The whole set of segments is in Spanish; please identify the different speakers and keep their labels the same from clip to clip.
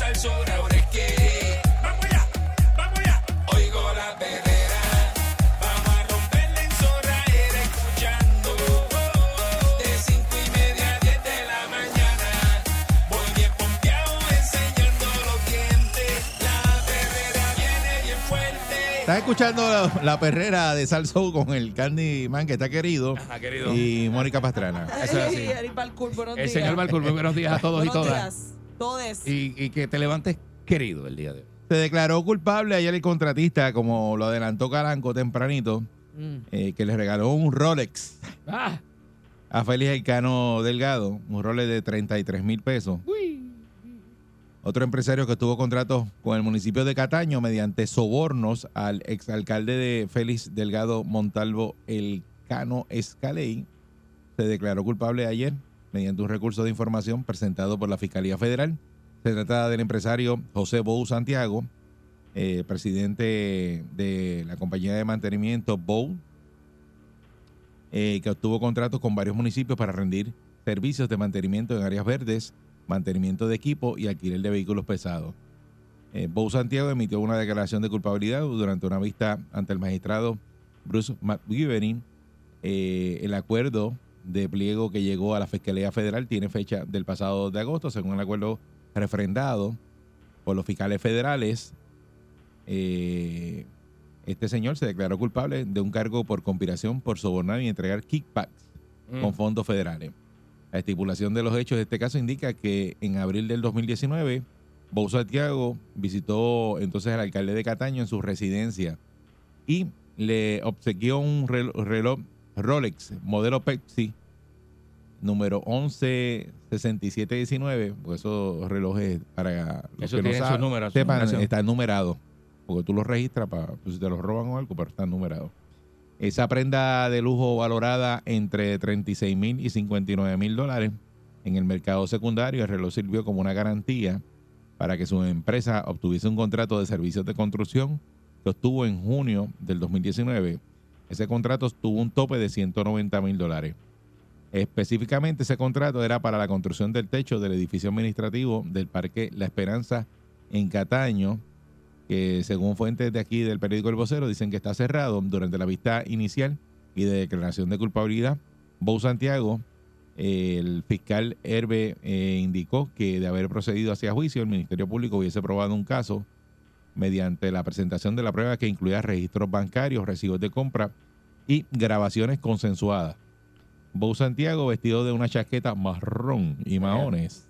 Speaker 1: eh,
Speaker 2: Estás escuchando la, la perrera de Salso con el Candy Man que está querido.
Speaker 3: Ajá, querido.
Speaker 2: Y Mónica Pastrana.
Speaker 3: Eso es así.
Speaker 4: Eric Balcour, buenos
Speaker 3: El
Speaker 4: días.
Speaker 3: señor Balcour, muy buenos días a todos
Speaker 4: buenos
Speaker 3: y todas.
Speaker 4: días. Todes.
Speaker 3: Y, y que te levantes querido el día de hoy.
Speaker 2: Se declaró culpable ayer el contratista, como lo adelantó Caranco tempranito,
Speaker 4: Mm.
Speaker 2: eh, que le regaló un Rolex
Speaker 3: Ah,
Speaker 2: a Félix Elcano Delgado, un Rolex de 33 mil pesos. Otro empresario que tuvo contratos con el municipio de Cataño mediante sobornos al exalcalde de Félix Delgado Montalvo Elcano Escaley se declaró culpable ayer mediante un recurso de información presentado por la Fiscalía Federal. Se trata del empresario José Bou Santiago, eh, presidente de la compañía de mantenimiento Bou, eh, que obtuvo contratos con varios municipios para rendir servicios de mantenimiento en áreas verdes, mantenimiento de equipo y alquiler de vehículos pesados. Eh, Bou Santiago emitió una declaración de culpabilidad durante una vista ante el magistrado Bruce McGiverney. Eh, el acuerdo de pliego que llegó a la Fiscalía Federal tiene fecha del pasado 2 de agosto, según el acuerdo refrendado por los fiscales federales. eh, este señor se declaró culpable de un cargo por conspiración por sobornar y entregar kickbacks
Speaker 3: Mm.
Speaker 2: con fondos federales. La estipulación de los hechos de este caso indica que en abril del 2019, Bou Santiago visitó entonces al alcalde de Cataño en su residencia y le obsequió un rel- reloj Rolex modelo Pepsi número 116719, porque Pues esos relojes para los
Speaker 3: Eso
Speaker 2: que no
Speaker 3: tiene sus
Speaker 2: saben,
Speaker 3: números, su
Speaker 2: sepan,
Speaker 3: numeración.
Speaker 2: están numerados, porque tú los registras para pues, si te los roban o algo, pero están numerados. Esa prenda de lujo valorada entre 36 mil y 59 mil dólares en el mercado secundario, el reloj sirvió como una garantía para que su empresa obtuviese un contrato de servicios de construcción que obtuvo en junio del 2019. Ese contrato tuvo un tope de 190 mil dólares. Específicamente ese contrato era para la construcción del techo del edificio administrativo del Parque La Esperanza en Cataño, que según fuentes de aquí del periódico El Vocero dicen que está cerrado durante la vista inicial y de declaración de culpabilidad. Bou Santiago, eh, el fiscal Herbe eh, indicó que de haber procedido hacia juicio, el Ministerio Público hubiese probado un caso mediante la presentación de la prueba que incluía registros bancarios, recibos de compra y grabaciones consensuadas. Bou Santiago, vestido de una chaqueta marrón y maones,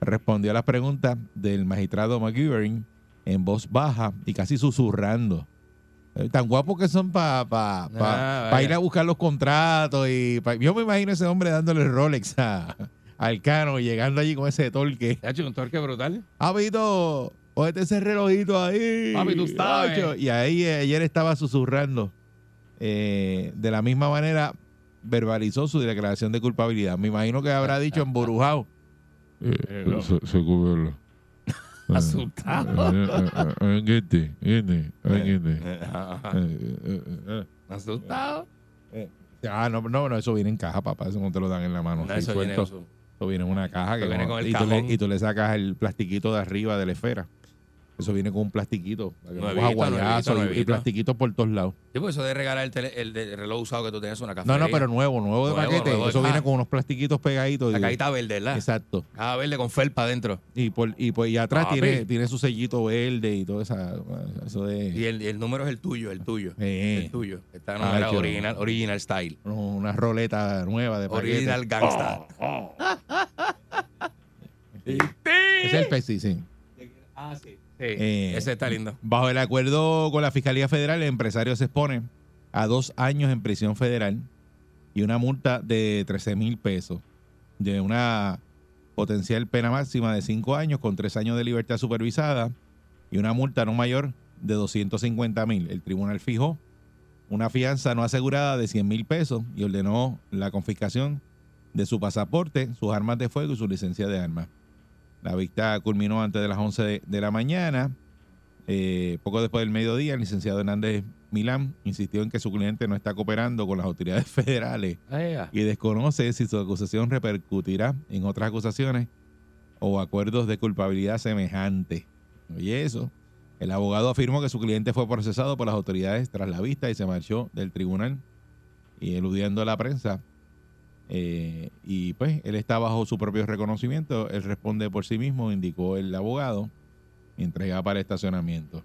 Speaker 2: respondió a las preguntas del magistrado McGivern en voz baja y casi susurrando. Eh, Tan guapos que son para pa,
Speaker 3: Ah,
Speaker 2: pa- pa
Speaker 3: vaya.
Speaker 2: ir a buscar los contratos. y pa- Yo me imagino ese hombre dándole el Rolex a, al cano, llegando allí con ese torque.
Speaker 3: Te ha hecho un torque brutal.
Speaker 2: Papito, cógete ese relojito ahí.
Speaker 3: Papi, tú sabes.
Speaker 2: Acho. Y ahí eh, ayer estaba susurrando. Eh, de la misma manera, verbalizó su declaración de culpabilidad. Me imagino que habrá dicho emburujado.
Speaker 3: Eh, no.
Speaker 5: Se, se cubre la-
Speaker 3: Asustado.
Speaker 5: Eh, eh, eh, eh, guete, guete, eh, guete.
Speaker 3: Ajá.
Speaker 5: Eh, eh, eh, eh.
Speaker 3: Asustado.
Speaker 2: Ah, no, no, no, eso viene en caja, papá. Eso no te lo dan en la mano.
Speaker 3: No,
Speaker 2: así
Speaker 3: eso viene
Speaker 2: suelto.
Speaker 3: eso.
Speaker 2: Eso viene en una caja. Que
Speaker 3: Eso viene
Speaker 2: no-
Speaker 3: con el
Speaker 2: y, tú
Speaker 3: cajón.
Speaker 2: le, y tú le sacas el plastiquito de arriba de la esfera. Eso viene con un plastiquito. para que no
Speaker 3: Nuevito,
Speaker 2: coja guayazo
Speaker 3: nuevito,
Speaker 2: y- y,
Speaker 3: nuevito.
Speaker 2: plastiquito por todos lados.
Speaker 3: Sí, pues eso de regalar el, tele- el de- el reloj usado que tú tenías una café.
Speaker 2: No, no, pero nuevo, nuevo de
Speaker 3: Nuevo,
Speaker 2: paquete.
Speaker 3: nuevo de
Speaker 2: eso viene
Speaker 3: caja.
Speaker 2: con unos plastiquitos pegaditos.
Speaker 3: La
Speaker 2: y-
Speaker 3: cajita verde, ¿verdad?
Speaker 2: Exacto.
Speaker 3: Caja verde con felpa adentro.
Speaker 2: Y por y pues y atrás
Speaker 3: Papi.
Speaker 2: tiene, tiene su sellito verde y todo esa eso
Speaker 3: Y
Speaker 2: de
Speaker 3: el, y el número es el tuyo, el tuyo.
Speaker 2: Eh.
Speaker 3: El tuyo. Está
Speaker 2: Ah,
Speaker 3: nombrado
Speaker 2: chulo.
Speaker 3: original, original style.
Speaker 2: no, una roleta nueva de paquete.
Speaker 3: Original gangsta.
Speaker 2: Ese es el Pepsi, sí.
Speaker 3: Sí,
Speaker 2: Eh.
Speaker 3: ese está lindo.
Speaker 2: Bajo el acuerdo con la Fiscalía Federal, el empresario se expone a dos años en prisión federal y una multa de 13 mil pesos de una potencial pena máxima de 5 años con 3 años de libertad supervisada y una multa no mayor de 250 mil. El tribunal fijó una fianza no asegurada de 100 mil pesos y ordenó la confiscación de su pasaporte, sus armas de fuego y su licencia de armas. La vista culminó antes de las 11 de, de la mañana. Eh, poco después del mediodía, el licenciado Hernández Milán insistió en que su cliente no está cooperando con las autoridades federales y desconoce si su acusación repercutirá en otras acusaciones o acuerdos de culpabilidad semejante. Oye, eso. El abogado afirmó que su cliente fue procesado por las autoridades tras la vista y se marchó del tribunal y eludiendo a la prensa. Eh, y pues él está bajo su propio reconocimiento, él responde por sí mismo, indicó el abogado, mientras iba para el estacionamiento.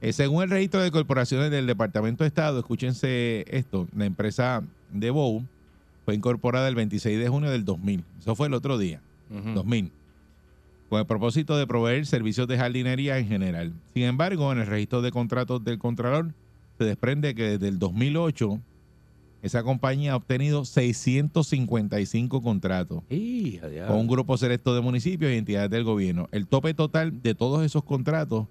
Speaker 2: Eh, según el registro de corporaciones del Departamento de Estado, escúchense esto, la empresa de Bow fue incorporada el 26 de junio del 2000, eso fue el otro día, 2000, con el propósito de proveer servicios de jardinería en general. Sin embargo, en el registro de contratos del Contralor se desprende que desde el 2008 esa compañía ha obtenido 655 contratos
Speaker 3: Hija de
Speaker 2: con un grupo selecto de municipios y entidades del gobierno. El tope total de todos esos contratos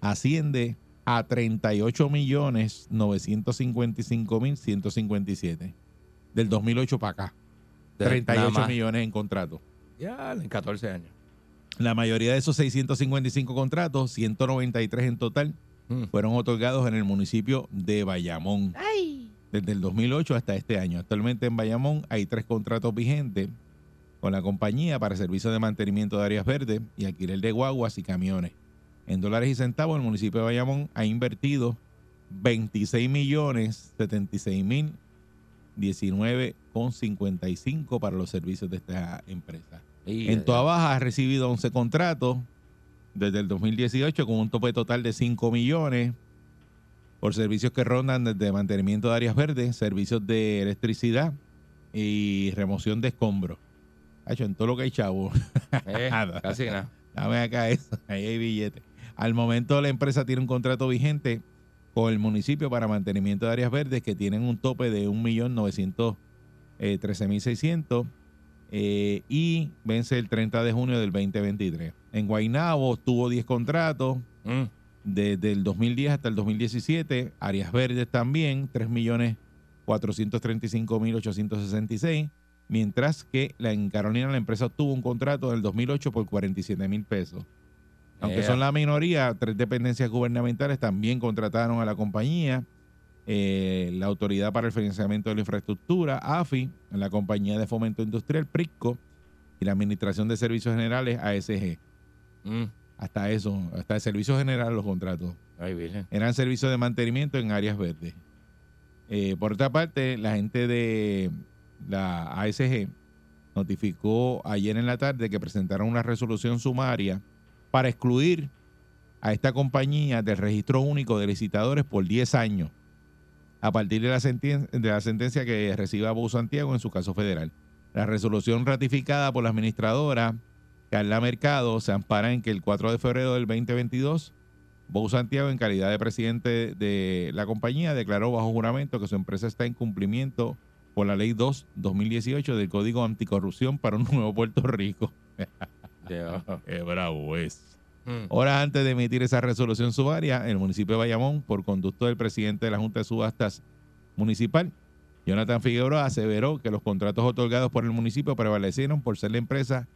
Speaker 2: asciende a 38.955.157 del 2008 para acá.
Speaker 3: Nada
Speaker 2: 38
Speaker 3: más.
Speaker 2: millones en contratos.
Speaker 3: Ya, en 14 años.
Speaker 2: La mayoría de esos 655 contratos, 193 en total,
Speaker 3: Mm.
Speaker 2: fueron otorgados en el municipio de Bayamón. Desde el 2008 hasta este año. Actualmente en Bayamón hay tres contratos vigentes con la compañía para servicios de mantenimiento de áreas verdes y alquiler de guaguas y camiones. En dólares y centavos, el municipio de Bayamón ha invertido 26 millones 76 mil 19,55 para los servicios de esta empresa.
Speaker 3: Hija
Speaker 2: En
Speaker 3: de-
Speaker 2: Toa Baja ha recibido 11 contratos este desde el 2018 con un tope total de 5 millones por servicios que rondan desde mantenimiento de áreas verdes, servicios de electricidad y remoción de escombros. Hacho, en todo lo que hay, chavo.
Speaker 3: Eh,
Speaker 2: nada.
Speaker 3: casi nada.
Speaker 2: Dame acá eso, ahí hay billete. Al momento la empresa tiene un contrato vigente con el municipio para mantenimiento de áreas verdes que tienen un eh, tope de 1.913.600 eh, y vence el 30 de junio del 2023. En Guaynabo tuvo 10 contratos
Speaker 3: Mm.
Speaker 2: desde el 2010 hasta el 2017, áreas verdes también, 3.435.866, mientras que la, en Carolina la empresa obtuvo un contrato en el 2008 por 47 mil pesos. Aunque
Speaker 3: Ea.
Speaker 2: son la minoría, tres dependencias gubernamentales también contrataron a la compañía, eh, la Autoridad para el Financiamiento de la Infraestructura, AFI, la Compañía de Fomento Industrial, PRICCO, y la Administración de Servicios Generales, ASG.
Speaker 3: Mm.
Speaker 2: Hasta eso, hasta el servicio general los contratos.
Speaker 3: Ay, virgen.
Speaker 2: Eran servicios de mantenimiento en áreas verdes. Eh, por otra parte, la gente de la ASG notificó ayer en la tarde que presentaron una resolución sumaria para excluir a esta compañía del registro único de licitadores por 10 años a partir de la, senten- de la sentencia que reciba Bou Santiago en su caso federal. La resolución ratificada por la administradora Carla Mercado se ampara en que el 4 de febrero del 2022 Bou Santiago, en calidad de presidente de la compañía, declaró bajo juramento que su empresa está en cumplimiento por la Ley 2-2018 del Código Anticorrupción para un nuevo Puerto Rico.
Speaker 3: Ya.
Speaker 2: ¡Qué bravo es!
Speaker 3: Mm.
Speaker 2: Horas antes de emitir esa resolución sumaria, el municipio de Bayamón, por conducto del presidente de la Junta de Subastas Municipal, Jonathan Figueroa, aseveró que los contratos otorgados por el municipio prevalecieron por ser la empresa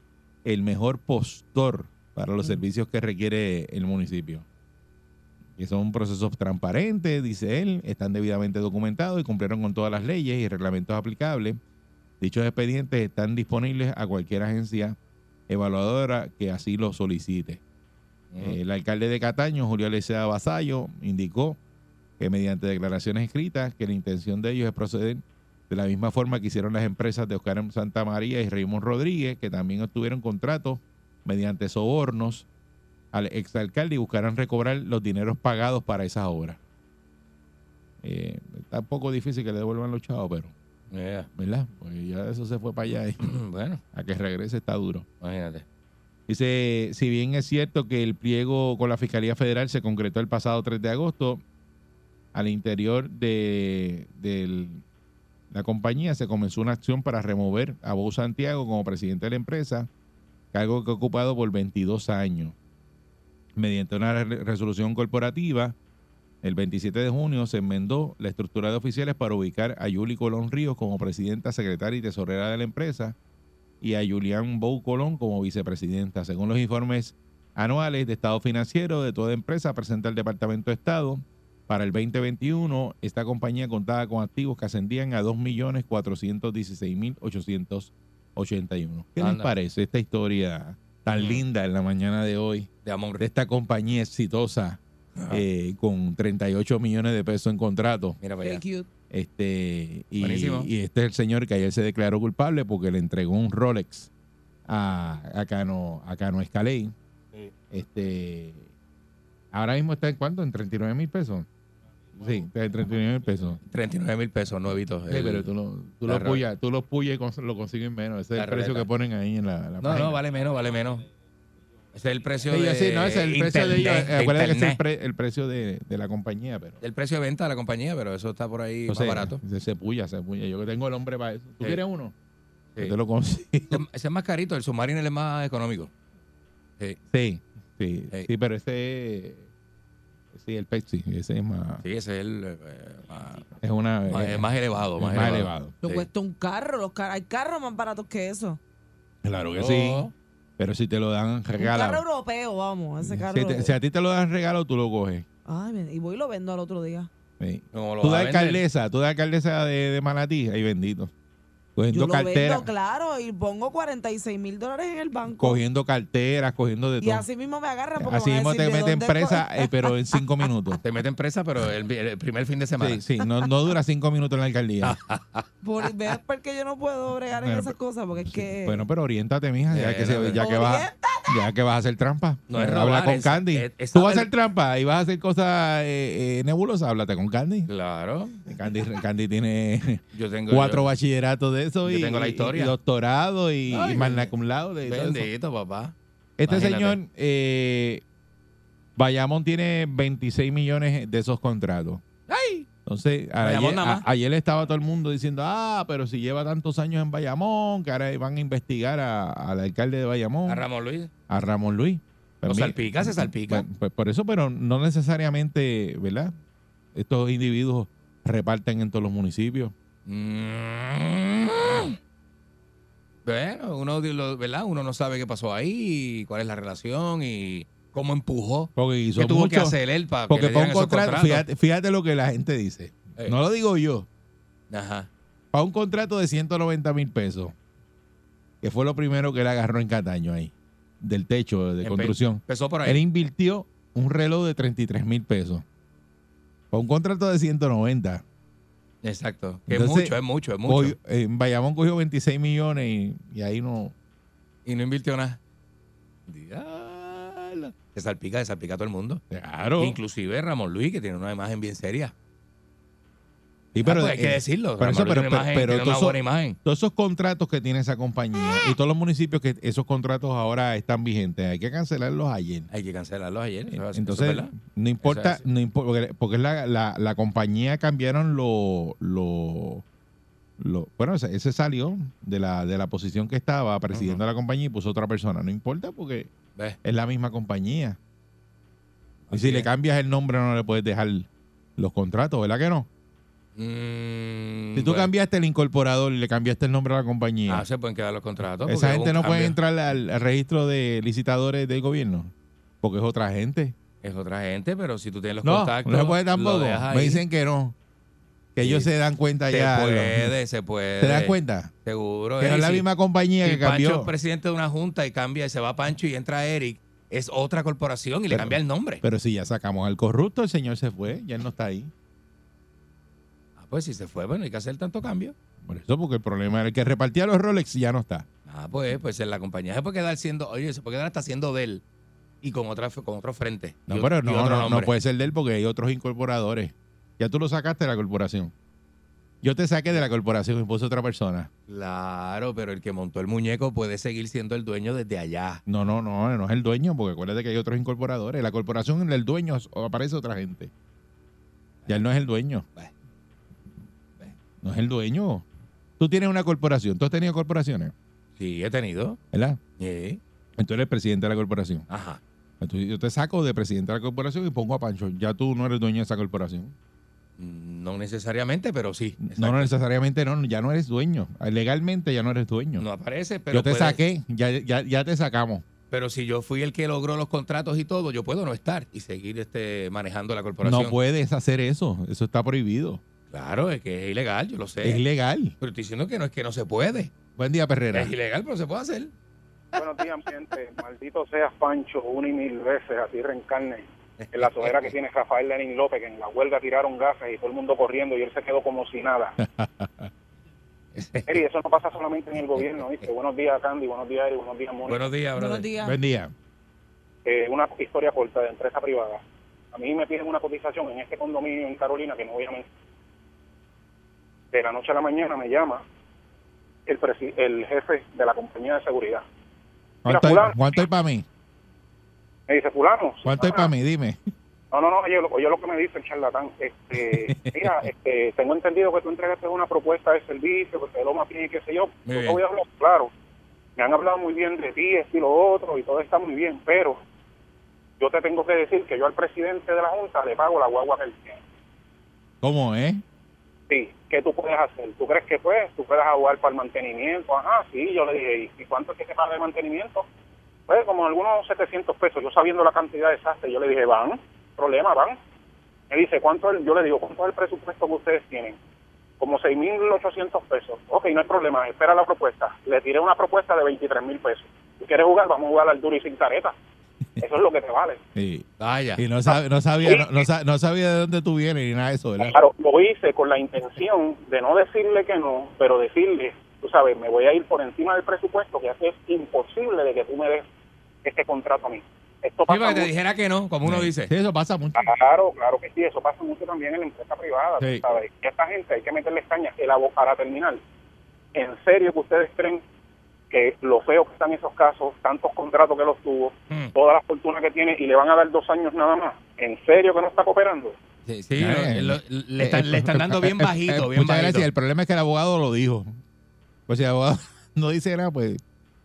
Speaker 2: el mejor postor para los servicios que requiere el municipio. Que son procesos transparentes, dice él, están debidamente documentados y cumplieron con todas las leyes y reglamentos aplicables. Dichos expedientes están disponibles a cualquier agencia evaluadora que así lo solicite. Eh, El alcalde de Cataño, Julio Alecea Basayo, indicó que mediante declaraciones escritas que la intención de ellos es proceder de la misma forma que hicieron las empresas de Oscar Santa María y Raymond Rodríguez, que también obtuvieron contratos mediante sobornos al exalcalde y buscarán recobrar los dineros pagados para esas obras. Eh, está un poco difícil que le devuelvan los chavos, pero,
Speaker 3: Ya.
Speaker 2: ¿verdad? Porque ya eso se fue para allá y
Speaker 3: Bueno,
Speaker 2: a que regrese está duro.
Speaker 3: imagínate.
Speaker 2: Dice, si bien es cierto que el pliego con la Fiscalía Federal se concretó el pasado 3 de agosto, al interior de, del- la compañía se comenzó una acción para remover a Bo Santiago como presidente de la empresa cargo que ha ocupado por 22 años. Mediante una re- resolución corporativa, el 27 de junio se enmendó la estructura de oficiales para ubicar a Yuli Colón Ríos como presidenta, secretaria y tesorera de la empresa y a Julián Bou Colón como vicepresidenta. Según los informes anuales de estado financiero de toda empresa presenta el Departamento de Estado, para el 2021 esta compañía contaba con activos que ascendían a 2.416.881. ¿Qué les
Speaker 3: Anda.
Speaker 2: parece esta historia tan linda en la mañana de hoy?
Speaker 3: De amor.
Speaker 2: de esta compañía exitosa eh, con 38 millones de pesos en contrato.
Speaker 3: Mira para allá.
Speaker 2: Este, y,
Speaker 3: Buenísimo.
Speaker 2: y este es el señor que ayer se declaró culpable porque le entregó un Rolex a, a Cano, a Cano Escalay.
Speaker 3: Sí.
Speaker 2: Este, ahora mismo está en cuánto? En 39 mil pesos. Sí, está en 39 mil pesos.
Speaker 3: 39 mil pesos, nuevitos.
Speaker 2: Sí,
Speaker 3: El-
Speaker 2: pero tú lo, tú
Speaker 3: la
Speaker 2: lo
Speaker 3: ro-
Speaker 2: puyas, tú lo puyas y cons- lo consigues menos. Ese es
Speaker 3: La
Speaker 2: el precio
Speaker 3: ruleta.
Speaker 2: que ponen ahí en la, la
Speaker 3: No,
Speaker 2: página.
Speaker 3: no, vale menos, vale menos. Ese es el precio
Speaker 2: Sí,
Speaker 3: de
Speaker 2: sí, no, ese es el precio de ellos.
Speaker 3: internet, de
Speaker 2: Acuérdate que ese es el,
Speaker 3: internet.
Speaker 2: pre- el precio de, de la compañía, pero.
Speaker 3: El precio de venta de la compañía, pero eso está por ahí más
Speaker 2: Entonces,
Speaker 3: barato.
Speaker 2: Se, se puya, se puya. Yo que tengo el hombre para eso. ¿Tú
Speaker 3: Sí.
Speaker 2: quieres uno?
Speaker 3: Sí.
Speaker 2: Yo te lo consigo.
Speaker 3: Ese- Ese es más carito, el Submariner es más económico. Sí,
Speaker 2: Sí, sí,
Speaker 3: Sí.
Speaker 2: sí, pero ese. eh, Sí, el Pepsi, ese es más.
Speaker 3: sí ese es el eh, más,
Speaker 2: Es una.
Speaker 3: más-
Speaker 2: eh,
Speaker 3: más elevado.
Speaker 2: es
Speaker 3: Más,
Speaker 2: más
Speaker 3: elevado.
Speaker 2: elevado.
Speaker 4: Lo
Speaker 3: Sí.
Speaker 4: cuesta un carro, los car- hay carros más baratos que eso.
Speaker 2: Claro que
Speaker 3: No.
Speaker 2: sí. Pero si te lo dan
Speaker 4: Un carro
Speaker 2: regalado.
Speaker 4: europeo, vamos, ese carro.
Speaker 2: Si, te- si a ti te lo dan regalo, tú lo coges.
Speaker 4: Ay, me- y voy y lo vendo al otro día.
Speaker 2: Sí.
Speaker 3: Como lo
Speaker 2: Tú de
Speaker 3: va a vender.
Speaker 2: alcaldesa, tú de alcaldesa de, de Manatí, ahí bendito.
Speaker 4: Yo
Speaker 2: Cogiendo
Speaker 4: lo
Speaker 2: carteras,
Speaker 4: vendo, claro, y pongo 46 mil dólares en el banco.
Speaker 2: cogiendo carteras, cogiendo de
Speaker 4: y
Speaker 2: todo.
Speaker 4: así mismo me agarran porque
Speaker 2: Así
Speaker 4: van a
Speaker 2: mismo te
Speaker 4: decir, ¿de
Speaker 2: meten
Speaker 4: dónde
Speaker 2: presa, eh, pero en cinco minutos.
Speaker 3: Te meten presa, pero el, el primer fin de semana.
Speaker 2: Sí, sí, no, no dura cinco minutos en la alcaldía.
Speaker 4: co- Por, ¿Ves por qué yo no puedo bregar en
Speaker 2: Bueno,
Speaker 4: esas cosas? Porque es que...
Speaker 2: Bueno, pero oriéntate, mija, ya
Speaker 3: Eh,
Speaker 2: que, se-
Speaker 3: no,
Speaker 2: ya que, vas, ya que vas a hacer trampa.
Speaker 3: No es
Speaker 2: Habla
Speaker 3: robar,
Speaker 2: con
Speaker 3: es-
Speaker 2: Candy.
Speaker 3: es- es
Speaker 2: Tú vas a
Speaker 3: saber-
Speaker 2: hacer trampa y vas a hacer cosas eh, eh, nebulosas, háblate con Candy.
Speaker 3: Claro.
Speaker 2: Candy, Candy tiene
Speaker 3: Yo tengo.
Speaker 2: cuatro
Speaker 3: yo-
Speaker 2: bachilleratos de eso
Speaker 3: yo
Speaker 2: y,
Speaker 3: tengo la
Speaker 2: y-
Speaker 3: historia.
Speaker 2: y doctorado y,
Speaker 3: Ay,
Speaker 2: y magna cum laude y todo eso.
Speaker 3: Bendito, papá.
Speaker 2: Este
Speaker 3: Imagínate.
Speaker 2: señor, eh, Bayamón tiene 26 millones de esos contratos.
Speaker 3: ¡Ay!
Speaker 2: Entonces, a-
Speaker 3: Bayamón
Speaker 2: ayer,
Speaker 3: nada
Speaker 2: a-
Speaker 3: más.
Speaker 2: ayer estaba todo el mundo diciendo, ah, pero si lleva tantos años en Bayamón, que ahora van a investigar a- al alcalde de Bayamón,
Speaker 3: A
Speaker 2: a,
Speaker 3: Ramón Luis.
Speaker 2: Ramón Luis. Pues
Speaker 3: Lo
Speaker 2: mira,
Speaker 3: salpica, se salpica.
Speaker 2: bueno, pues por eso, pero no necesariamente, ¿verdad? Estos individuos reparten en todos los municipios.
Speaker 3: Mm. Bueno, uno, de los- ¿verdad? uno no sabe qué pasó ahí, y cuál es la relación y cómo empujó.
Speaker 2: Porque hizo
Speaker 3: ¿Qué tuvo que
Speaker 2: mucho-
Speaker 3: hacer él para
Speaker 2: Porque
Speaker 3: que le
Speaker 2: para
Speaker 3: dieran
Speaker 2: un
Speaker 3: esos
Speaker 2: contrato,
Speaker 3: contratos?
Speaker 2: fíjate, fíjate lo que la gente dice.
Speaker 3: Eh.
Speaker 2: No lo digo yo.
Speaker 3: Ajá.
Speaker 2: Para un contrato de 190 mil pesos, que fue lo primero que él agarró en Cataño ahí, del techo de
Speaker 3: En
Speaker 2: construcción.
Speaker 3: Empezó por
Speaker 2: Él
Speaker 3: ahí.
Speaker 2: invirtió un reloj de 33 mil pesos. Para un contrato de 190.
Speaker 3: Exacto. Que
Speaker 2: Entonces,
Speaker 3: es mucho, es mucho, es mucho.
Speaker 2: Cogió- en Bayamón cogió 26 millones y, y ahí no.
Speaker 3: Y no invirtió nada. Diablo. Se salpica, se salpica a todo el mundo.
Speaker 2: Claro.
Speaker 3: Inclusive Ramón Luis, que tiene una imagen bien seria.
Speaker 2: Sí,
Speaker 3: Ah, pues hay
Speaker 2: eh,
Speaker 3: que decirlo.
Speaker 2: por
Speaker 3: Ramón
Speaker 2: eso,
Speaker 3: Luis
Speaker 2: pero-
Speaker 3: tiene
Speaker 2: pero-
Speaker 3: imagen,
Speaker 2: pero
Speaker 3: tiene
Speaker 2: tú
Speaker 3: una
Speaker 2: so-
Speaker 3: buena imagen.
Speaker 2: Todos esos contratos que tiene esa compañía y todos los municipios que esos contratos ahora están vigentes, hay que cancelarlos ayer.
Speaker 3: Hay que cancelarlos ayer. eso- eso
Speaker 2: Entonces,
Speaker 3: es verdad.
Speaker 2: no importa,
Speaker 3: Eso es
Speaker 2: no impo- porque, porque es la, la, la compañía cambiaron lo, lo, lo- bueno, ese, ese salió de la, de la posición que estaba presidiendo la compañía y puso otra persona. No importa porque
Speaker 3: ¿Ves?
Speaker 2: es la misma compañía. Y
Speaker 3: Así
Speaker 2: si le
Speaker 3: es.
Speaker 2: cambias el nombre no le puedes dejar los contratos, ¿verdad que no?
Speaker 3: Mm,
Speaker 2: Si tú
Speaker 3: bueno.
Speaker 2: cambiaste el incorporador y le cambiaste el nombre a la compañía,
Speaker 3: Ah, se pueden quedar los contratos.
Speaker 2: esa
Speaker 3: porque
Speaker 2: gente
Speaker 3: hubo
Speaker 2: no
Speaker 3: un
Speaker 2: puede
Speaker 3: cambio.
Speaker 2: entrar al, al registro de licitadores del gobierno porque es otra gente.
Speaker 3: Es otra gente, pero si tú tienes los
Speaker 2: No,
Speaker 3: contactos.
Speaker 2: no se puede
Speaker 3: lo
Speaker 2: tampoco.
Speaker 3: dejas ahí.
Speaker 2: Me dicen que no. Que
Speaker 3: Sí.
Speaker 2: ellos se dan cuenta
Speaker 3: Se
Speaker 2: ya.
Speaker 3: puede, se puede.
Speaker 2: ¿Te das cuenta?
Speaker 3: Seguro.
Speaker 2: Que no
Speaker 3: eh,
Speaker 2: es la
Speaker 3: si-
Speaker 2: misma compañía
Speaker 3: si
Speaker 2: que
Speaker 3: Pancho
Speaker 2: cambió.
Speaker 3: es presidente de una junta y cambia y se va Pancho y entra Eric, es otra corporación y le
Speaker 2: Pero-
Speaker 3: cambia el nombre.
Speaker 2: Pero si ya sacamos al corrupto, el señor se fue, ya él no está ahí.
Speaker 3: Ah, pues si se fue, bueno, hay que hacer tanto cambio.
Speaker 2: Por eso, porque el problema era el que repartía los Rolex y ya no está.
Speaker 3: Ah, pues, pues en la compañía se puede quedar siendo, oye, se puede quedar hasta siendo de él y con otra con otro frente.
Speaker 2: No,
Speaker 3: y,
Speaker 2: pero
Speaker 3: y
Speaker 2: no,
Speaker 3: otro
Speaker 2: no, no
Speaker 3: nombre.
Speaker 2: puede ser de él porque hay otros incorporadores. Ya tú lo sacaste de la corporación. Yo te saqué de la corporación y puse otra persona.
Speaker 3: Claro, pero el que montó el muñeco puede seguir siendo el dueño desde allá.
Speaker 2: No, no, no, no es el dueño, porque acuérdate que hay otros incorporadores. La corporación, el dueño, es- o aparece otra gente. Ya él no es el dueño.
Speaker 3: Bueno. Bueno.
Speaker 2: No es el dueño. Tú tienes una corporación, tú has tenido corporaciones,
Speaker 3: Sí, he tenido.
Speaker 2: ¿verdad?
Speaker 3: Sí.
Speaker 2: Entonces eres presidente de la corporación.
Speaker 3: Ajá.
Speaker 2: Entonces yo te saco de presidente de la corporación y pongo a Pancho. Ya tú no eres dueño de esa corporación.
Speaker 3: No necesariamente, pero sí.
Speaker 2: No, no necesariamente, no, ya no eres dueño. Legalmente ya no eres dueño.
Speaker 3: No aparece, pero.
Speaker 2: yo te
Speaker 3: puede-
Speaker 2: saqué, ya, ya, ya te sacamos.
Speaker 3: Pero si yo fui el que logró los contratos y todo, yo puedo no estar y seguir este, manejando la corporación.
Speaker 2: No puedes hacer eso, eso está prohibido.
Speaker 3: Claro, es que es ilegal, yo lo sé.
Speaker 2: Es legal.
Speaker 3: pero estoy diciendo que no es que no se puede.
Speaker 2: Buen día, Perrera.
Speaker 3: Es ilegal, pero se puede hacer.
Speaker 6: Buenos días, ambiente. Maldito seas, Pancho, una y mil veces, así reencarne. En la sojera que tiene Rafael Lenin López, que en la huelga tiraron gases y todo el mundo corriendo y él se quedó como si nada. Eri, eso no pasa solamente en el gobierno, ¿viste? Buenos días, Candy, buenos días, Eri, buenos días, Mónica.
Speaker 3: Buenos días, brother.
Speaker 4: Buenos días.
Speaker 2: Buen día.
Speaker 6: Eh, una historia corta de empresa privada. A mí me piden una cotización en este condominio en Carolina, que no voy a mencionar. De la noche a la mañana me llama el, presi- el jefe de la compañía de seguridad. Mira,
Speaker 2: ¿Cuánto hay,
Speaker 6: fulano.
Speaker 2: cuánto hay para mí?
Speaker 6: Me dice, fulano.
Speaker 2: ¿Cuánto hay
Speaker 6: ah,
Speaker 2: para mí? Dime.
Speaker 6: No, no, no, oye, lo, oye lo que me dice el charlatán. Este, mira, este, tengo entendido que tú entregaste una propuesta de servicio, que te lo más bien y qué sé yo.
Speaker 3: Muy
Speaker 6: Yo te
Speaker 3: bien.
Speaker 6: voy a hablar claro. Me han hablado muy bien de ti, esto y lo otro, y todo está muy bien, pero yo te tengo que decir que yo al presidente de la Junta le pago la guagua que él tiene.
Speaker 2: ¿Cómo es?
Speaker 6: Sí, ¿qué tú puedes hacer? ¿Tú crees que puedes? ¿Tú puedes abogar para el mantenimiento? Ajá, sí, yo le dije, ¿y cuánto es que te paga de mantenimiento? Pues como algunos 700 pesos, yo sabiendo la cantidad de desastre, yo le dije, van, problema, van. Me dice, ¿cuánto es el- yo le digo, ¿cuánto es el presupuesto que ustedes tienen? Como 6.800 pesos. Ok, no hay problema, espera la propuesta. Le tiré una propuesta de 23.000 pesos. Si quieres jugar, vamos a jugar al duro y sin careta. Eso es lo que te vale.
Speaker 2: Sí.
Speaker 3: Vaya. Ah, eh,
Speaker 2: Y no, sab- no sabía, no, no sa- no sabía de dónde tú vienes ni nada de eso, ¿verdad?
Speaker 6: Claro, lo hice con la intención de no decirle que no, pero decirle, tú sabes, me voy a ir por encima del presupuesto, que hace es imposible de que tú me des este contrato a mí. Esto pasa
Speaker 3: Sí, para que te
Speaker 6: mucho.
Speaker 3: dijera que no, como uno
Speaker 2: Sí.
Speaker 3: dice.
Speaker 2: Sí, eso pasa mucho.
Speaker 6: Claro, claro que sí, eso pasa mucho también en la empresa privada, tú
Speaker 2: Sí.
Speaker 6: sabes. Y a esta gente hay que meterle caña, el abogado para terminar. ¿En serio que ustedes creen que lo feo que están esos casos, tantos contratos que los tuvo,
Speaker 3: Mm.
Speaker 6: toda la fortuna que tiene y le van a dar dos años nada más? ¿En serio que no está cooperando?
Speaker 3: Sí, sí,
Speaker 2: Eh,
Speaker 3: lo- lo- le, están,
Speaker 2: Eh,
Speaker 3: le están dando bien
Speaker 2: eh, eh,
Speaker 3: bajito,
Speaker 2: eh,
Speaker 3: bien
Speaker 2: muchas
Speaker 3: bajito.
Speaker 2: gracias. El problema es que el abogado lo dijo. Pues si el abogado no dice nada, pues.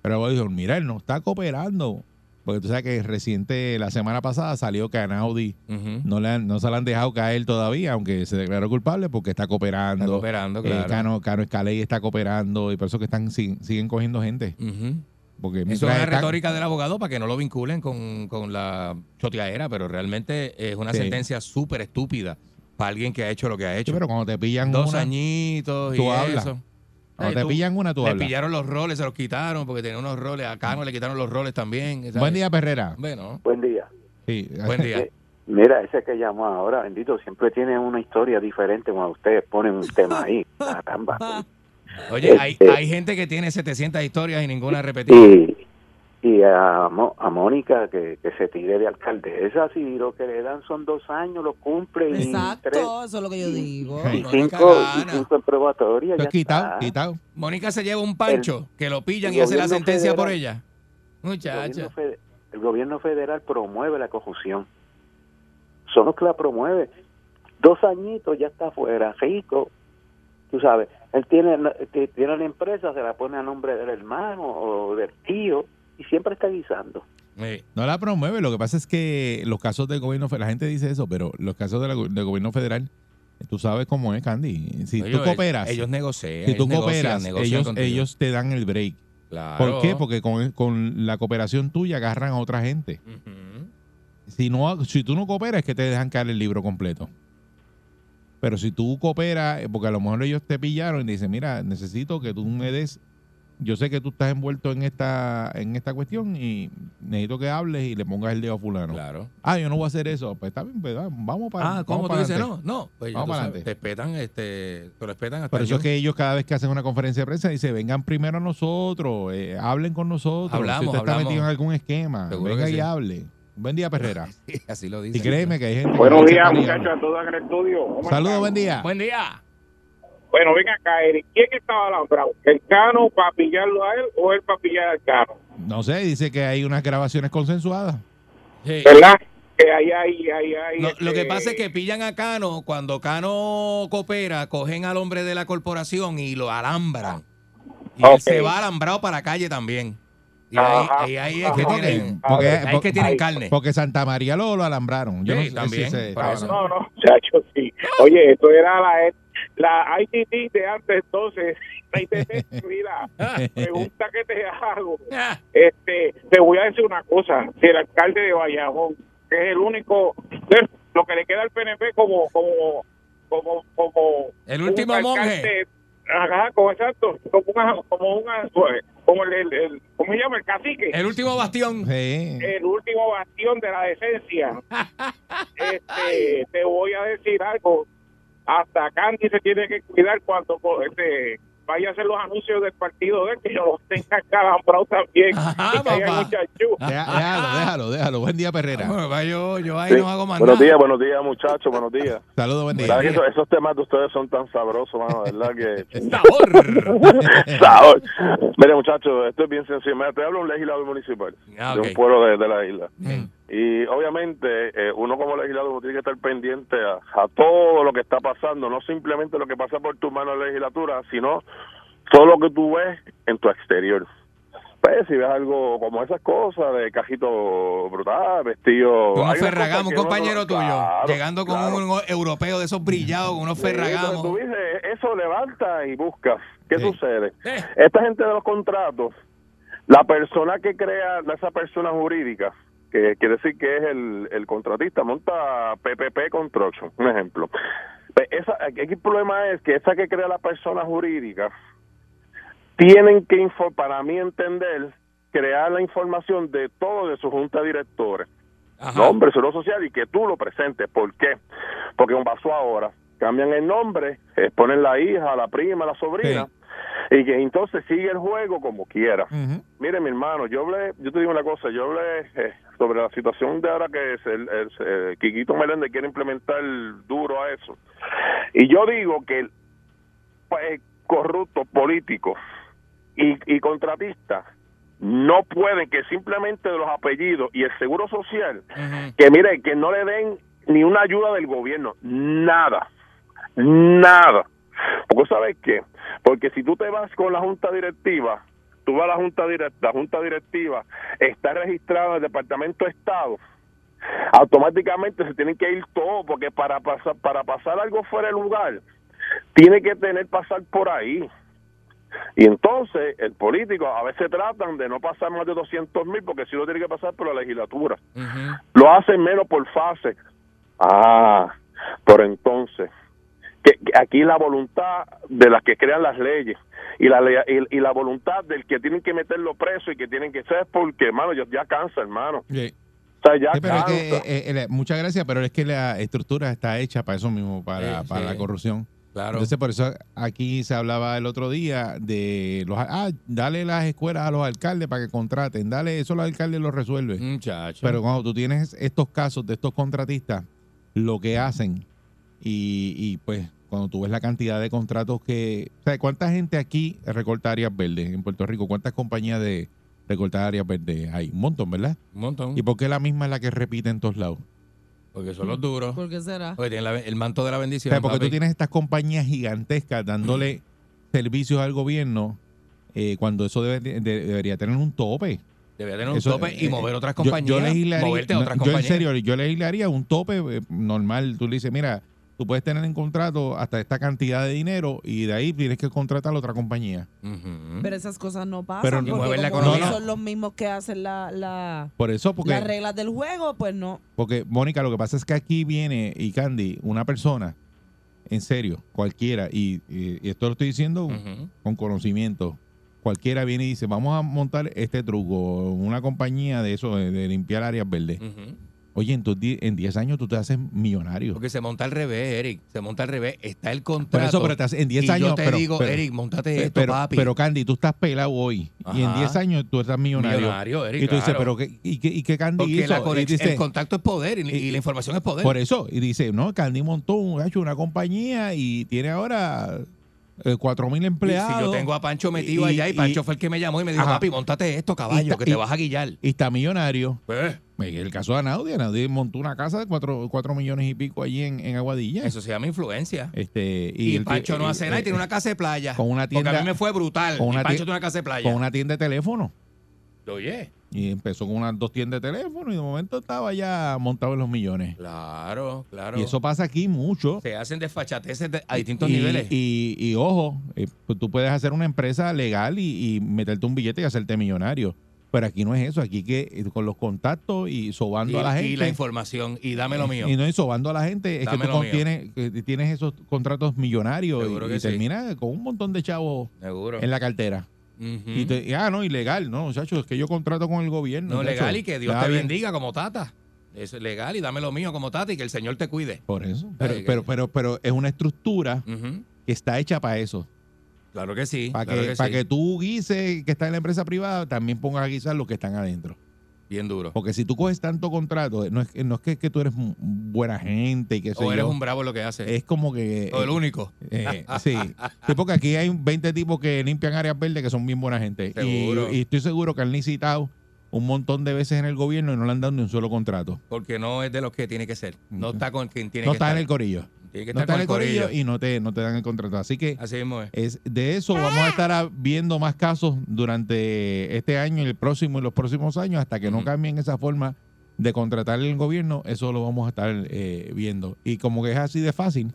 Speaker 2: Pero el abogado dijo: Mira, él no está cooperando. Porque tú sabes que reciente, la semana pasada, salió que a Naudi
Speaker 3: Ujú.
Speaker 2: no, le han- no se la han dejado caer todavía, aunque se declaró culpable porque está
Speaker 3: Está
Speaker 2: cooperando.
Speaker 3: cooperando,
Speaker 2: Eh,
Speaker 3: claro.
Speaker 2: Cano, Cano Escaley está cooperando y por eso que están siguen, siguen cogiendo gente.
Speaker 3: Ujú.
Speaker 2: Porque
Speaker 3: Eso
Speaker 2: mientras
Speaker 3: es la
Speaker 2: están-
Speaker 3: retórica del abogado para que no lo vinculen con, con la choteadera, pero realmente es una
Speaker 2: Sí.
Speaker 3: sentencia súper estúpida para alguien que ha hecho lo que ha
Speaker 2: Sí,
Speaker 3: hecho.
Speaker 2: pero cuando te pillan
Speaker 3: Dos
Speaker 2: una,
Speaker 3: añitos y
Speaker 2: tú hablas.
Speaker 3: eso. Ay,
Speaker 2: cuando te
Speaker 3: tú-
Speaker 2: pillan una, tú
Speaker 3: le
Speaker 2: hablas.
Speaker 3: pillaron los roles, se los quitaron porque tenía unos roles. A Cano le quitaron los roles también. ¿sabes?
Speaker 2: Buen día, Perrera.
Speaker 3: Bueno,
Speaker 7: Buen día.
Speaker 2: Sí.
Speaker 3: buen día.
Speaker 7: Mira, ese que llamó ahora, bendito, siempre tiene una historia diferente cuando ustedes ponen un tema ahí. Caramba. Este,
Speaker 3: Oye, hay, hay gente que tiene 700 historias y ninguna repetida.
Speaker 7: Y, y a, Mo- a Mónica que, que se tire de alcaldesa, si lo que le dan son dos años, lo cumple y tres
Speaker 4: Exacto, eso es lo que yo digo.
Speaker 7: y
Speaker 3: Mónica
Speaker 7: cinco,
Speaker 3: gana.
Speaker 7: y cinco en probatoria.
Speaker 2: Esto
Speaker 7: Ya
Speaker 2: es quitado,
Speaker 7: está.
Speaker 2: quitado.
Speaker 3: Mónica se lleva un pancho que lo pillan
Speaker 7: el
Speaker 3: y hace la
Speaker 7: gobierno
Speaker 3: sentencia por
Speaker 7: federal-
Speaker 3: ella.
Speaker 7: El gobierno,
Speaker 3: Muchacha.
Speaker 7: fede- el gobierno federal promueve la corrupción. Son los que la promueve. Dos añitos ya está afuera, rico. Tú sabes, él tiene, la- t- tiene la empresa, se la pone a nombre del hermano o del tío y siempre está guisando.
Speaker 3: Sí.
Speaker 2: No la promueve. Lo que pasa es que los casos del gobierno fe- la gente dice eso, pero los casos de la go- del gobierno federal, tú sabes cómo es, Candy. Si
Speaker 3: Ellos-
Speaker 2: tú cooperas,
Speaker 3: Ellos negocian.
Speaker 2: si tú
Speaker 3: ellos
Speaker 2: cooperas,
Speaker 3: negocian, negocian
Speaker 2: ellos,
Speaker 3: contigo.
Speaker 2: ellos te dan el break.
Speaker 3: Claro.
Speaker 2: ¿Por qué? Porque con, con la cooperación tuya agarran a otra gente.
Speaker 3: Ujú.
Speaker 2: Si, no, si tú no cooperas, es que te dejan caer el libro completo. Pero si tú cooperas, eh, porque a lo mejor ellos te pillaron y te dicen, mira, necesito que tú me des, yo sé que tú estás envuelto en esta, en esta cuestión y necesito que hables y le pongas el dedo a fulano.
Speaker 3: Claro.
Speaker 2: Ah, yo no voy a hacer eso. Pues está bien, pues, va- vamos para
Speaker 3: Ah,
Speaker 2: vamos
Speaker 3: ¿cómo tú
Speaker 2: para
Speaker 3: dices?
Speaker 2: adelante.
Speaker 3: No, no. Pues,
Speaker 2: Vamos
Speaker 3: tú
Speaker 2: para
Speaker 3: sabes,
Speaker 2: adelante.
Speaker 3: Te respetan, este, te respetan hasta
Speaker 2: Por eso
Speaker 3: yo.
Speaker 2: es que ellos cada vez que hacen una conferencia de prensa dicen, vengan primero a nosotros, eh, hablen con nosotros.
Speaker 3: Hablamos,
Speaker 2: si usted está
Speaker 3: hablamos.
Speaker 2: metido en algún esquema,
Speaker 3: Seguro
Speaker 2: venga
Speaker 3: que
Speaker 2: y
Speaker 3: sí.
Speaker 2: hable. Buen día, Perrera.
Speaker 3: Así lo dicen.
Speaker 2: Y créeme que hay gente... que
Speaker 6: Buenos
Speaker 2: no se
Speaker 6: días,
Speaker 2: paría.
Speaker 6: muchachos, a todo el estudio. ¿Cómo
Speaker 2: Saludos,
Speaker 6: están?
Speaker 2: buen día.
Speaker 3: Buen día.
Speaker 6: Bueno, venga acá, Eric. ¿Quién estaba labrado? ¿El cano para pillarlo a él o él para pillar al cano?
Speaker 2: No sé, dice que hay unas grabaciones consensuadas.
Speaker 3: Sí.
Speaker 6: ¿Verdad? Que ahí, ahí, ahí, ahí.
Speaker 3: No, lo que
Speaker 6: este,
Speaker 3: pasa es que pillan a Cano, cuando Cano coopera, cogen al hombre de la corporación y lo alambran. Y él
Speaker 6: Ok.
Speaker 3: se va alambrado para la calle también. Y ahí,
Speaker 6: Ajá.
Speaker 3: ahí, ahí es que
Speaker 2: Sí, porque-
Speaker 3: tienen,
Speaker 2: porque-
Speaker 3: ahí es Ah, que tienen
Speaker 6: Ahí.
Speaker 3: carne.
Speaker 2: Porque Santa María lo, lo alambraron. Yo
Speaker 3: Sí,
Speaker 2: no sé si
Speaker 3: también,
Speaker 2: se-
Speaker 3: por eso.
Speaker 6: No, no, chacho, sí. Oye, esto era la, la ITT de antes, entonces. La ITT, mira, pregunta que te hago.
Speaker 3: Ah,
Speaker 6: Este, te voy a decir una cosa. Si el alcalde de Bayamón, que es el único, es lo que le queda al PNP como, como, como, como
Speaker 3: El último
Speaker 6: un alcalde- Ajá, como exacto, como una, como una, como el, el, el- ¿cómo se llama? El cacique.
Speaker 3: el último bastión.
Speaker 2: Sí.
Speaker 6: el último bastión de la decencia. Este, te voy a decir algo. Hasta Candy se tiene que cuidar cuando co- este, vaya a hacer los anuncios del partido de él, que yo los tenga calambrado también.
Speaker 3: Ajá,
Speaker 6: y que haya
Speaker 3: papá.
Speaker 6: mucha ayuda.
Speaker 2: Deja- déjalo, déjalo, déjalo. Buen día, Perrera.
Speaker 3: Bueno, va, yo, yo ahí
Speaker 8: Sí.
Speaker 3: no hago más
Speaker 8: Buenos días,
Speaker 3: nada.
Speaker 8: buenos días, muchachos, buenos días.
Speaker 2: Saludos, buen día.
Speaker 8: ¿Verdad que eso- esos, temas de ustedes son tan sabrosos, mano, ¿verdad? Que...
Speaker 3: Sabor.
Speaker 8: Sabor. Mire, muchachos, esto es bien sencillo. Mira, te hablo de un legislador municipal
Speaker 3: Ah,
Speaker 8: de
Speaker 3: ok.
Speaker 8: un pueblo de, de la isla.
Speaker 2: Mm.
Speaker 3: Bien.
Speaker 8: Y obviamente, eh, uno como legislador uno tiene que estar pendiente a, a todo lo que está pasando, no simplemente lo que pasa por tu mano en la legislatura, sino todo lo que tú ves en tu exterior. Pues si ves algo como esas cosas de cajito brutal, vestido... hay
Speaker 3: Con unos
Speaker 8: unas cosas
Speaker 3: ferragamos, un
Speaker 8: que uno no-
Speaker 3: compañero tuyo,
Speaker 8: Claro,
Speaker 3: llegando con
Speaker 8: claro.
Speaker 3: un europeo de esos brillados, con unos
Speaker 8: Sí, entonces tú
Speaker 3: ferragamos.
Speaker 8: dices, eso levanta y buscas. ¿Qué
Speaker 2: Sí.
Speaker 8: sucede?
Speaker 3: Eh.
Speaker 8: Esta gente de los contratos, la persona que crea, esa persona jurídica, que quiere decir que es el, el contratista, monta PPP Construction, un ejemplo. Pues Esa, aquí el problema es que esa que crea la persona jurídica, tienen que, info- para mí entender, crear la información de todo de su junta de directores
Speaker 3: Ajá.
Speaker 8: nombre, seguro social y que tú lo presentes. ¿Por qué? Porque como pasó ahora, cambian el nombre, eh, ponen la hija, la prima, la sobrina y que entonces sigue el juego como quiera.
Speaker 2: Ujú.
Speaker 8: Mire, mi hermano, yo hablé, yo te digo una cosa, yo hablé eh, sobre la situación de ahora que es el, el- eh, Quiquito Meléndez quiere implementar duro a eso. Y yo digo que el pues, corrupto político y, y contratista no pueden que simplemente de los apellidos y el seguro social
Speaker 3: Ujú.
Speaker 8: que mire, que no le den ni una ayuda del gobierno, nada,
Speaker 9: Mm,
Speaker 8: nada. Porque sabes qué, porque si tú te vas con la junta directiva, tú vas a la junta directiva, la junta directiva está registrada en el Departamento de Estado, automáticamente se tienen que ir todos, porque para pasar, para pasar algo fuera de lugar, tiene que tener pasar por ahí. Y entonces el político a veces tratan de no pasar más de 200 mil porque si lo tiene que pasar por la legislatura
Speaker 3: Ujú.
Speaker 8: lo hacen menos por fase. Ah, pero entonces, que, que aquí la voluntad de las que crean las leyes y la, ley- y, y la voluntad del que tienen que meterlo preso y que tienen que ser porque, hermano, yo- ya cansa, hermano.
Speaker 2: Sí.
Speaker 8: O sea, ya
Speaker 2: Sí, pero es
Speaker 8: cansa.
Speaker 2: que, eh, eh, la- muchas gracias, pero es que la estructura está hecha para eso mismo, para,
Speaker 3: Sí,
Speaker 2: para
Speaker 3: sí.
Speaker 2: la corrupción.
Speaker 3: Claro.
Speaker 2: Entonces, por eso aquí se hablaba el otro día de los. Ah, dale las escuelas a los alcaldes para que contraten. Dale, eso los alcaldes lo resuelve.
Speaker 3: Muchacho.
Speaker 2: Pero cuando tú tienes estos casos de estos contratistas, lo que hacen, y, y, pues cuando tú ves la cantidad de contratos que. O sea, ¿cuánta gente aquí recorta áreas verdes en Puerto Rico? ¿Cuántas compañías de recortar áreas verdes hay? Un montón, ¿verdad?
Speaker 3: Un montón.
Speaker 2: ¿Y por qué la misma es la que repite en todos lados?
Speaker 3: Porque son los duros.
Speaker 4: ¿Por qué será?
Speaker 3: Porque tienen la- el manto de la
Speaker 2: O
Speaker 3: bendición.
Speaker 2: sea, porque tú
Speaker 3: papi.
Speaker 2: tienes estas compañías gigantescas dándole servicios al gobierno eh, cuando eso debe- de- debería tener un tope.
Speaker 3: Debería tener un
Speaker 2: Eso,
Speaker 3: tope y
Speaker 2: eh,
Speaker 3: mover otras
Speaker 2: Yo-
Speaker 3: compañías.
Speaker 2: Yo, legislaría,
Speaker 3: moverte a
Speaker 2: no,
Speaker 3: otras
Speaker 2: yo en
Speaker 3: compañías.
Speaker 2: serio, yo legislaría un tope eh, normal. Tú le dices, mira, tú puedes tener en contrato hasta esta cantidad de dinero y de ahí tienes que contratar a otra compañía.
Speaker 3: Ujú.
Speaker 4: Pero esas cosas no pasan.
Speaker 2: Pero
Speaker 4: porque
Speaker 2: no-
Speaker 3: Mueven la
Speaker 4: como
Speaker 2: economía.
Speaker 4: no son los mismos que hacen la, la-
Speaker 2: Por eso,
Speaker 4: las
Speaker 2: porque,
Speaker 4: reglas del juego, pues no.
Speaker 2: porque Mónica, lo que pasa es que aquí viene, y Candy, una persona, en serio, cualquiera, y, y- y esto lo estoy diciendo
Speaker 3: Ujú.
Speaker 2: con conocimiento. Cualquiera viene y dice, vamos a montar este truco, una compañía de eso, de, de limpiar áreas verdes.
Speaker 3: Ujú.
Speaker 2: Oye, en tus die- en 10 años tú te haces millonario.
Speaker 3: Porque se monta al revés, Eric. Se monta al revés. Está el
Speaker 2: Por
Speaker 3: contrato.
Speaker 2: eso, pero te haces- en 10
Speaker 3: y
Speaker 2: años...
Speaker 3: Yo te
Speaker 2: pero-
Speaker 3: digo,
Speaker 2: pero-
Speaker 3: Eric, montate
Speaker 2: pe-
Speaker 3: esto,
Speaker 2: pero,
Speaker 3: papi.
Speaker 2: pero, Candy, tú estás pelado hoy. Y en
Speaker 3: Ajá.
Speaker 2: 10 años tú estás millonario.
Speaker 3: millonario, Eric.
Speaker 2: y tú dices,
Speaker 3: claro.
Speaker 2: pero qué, ¿y qué, y qué Candy
Speaker 3: Porque
Speaker 2: hizo?
Speaker 3: la
Speaker 2: y
Speaker 3: conex-
Speaker 2: dice,
Speaker 3: el contacto es poder y, y
Speaker 2: y-
Speaker 3: la información es poder.
Speaker 2: por eso. Y dice, no, Candy montó un- ha hecho una compañía y tiene ahora eh, 4.000
Speaker 3: Y
Speaker 2: empleados.
Speaker 3: Si yo tengo a Pancho metido
Speaker 2: Y-
Speaker 3: allá y
Speaker 2: y-
Speaker 3: Pancho fue el que me llamó y me dijo,
Speaker 2: Ajá.
Speaker 3: papi, montate esto, caballo,
Speaker 2: Y-
Speaker 3: que te
Speaker 2: y-
Speaker 3: vas a guillar.
Speaker 2: y está millonario.
Speaker 3: Pues,
Speaker 2: En el caso de Anaudi, Anaudi montó una casa de 4 millones y pico allí en, en Aguadilla.
Speaker 3: eso se llama influencia.
Speaker 2: Este,
Speaker 3: Y,
Speaker 2: el-
Speaker 3: Pancho no
Speaker 2: eh,
Speaker 3: hace nada y
Speaker 2: eh,
Speaker 3: tiene una casa de playa.
Speaker 2: con una
Speaker 3: Porque
Speaker 2: tienda-
Speaker 3: a mí me fue brutal.
Speaker 2: con una
Speaker 3: y Pancho
Speaker 2: tie-
Speaker 3: tiene una casa de playa.
Speaker 2: Con una tienda de teléfono.
Speaker 3: Oye,
Speaker 2: Y empezó con unas dos tiendas de teléfono y de momento estaba ya montado en los millones.
Speaker 3: claro, claro.
Speaker 2: Y eso pasa aquí mucho.
Speaker 3: se hacen desfachateces de- a distintos
Speaker 2: y,
Speaker 3: niveles.
Speaker 2: Y, y ojo, eh, pues tú puedes hacer una empresa legal y, y meterte un billete y hacerte millonario. Pero aquí no es eso. Aquí que eh, con los contactos y sobando a la gente.
Speaker 3: y la información, y dame lo mío.
Speaker 2: Y no y sobando a la gente. Es
Speaker 3: Dame
Speaker 2: que tú
Speaker 3: lo mío.
Speaker 2: contienes- que tienes esos contratos millonarios
Speaker 3: Seguro
Speaker 2: y,
Speaker 3: que
Speaker 2: y
Speaker 3: sí.
Speaker 2: terminas con un montón de chavos
Speaker 3: Seguro.
Speaker 2: en la cartera.
Speaker 3: Ujú.
Speaker 2: Y te- y, ah, no, ilegal, no, muchachos, es que yo contrato con el gobierno.
Speaker 3: No,
Speaker 2: muchacho.
Speaker 3: legal y que Dios
Speaker 2: Está
Speaker 3: te
Speaker 2: bien.
Speaker 3: bendiga como tata. Eso es legal y dame lo mío como tata y que el Señor te cuide.
Speaker 2: Por eso. Pero,
Speaker 3: Ay,
Speaker 2: pero,
Speaker 3: que-
Speaker 2: pero, pero es una estructura
Speaker 3: Ujú.
Speaker 2: que está hecha para eso.
Speaker 3: Claro que sí.
Speaker 2: Para
Speaker 3: claro
Speaker 2: que,
Speaker 3: que
Speaker 2: para
Speaker 3: sí.
Speaker 2: que tú guises que está en la empresa privada, también pongas a guisar los que están adentro.
Speaker 3: Bien duro.
Speaker 2: Porque si tú coges tanto contrato, no es, que- no es que, que tú eres un- buena gente y que
Speaker 3: O eres un bravo en lo que haces.
Speaker 2: Es como que.
Speaker 3: o el único.
Speaker 2: eh, sí. Sí, porque aquí hay 20 tipos que limpian áreas verdes que son bien buena gente. Y,
Speaker 3: Seguro.
Speaker 2: y estoy seguro que han licitado un montón de veces en el gobierno y no le han dado ni un solo contrato.
Speaker 3: Porque no es de los que tiene que ser. No
Speaker 2: Ujú.
Speaker 3: está con quien tiene
Speaker 2: No
Speaker 3: que
Speaker 2: está
Speaker 3: estar.
Speaker 2: en el corillo.
Speaker 3: Tiene que
Speaker 2: no
Speaker 3: estar
Speaker 2: está
Speaker 3: con
Speaker 2: en el corillo,
Speaker 3: corillo.
Speaker 2: y no te, no te dan el contrato. Así que
Speaker 3: Así mismo es.
Speaker 2: es, de eso vamos a estar a- viendo más casos durante este año y el próximo y los próximos años hasta que no
Speaker 3: Ujú.
Speaker 2: cambien esa forma de contratar el gobierno. Eso lo vamos a estar eh, viendo. Y como que es así de fácil,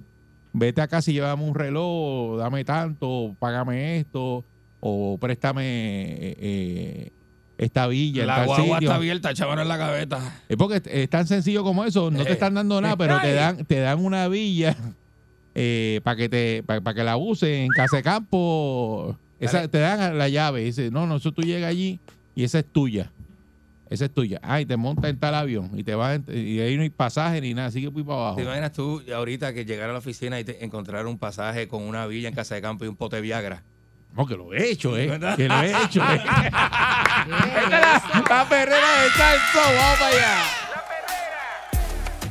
Speaker 2: vete acá si llevamos un reloj, dame tanto, págame esto o préstame eh, eh, esta villa. en
Speaker 3: La
Speaker 2: tal
Speaker 3: guagua
Speaker 2: sitio.
Speaker 3: está abierta, chaval, en la gaveta.
Speaker 2: Es porque es tan sencillo como eso, no te
Speaker 3: Eh,
Speaker 2: están dando nada,
Speaker 3: eh,
Speaker 2: pero te
Speaker 3: ay.
Speaker 2: dan, te dan una villa para que te para que la uses en casa de campo. Esa-
Speaker 3: Dale.
Speaker 2: te dan la llave, dice, no, no, eso tú llegas allí y esa es tuya. Esa es tuya. Ah, y te monta en tal avión y te vas en- y ahí no hay pasaje ni nada, así que voy para abajo.
Speaker 3: ¿Te imaginas tú ahorita que llegar a la oficina y te encontrar un pasaje con una villa en casa de campo y un pote de Viagra?
Speaker 2: No, que lo he hecho, eh.
Speaker 3: ¿Verdad?
Speaker 2: Que lo he hecho, eh. Esta es la, la perrera de Salso, vamos para allá.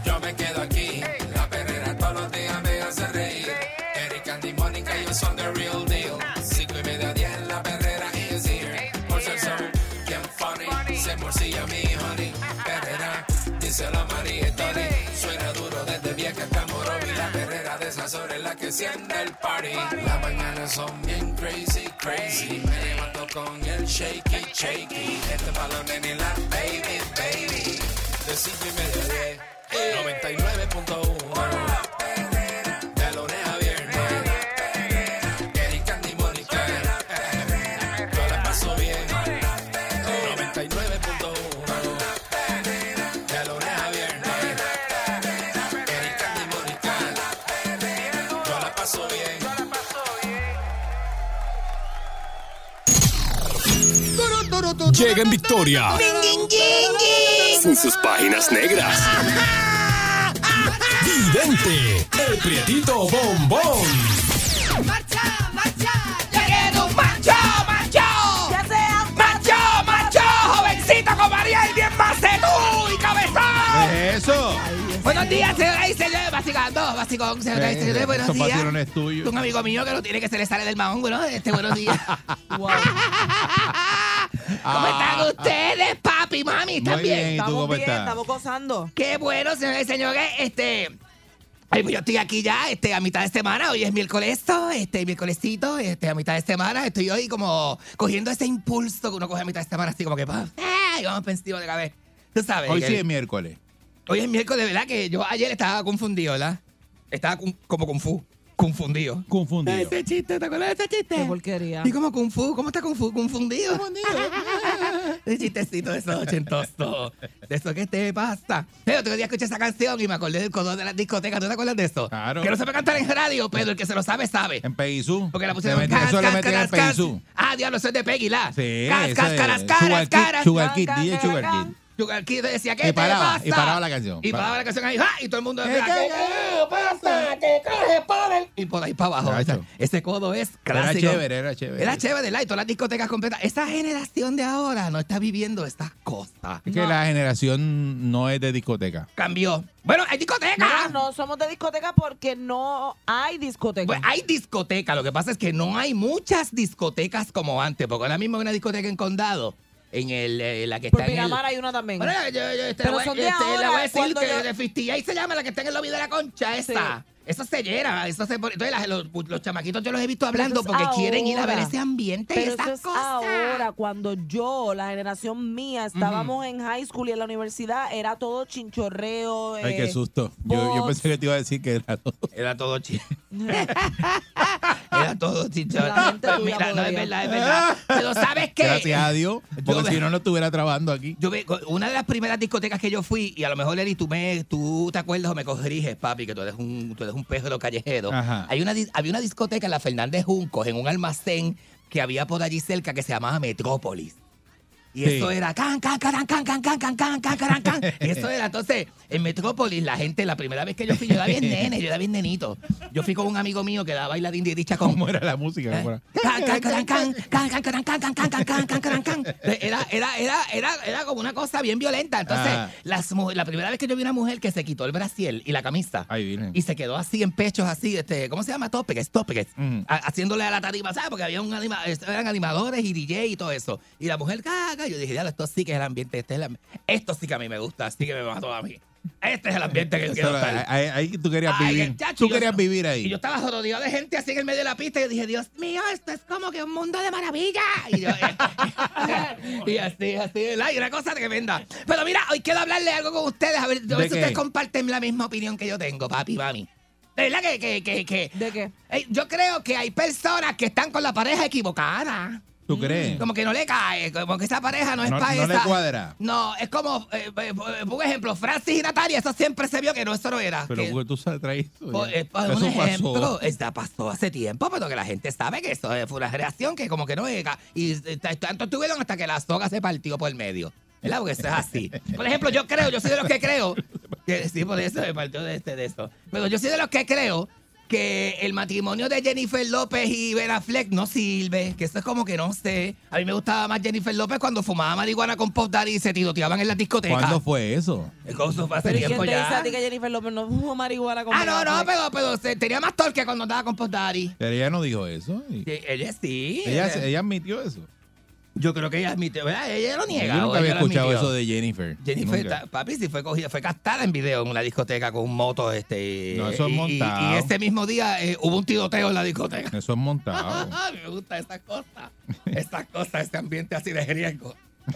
Speaker 1: Yo me quedo aquí. La perrera todos los días me hace reír. Eric, Andy, Mónica, ellos son the real deal. Cinco y media diez, la perrera is here. Por ser son bien funny. Se morcilla mi honey. Perrera, dice la María y Tony. Suena duro desde vieja hasta morobi. La perrera de esas horas es la que siente el party. Las mañanas son bien crazy, crazy. Me levanto con el shaky, shaky. Este balón en la baby, baby. De cinco y media a diez. 99.1 De lunes a viernes Eric, Andy, Mónica Yo la paso bien 99.1 De lunes a viernes Eric, Andy, Mónica Yo la paso bien
Speaker 10: Llega en victoria. Sin sus páginas negras. Vidente, el prietito bombón.
Speaker 4: Ya sea
Speaker 2: Eso.
Speaker 11: Buenos días, señoras y señores. Basicando, basicón, señoras y señores. Buenos
Speaker 2: Eh, Esos
Speaker 11: días.
Speaker 2: patrones tuyos.
Speaker 11: Un amigo mío que no tiene que se le sale del mahón, ¿no? Este, buenos días.
Speaker 4: Wow.
Speaker 2: Ah.
Speaker 11: ¿Cómo están ustedes, papi, mami? ¿Están
Speaker 2: Muy
Speaker 11: bien?
Speaker 2: bien. ¿Y tú
Speaker 4: Estamos
Speaker 2: cómo
Speaker 4: bien,
Speaker 2: estás?
Speaker 4: estamos gozando.
Speaker 11: Qué bueno, señoras y señores. Este. ay, pues yo estoy aquí ya, este, a mitad de semana. Hoy es miércoles, este, miércolesito, este, a mitad de semana. Estoy hoy como cogiendo ese impulso que uno coge a mitad de semana, así como que, pa, ¡ah! y vamos pensivo de cabeza. Tú sabes.
Speaker 2: Hoy
Speaker 11: que-
Speaker 2: sí es miércoles.
Speaker 11: Hoy es miércoles, ¿verdad? Que yo ayer estaba confundido, ¿verdad? Estaba cum- como Kung Fu, confundido.
Speaker 2: Confundido.
Speaker 11: Ese chiste, ¿te acuerdas de ese chiste?
Speaker 4: Qué porquería.
Speaker 11: Y como Kung Fu, ¿cómo está Kung Fu? Confundido. Confundido. Un chistecito de esos ochentoso. De eso que te pasa. El otro día escuché esa canción y me acordé del codón de la discoteca. ¿Tú te acuerdas de eso?
Speaker 2: Claro.
Speaker 11: Que no se puede cantar en radio, pero el que se lo sabe, sabe.
Speaker 2: En Peguizú.
Speaker 11: Porque la
Speaker 2: Le
Speaker 11: pusieron
Speaker 2: metí-
Speaker 11: cas,
Speaker 2: Eso le
Speaker 11: cas,
Speaker 2: metían en
Speaker 11: cas, cas.
Speaker 2: Peguizú.
Speaker 11: Ah, diablo, eso es de Peggy, la.
Speaker 2: Sí,
Speaker 11: Cas,
Speaker 2: ese
Speaker 11: cas,
Speaker 2: de-
Speaker 11: caras, caras,
Speaker 2: Sugar
Speaker 11: caras.
Speaker 2: Kid, Sugar Kid,
Speaker 4: Can,
Speaker 2: DJ
Speaker 4: can,
Speaker 2: Sugar
Speaker 4: can.
Speaker 2: Kid.
Speaker 11: Sugar Kid decía, ¿qué
Speaker 2: Y
Speaker 11: te
Speaker 2: paraba,
Speaker 11: pasa?
Speaker 2: y paraba la canción.
Speaker 11: Y paraba la canción ahí, ¡ah! Y todo el mundo
Speaker 2: ¿Qué,
Speaker 11: decía,
Speaker 2: qué,
Speaker 11: ¿qué
Speaker 2: qué?
Speaker 11: te pasa? ¿Qué coge por el...? Y por ahí para abajo.
Speaker 2: Chacho.
Speaker 11: Ese- Ese codo es
Speaker 2: Era
Speaker 11: clásico.
Speaker 2: chévere, era chévere.
Speaker 11: Era chévere, la, y todas las discotecas completas. Esa generación de ahora no está viviendo estas cosas.
Speaker 2: Es que la generación no es de discoteca.
Speaker 11: Cambió. Bueno, hay discoteca.
Speaker 4: No, no somos de discoteca porque no hay discoteca.
Speaker 11: Pues hay discoteca, lo que pasa es que no hay muchas discotecas como antes, porque ahora mismo hay una discoteca en Condado, en el, eh, la que
Speaker 4: Por
Speaker 11: está en el...
Speaker 4: Miramar hay una también.
Speaker 11: Bueno, yo, yo, este,
Speaker 4: Pero
Speaker 11: voy-
Speaker 4: son de
Speaker 11: este,
Speaker 4: ahora,
Speaker 11: le voy a decir
Speaker 4: cuando
Speaker 11: que
Speaker 4: yo-
Speaker 11: de 58 se llama la que está en el lobby de la concha, esa. Eso se llena, eso se pone- Entonces, las- los, los chamaquitos yo los he visto hablando
Speaker 4: Pero eso
Speaker 11: porque
Speaker 4: es
Speaker 11: quieren ir a ver
Speaker 4: ahora.
Speaker 11: ese ambiente y
Speaker 4: Pero
Speaker 11: esas
Speaker 4: eso es
Speaker 11: cosas.
Speaker 4: ahora, cuando yo, la generación mía, estábamos en high school y en la universidad, era todo chinchorreo.
Speaker 11: Pues,
Speaker 2: Ay,
Speaker 4: eh,
Speaker 2: qué susto. Yo, yo
Speaker 4: bots.
Speaker 2: pensé que te iba a decir que era todo.
Speaker 11: Era todo chiste. Era todo chiste.
Speaker 4: La mente tuya
Speaker 11: Mira, no, es
Speaker 4: podría.
Speaker 11: verdad, es verdad. Pero ¿sabes qué?
Speaker 2: Gracias a Dios, porque
Speaker 11: Yo-
Speaker 2: si no, no estuviera trabajando aquí.
Speaker 11: Yo ve- una de las primeras discotecas que yo fui, y a lo mejor, Eri, tú, me, tú te acuerdas o me corriges, papi, que tú eres un, tú eres un pejero callejero.
Speaker 2: Ajá.
Speaker 11: Hay una, dis- había una discoteca en la Fernández Juncos, en un almacén que había por allí cerca que se llamaba Metrópolis. Y
Speaker 2: Sí.
Speaker 11: eso era can, can, can, can, can, can, can, can, can, can, can. Y eso era, entonces, en Metrópolis, la gente, la primera vez que yo fui, yo era bien nene, yo era bien nenito. Yo fui con un amigo mío que daba bailadín de dicha con
Speaker 2: ¿Cómo era la música? ¿Cómo era?
Speaker 11: Can, can, can, can, can, can, can, can, can, can, can, can, can, can, can. Era, era, era, era, era como una cosa bien violenta. Entonces,
Speaker 2: Ah.
Speaker 11: las mu- la primera vez que yo vi una mujer que se quitó el brasier y la camisa
Speaker 2: Ay, Virgen.
Speaker 11: y se quedó así en pechos, así, este, ¿cómo se llama? Tópeques, tópeques.
Speaker 2: Ujú.
Speaker 11: Ha- Haciéndole a la tarima, ¿sabes? Porque había un anima, eran animadores y DJ y todo eso. Y la mujer, caca, yo dije, ya, esto sí que es el ambiente, este es el am- esto sí que a mí me gusta, así que me mató a mí. Este es el ambiente que yo quiero
Speaker 2: Eso era-
Speaker 11: estar.
Speaker 2: ahí, ahí tú querías
Speaker 11: Ay,
Speaker 2: vivir.
Speaker 11: chacho,
Speaker 2: tú
Speaker 11: yo-
Speaker 2: querías vivir
Speaker 11: Y
Speaker 2: ahí.
Speaker 11: yo estaba rodeado de gente así en el medio de la pista y yo dije, Dios mío, esto es como que un mundo de maravilla. Y, yo, eh, y así, así, ¿verdad? Y una cosa tremenda. Pero mira, hoy quiero hablarle algo con ustedes, a ver, a ver
Speaker 2: ¿De
Speaker 11: si
Speaker 2: qué?
Speaker 11: ustedes comparten la misma opinión que yo tengo, papi, mami. De verdad que, que, que, que-
Speaker 4: ¿De qué?
Speaker 11: eh, yo creo que hay personas que están con la pareja equivocada.
Speaker 2: ¿Tú crees?
Speaker 11: Como que Mm, no le cae, como que esa pareja no es
Speaker 2: No-
Speaker 11: para
Speaker 2: no
Speaker 11: esa.
Speaker 2: le cuadra.
Speaker 11: No, es como, eh, eh, por ejemplo, Francis y Natalia, eso siempre se vio que no, eso no era.
Speaker 2: Ah, Pero
Speaker 11: que-
Speaker 2: porque tú sabes traer eso.
Speaker 11: por,
Speaker 2: ya.
Speaker 11: eh, por
Speaker 2: Eso
Speaker 11: un ejemplo,
Speaker 2: pasó.
Speaker 11: esta pasó hace este tiempo, pero que la gente sabe que eso eh, fue una reacción que como que no llega. Y eh, t- tanto estuvieron hasta que la soga se partió por el medio. ¿Verdad? Porque eso es así. Por ejemplo, yo creo, yo soy de los que creo. que- sí, por eso me partió de, este, de eso. Pero yo soy de los que creo que el matrimonio de Jennifer López y Ben Affleck no sirve. Que eso es como que no sé. A mí me gustaba más Jennifer López cuando fumaba marihuana con Pop Daddy y se tiroteaban en las discotecas.
Speaker 2: ¿Cuándo fue eso?
Speaker 11: Eso fue hace
Speaker 4: Pero ¿y quién
Speaker 11: tiempo
Speaker 4: te
Speaker 11: ya.
Speaker 4: dice a ti que Jennifer López no fumó marihuana con
Speaker 11: Ah, no,
Speaker 4: Ben
Speaker 11: no,
Speaker 4: Affleck?
Speaker 11: pero, pero se- tenía más torque cuando andaba con Puff Daddy.
Speaker 2: Pero ella no dijo eso. Y-
Speaker 11: Sí, Ella sí.
Speaker 2: Ella,
Speaker 11: ella-
Speaker 2: ella admitió eso.
Speaker 11: yo creo que ella admitió, ¿verdad? Ella lo niega. o
Speaker 2: Yo
Speaker 11: ella
Speaker 2: nunca había
Speaker 11: lo
Speaker 2: escuchado
Speaker 11: admitió.
Speaker 2: eso de Jennifer.
Speaker 11: Jennifer,
Speaker 2: Nunca.
Speaker 11: ta- papi, sí fue cogida, fue captada en video en una discoteca con un moto, este.
Speaker 2: No, eso es
Speaker 11: y- y-
Speaker 2: montado.
Speaker 11: Y, ese mismo día eh, hubo un tiroteo en la discoteca.
Speaker 2: Eso es montado.
Speaker 11: Me gusta esa cosa. Esa cosa, ese ambiente así de riesgo.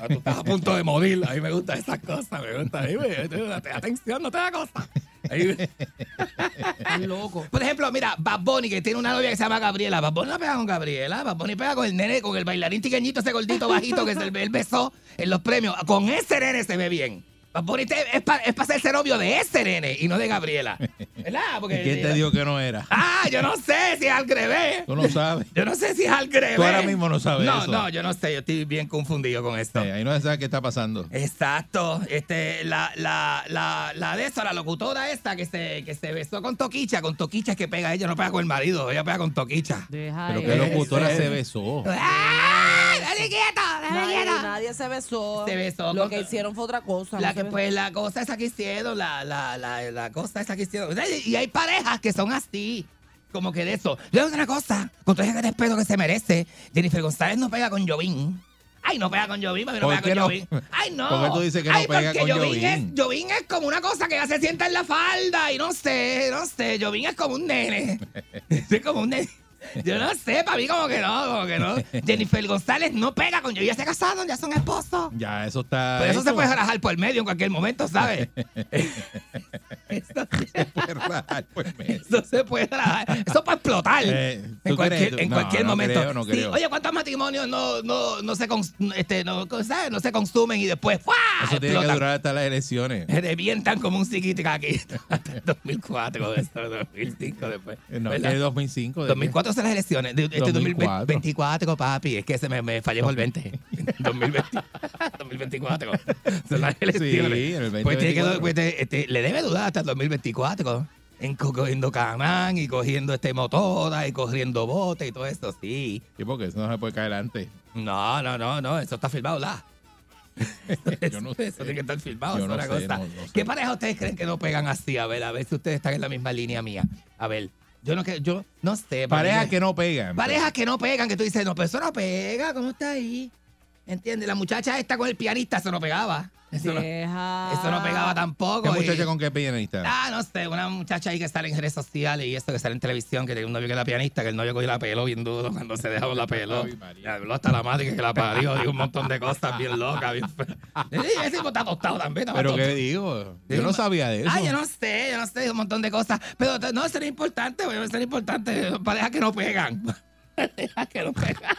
Speaker 11: Tú estás a punto de morir. A mí me gusta esa cosa. Me gusta. Ahí me- te- atención, no te da cosa. Ahí me- Estás loco. Por ejemplo, mira, Bad Bunny, que tiene una novia que se llama Gabriela. Bad Bunny no pega con Gabriela. Bad Bunny pega con el nene, con el bailarín tiqueñito, ese gordito bajito que se, él besó en los premios. Con ese nene se ve bien. Bad Bunny te- es para hacerse novio de ese nene y no de Gabriela. ¿Verdad?
Speaker 2: ¿Y quién te dijo que no era?
Speaker 11: Ah, yo no sé si es al revés.
Speaker 2: Tú no sabes.
Speaker 11: Yo no sé si es al greve.
Speaker 2: Tú ahora mismo no sabes
Speaker 11: No,
Speaker 2: eso.
Speaker 11: no, yo no sé. Yo estoy bien confundido con esto.
Speaker 2: Eh, ahí no se sabe qué está pasando.
Speaker 11: Exacto. Este, la, la, la, la de eso, la locutora esta que se, que se besó con Toquicha, con Toquicha es que pega ella, no pega con el marido, ella pega con Toquicha.
Speaker 4: Deja
Speaker 2: Pero
Speaker 4: eso.
Speaker 2: que
Speaker 11: eh,
Speaker 2: locutora
Speaker 11: eh.
Speaker 2: se besó.
Speaker 11: ¡Ah! ¡Dale quieto! ¡Dale
Speaker 4: Nadie,
Speaker 11: quieto!
Speaker 4: nadie se besó.
Speaker 11: Se besó
Speaker 4: Lo
Speaker 11: con-
Speaker 4: que hicieron fue otra cosa.
Speaker 11: La
Speaker 4: no
Speaker 11: que,
Speaker 4: se-
Speaker 11: pues la cosa esa que hicieron, la, la, la, la cosa esa que hicieron. Y hay parejas que son así. Como que de eso. Yo digo una cosa, con todo el respeto que se merece, Jennifer González no pega con Jovín. Ay, no pega con Jovín, pero no pega
Speaker 2: ¿Por qué
Speaker 11: con
Speaker 2: no?
Speaker 11: Jovín. Ay, no.
Speaker 2: ¿Por qué tú dices que no
Speaker 11: Ay,
Speaker 2: pega
Speaker 11: porque
Speaker 2: con
Speaker 11: Jovín? Es,
Speaker 2: Jovín?
Speaker 11: Jovín es como una cosa que ya se sienta en la falda y no sé, no sé. Jovín es como un nene. Es como un nene. Yo no sé, para mí como que no, como que no. Jennifer González no pega con Jovín. Ya se casaron, ya son esposos.
Speaker 2: Ya, eso está.
Speaker 11: Pero eso se
Speaker 2: hecho.
Speaker 11: puede rajar por el medio en cualquier momento, ¿sabes? eso,
Speaker 2: Puede rajar, pues, me-
Speaker 11: eso se puede rajar. Eso para explotar.
Speaker 2: Eh, ¿tú
Speaker 11: en cualquier,
Speaker 2: crees?
Speaker 11: en
Speaker 2: No,
Speaker 11: cualquier
Speaker 2: no
Speaker 11: momento.
Speaker 2: creo, no
Speaker 11: Sí,
Speaker 2: creo.
Speaker 11: oye, ¿cuántos matrimonios no, no, no, se, cons- este, no, ¿sabes? no se consumen y después ¡fua!
Speaker 2: Eso tiene que
Speaker 11: explotan?
Speaker 2: durar hasta las elecciones.
Speaker 11: Se revientan como un psiquiatra aquí. Hasta el 2004, hasta el 2005 después.
Speaker 2: Eh, No,
Speaker 11: ¿verdad?
Speaker 2: que 2005. ¿de qué?
Speaker 11: 2004 son las elecciones. De- Este
Speaker 2: 2004.
Speaker 11: 2024, papi. Es que se me, me fallé por 20. 2020, 2024. Son las elecciones.
Speaker 2: Sí, en el 2024.
Speaker 11: Pues tiene que do- pues te- este, le debe dudar hasta el 2024. En co- cogiendo camán y cogiendo este motora y corriendo bote y todo esto, sí.
Speaker 2: Sí, porque eso no se puede caer antes.
Speaker 11: No, no, no, no. Eso está filmado, ¿la?
Speaker 2: Yo no sé.
Speaker 11: Eso tiene que estar filmado,
Speaker 2: Yo
Speaker 11: es
Speaker 2: no
Speaker 11: una
Speaker 2: sé,
Speaker 11: cosa.
Speaker 2: no- no sé.
Speaker 11: ¿Qué pareja ustedes creen que no pegan así? A ver, a ver si ustedes están en la misma línea mía. A ver, yo no, que- yo no sé.
Speaker 2: Parejas que no pegan.
Speaker 11: Parejas que no pegan, que tú dices, no, pero eso no pega, ¿cómo está ahí? ¿Entiendes? La muchacha esta con el pianista se lo pegaba. Eso no,
Speaker 4: ah,
Speaker 11: eso no pegaba
Speaker 2: ¿Qué
Speaker 11: tampoco. y-
Speaker 2: muchacha con qué pianista?
Speaker 11: Ah, no sé, una muchacha ahí que sale en redes sociales y esto que sale en televisión, que tiene un novio que era pianista, que el novio cogió la pelo bien duro cuando se dejó la pelo. Le habló hasta la madre que la parió, dijo un montón de cosas bien locas. Bien... feas. Sí, Ese tipo está tostado también. estaba
Speaker 2: ¿Pero qué
Speaker 11: tostado.
Speaker 2: digo? Yo no sabía de eso.
Speaker 11: Ah, yo no sé, yo no sé, un montón de cosas. Pero t- no, eso no es importante, güey, eso no es importante. Parejas que no pegan. Parejas que no pegan.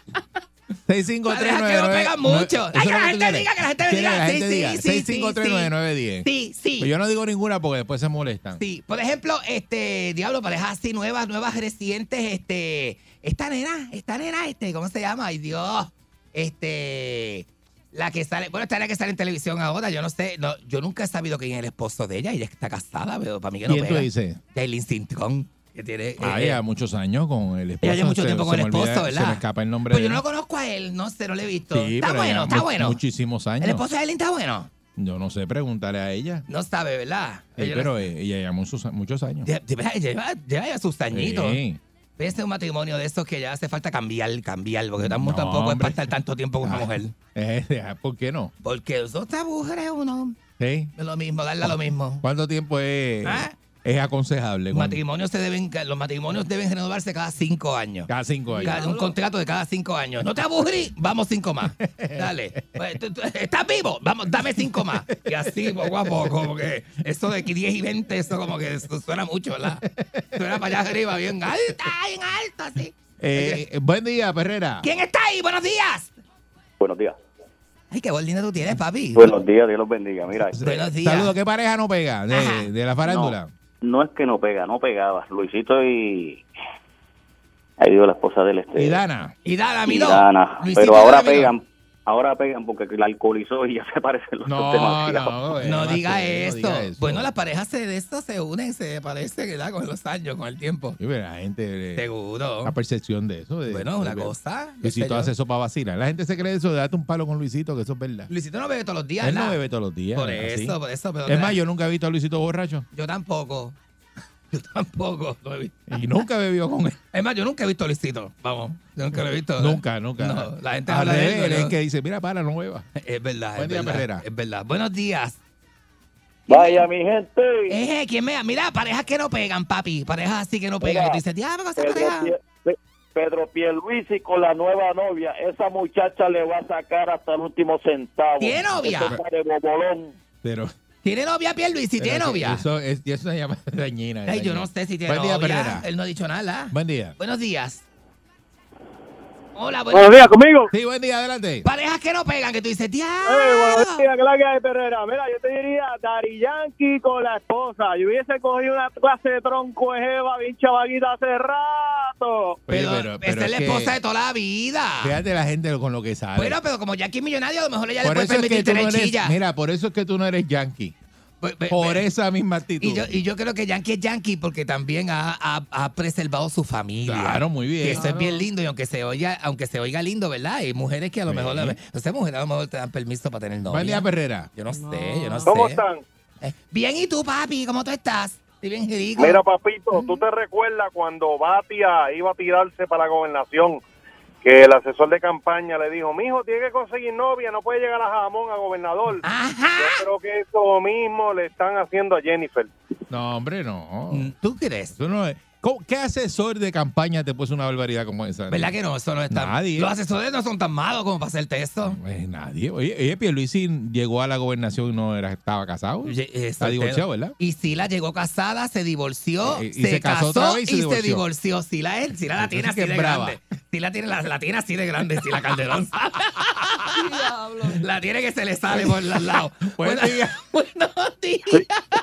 Speaker 2: 65399.
Speaker 11: Parejas que no pegan mucho. Ay, que la gente diga, que la gente diga. Sí, sí, sí, sí,
Speaker 2: Sí,
Speaker 11: sí, sí.
Speaker 2: Pero Pues yo no digo ninguna porque después se molestan.
Speaker 11: Sí, por ejemplo, este, diablo, parejas así nuevas, nuevas recientes, este, esta nena, esta nena, este, ¿cómo se llama? Ay, Dios, este, la que sale, bueno, esta nena que sale en televisión ahora, yo no sé, no, yo nunca he sabido quién es el esposo de ella, ella está casada, pero para mí que no
Speaker 2: ¿Quién tú
Speaker 11: pega.
Speaker 2: dices?
Speaker 11: Jailin Cintrón, que tiene,
Speaker 2: Ah,
Speaker 11: eh,
Speaker 2: ya muchos años con el esposo.
Speaker 11: lleva mucho
Speaker 2: se-
Speaker 11: tiempo
Speaker 2: se
Speaker 11: con
Speaker 2: me
Speaker 11: el
Speaker 2: olvida-
Speaker 11: esposo, ¿verdad?
Speaker 2: Se me escapa el nombre
Speaker 11: pero Pues yo no
Speaker 2: de él.
Speaker 11: lo conozco a él, no sé, no lo he visto.
Speaker 2: Sí,
Speaker 11: está
Speaker 2: pero
Speaker 11: bueno,
Speaker 2: ya
Speaker 11: está
Speaker 2: mu-
Speaker 11: bueno.
Speaker 2: Muchísimos años.
Speaker 11: ¿El esposo de él está bueno?
Speaker 2: Yo no sé, preguntaré a ella.
Speaker 11: No sabe, ¿verdad?
Speaker 2: Sí,
Speaker 11: Ella-
Speaker 2: pero eh, ella lleva muchos, muchos años.
Speaker 11: Lleva, lleva- lleva ya sus añitos.
Speaker 2: Sí.
Speaker 11: Este es un matrimonio de esos que ya hace falta cambiar, cambiar, porque tam-
Speaker 2: No,
Speaker 11: tampoco es
Speaker 2: hombre.
Speaker 11: para estar tanto tiempo con una mujer.
Speaker 2: Eh, ah, ¿Por qué no?
Speaker 11: Porque eso está es uno.
Speaker 2: ¿Sí?
Speaker 11: Es lo mismo, darle a lo mismo.
Speaker 2: ¿Cuánto tiempo es,
Speaker 11: Ah.
Speaker 2: es aconsejable?
Speaker 11: Los
Speaker 2: con-
Speaker 11: matrimonios, se deben, los matrimonios deben renovarse cada cinco años.
Speaker 2: Cada cinco años.
Speaker 11: Cada- un contrato de cada cinco años. No te aburrí, vamos cinco más. Dale. Pues, tú- tú- ¿Estás vivo? Vamos, dame cinco más. Y así, poco a poco, porque eso de que 10 y 20, eso como que su- suena mucho, ¿verdad? Suena para allá arriba, bien alta, bien alta, así.
Speaker 2: Eh, eh, buen día, Perrera.
Speaker 11: ¿Quién está ahí? Buenos días.
Speaker 12: Buenos días.
Speaker 11: Ay, qué buen dinero tú tienes, papi.
Speaker 12: Buenos días, Dios los bendiga. Mira, este,
Speaker 11: Buenos días.
Speaker 2: Saludos, ¿qué pareja no pega de, de la farándula?
Speaker 12: no es que no pega, no pegaba. Luisito y. Ahí dio la esposa del este.
Speaker 2: Y Dana.
Speaker 11: Y Dana,
Speaker 12: y
Speaker 11: Miró.
Speaker 12: Dana.
Speaker 11: Luisito
Speaker 12: Pero
Speaker 11: y Dana
Speaker 12: ahora
Speaker 11: Miró.
Speaker 12: pegan, ahora pegan porque la alcoholizó y ya se parecen los dos
Speaker 2: No,
Speaker 12: demasiado.
Speaker 2: no, eh,
Speaker 11: Pues, No
Speaker 2: no
Speaker 11: diga,
Speaker 2: sé, no
Speaker 11: eso.
Speaker 2: diga eso.
Speaker 11: Bueno, las parejas se- de esto se unen, se parecen, ¿verdad? Con los años, con el tiempo.
Speaker 2: Sí, pero la gente, eh,
Speaker 11: Seguro.
Speaker 2: la percepción de eso. de-
Speaker 11: Bueno, una
Speaker 2: de-
Speaker 11: cosa. qué sé
Speaker 2: Luisito
Speaker 11: yo.
Speaker 2: hace eso para vacilar. La gente se cree eso, de date un palo con Luisito, que eso es verdad.
Speaker 11: Luisito no bebe todos los días.
Speaker 2: Él no
Speaker 11: ¿verdad?
Speaker 2: bebe todos los días.
Speaker 11: Por
Speaker 2: así.
Speaker 11: eso, por eso. Pero
Speaker 2: Es más, yo nunca he visto a Luisito borracho.
Speaker 11: yo tampoco. Yo tampoco. lo he visto.
Speaker 2: Y nunca bebió con él.
Speaker 11: Es más, yo nunca he visto a Luisito. Vamos. Yo nunca lo he visto.
Speaker 2: Nunca, nunca.
Speaker 11: No, la gente
Speaker 2: Al
Speaker 11: habla de
Speaker 2: revés,
Speaker 11: él.
Speaker 2: es
Speaker 11: pero-
Speaker 2: que dice, mira, para, no beba.
Speaker 11: Es verdad.
Speaker 2: Buen
Speaker 11: es
Speaker 2: día,
Speaker 11: verdad,
Speaker 2: Perrera.
Speaker 11: Es verdad. Buenos días.
Speaker 12: Vaya, mi gente.
Speaker 11: Eh, ¿quién me Mira, parejas que no pegan, papi. Parejas así que no pegan.
Speaker 12: Mira,
Speaker 11: y tú dices, diablo, esa
Speaker 12: Pedro,
Speaker 11: pareja.
Speaker 12: Pie- Pe- Pedro Pierluisi con la nueva novia. Esa muchacha le va a sacar hasta el último centavo.
Speaker 11: ¿Tiene novia?
Speaker 12: Eso está de bobolón.
Speaker 2: Pero,
Speaker 11: ¿Tiene novia, Pierluisi? ¿Tiene
Speaker 2: pero
Speaker 11: novia?
Speaker 2: Eso es, eso es una llamada dañina.
Speaker 11: Ay, yo
Speaker 2: dañina.
Speaker 11: no sé si tiene
Speaker 2: Buen día,
Speaker 11: novia.
Speaker 2: Pereira.
Speaker 11: Él no ha dicho nada.
Speaker 2: Buen día.
Speaker 11: Buenos días. Hola, buenos
Speaker 9: Buenos días, conmigo.
Speaker 2: Sí, buen día, adelante.
Speaker 11: Parejas que no pegan, que tú dices,
Speaker 9: Eh, buenos
Speaker 11: ¡Diablo!
Speaker 9: días, ¿qué es la que hay, Perrera? Mira, yo te diría, Dari Yankee con la esposa. Yo hubiese cogido una clase de tronco de jeva bien chavaguita hace rato.
Speaker 2: Oye,
Speaker 11: Pero, esa es la
Speaker 2: que-
Speaker 11: esposa de toda la vida.
Speaker 2: Fíjate la gente con lo que sabe.
Speaker 11: Bueno, pero como Jackie es millonario, a lo mejor ella le
Speaker 2: por
Speaker 11: puede
Speaker 2: eso es que
Speaker 11: permitir
Speaker 2: tú
Speaker 11: tener
Speaker 2: no eres,
Speaker 11: chilla.
Speaker 2: mira, por eso es que tú no eres yankee.
Speaker 11: Ve- ve-
Speaker 2: Por
Speaker 11: ve.
Speaker 2: esa misma actitud.
Speaker 11: Y yo, y yo creo que Yankee es Yankee porque también ha, ha- ha preservado su familia.
Speaker 2: Claro, muy bien.
Speaker 11: Que eso es bien lindo y aunque se oiga, aunque se oiga lindo, ¿verdad? Hay mujeres que a lo
Speaker 2: Sí.
Speaker 11: mejor, la- no sé, mujeres a lo mejor te dan permiso para tener
Speaker 2: buen día,
Speaker 11: novia.
Speaker 2: Perrera.
Speaker 11: Yo no sé, yo no sé.
Speaker 9: ¿Cómo están?
Speaker 11: Eh, Bien, ¿y tú, papi? ¿Cómo tú estás? Estoy bien rico.
Speaker 9: Mira, papito, ¿tú te recuerdas cuando Batia iba a tirarse para la gobernación? Que el asesor de campaña le dijo, mijo, tiene que conseguir novia, no puede llegar a jamón a gobernador.
Speaker 11: Ajá.
Speaker 9: Yo creo que eso mismo le están haciendo a Jennifer.
Speaker 2: No, hombre, no.
Speaker 11: Mm, ¿Tú crees?
Speaker 2: Eso no es- ¿Cómo- ¿Qué asesor de campaña te puso una barbaridad como esa?
Speaker 11: ¿Verdad que no? Eso no es tan...
Speaker 2: Nadie.
Speaker 11: Los asesores no son tan malos como para hacerte eso.
Speaker 2: Pues nadie. Oye, oye, Pierluisi llegó a la gobernación y no era, estaba casado.
Speaker 11: Oye, eh,
Speaker 2: Está divorciado, ¿verdad?
Speaker 11: Y Sila llegó casada, se divorció,
Speaker 2: Eh, y
Speaker 11: se,
Speaker 2: se casó
Speaker 11: casó,
Speaker 2: otra vez
Speaker 11: y, se
Speaker 2: y se
Speaker 11: divorció.
Speaker 2: divorció.
Speaker 11: Sila, es, Sila la tiene
Speaker 2: Entonces,
Speaker 11: así
Speaker 2: que es
Speaker 11: de
Speaker 2: brava.
Speaker 11: grande. Sila tiene la, la tiene así de grande, Sila Calderón.
Speaker 3: Diablo.
Speaker 11: la tiene que se le sale por los lados.
Speaker 2: Buen
Speaker 11: Buena-
Speaker 2: día.
Speaker 11: Buenos días.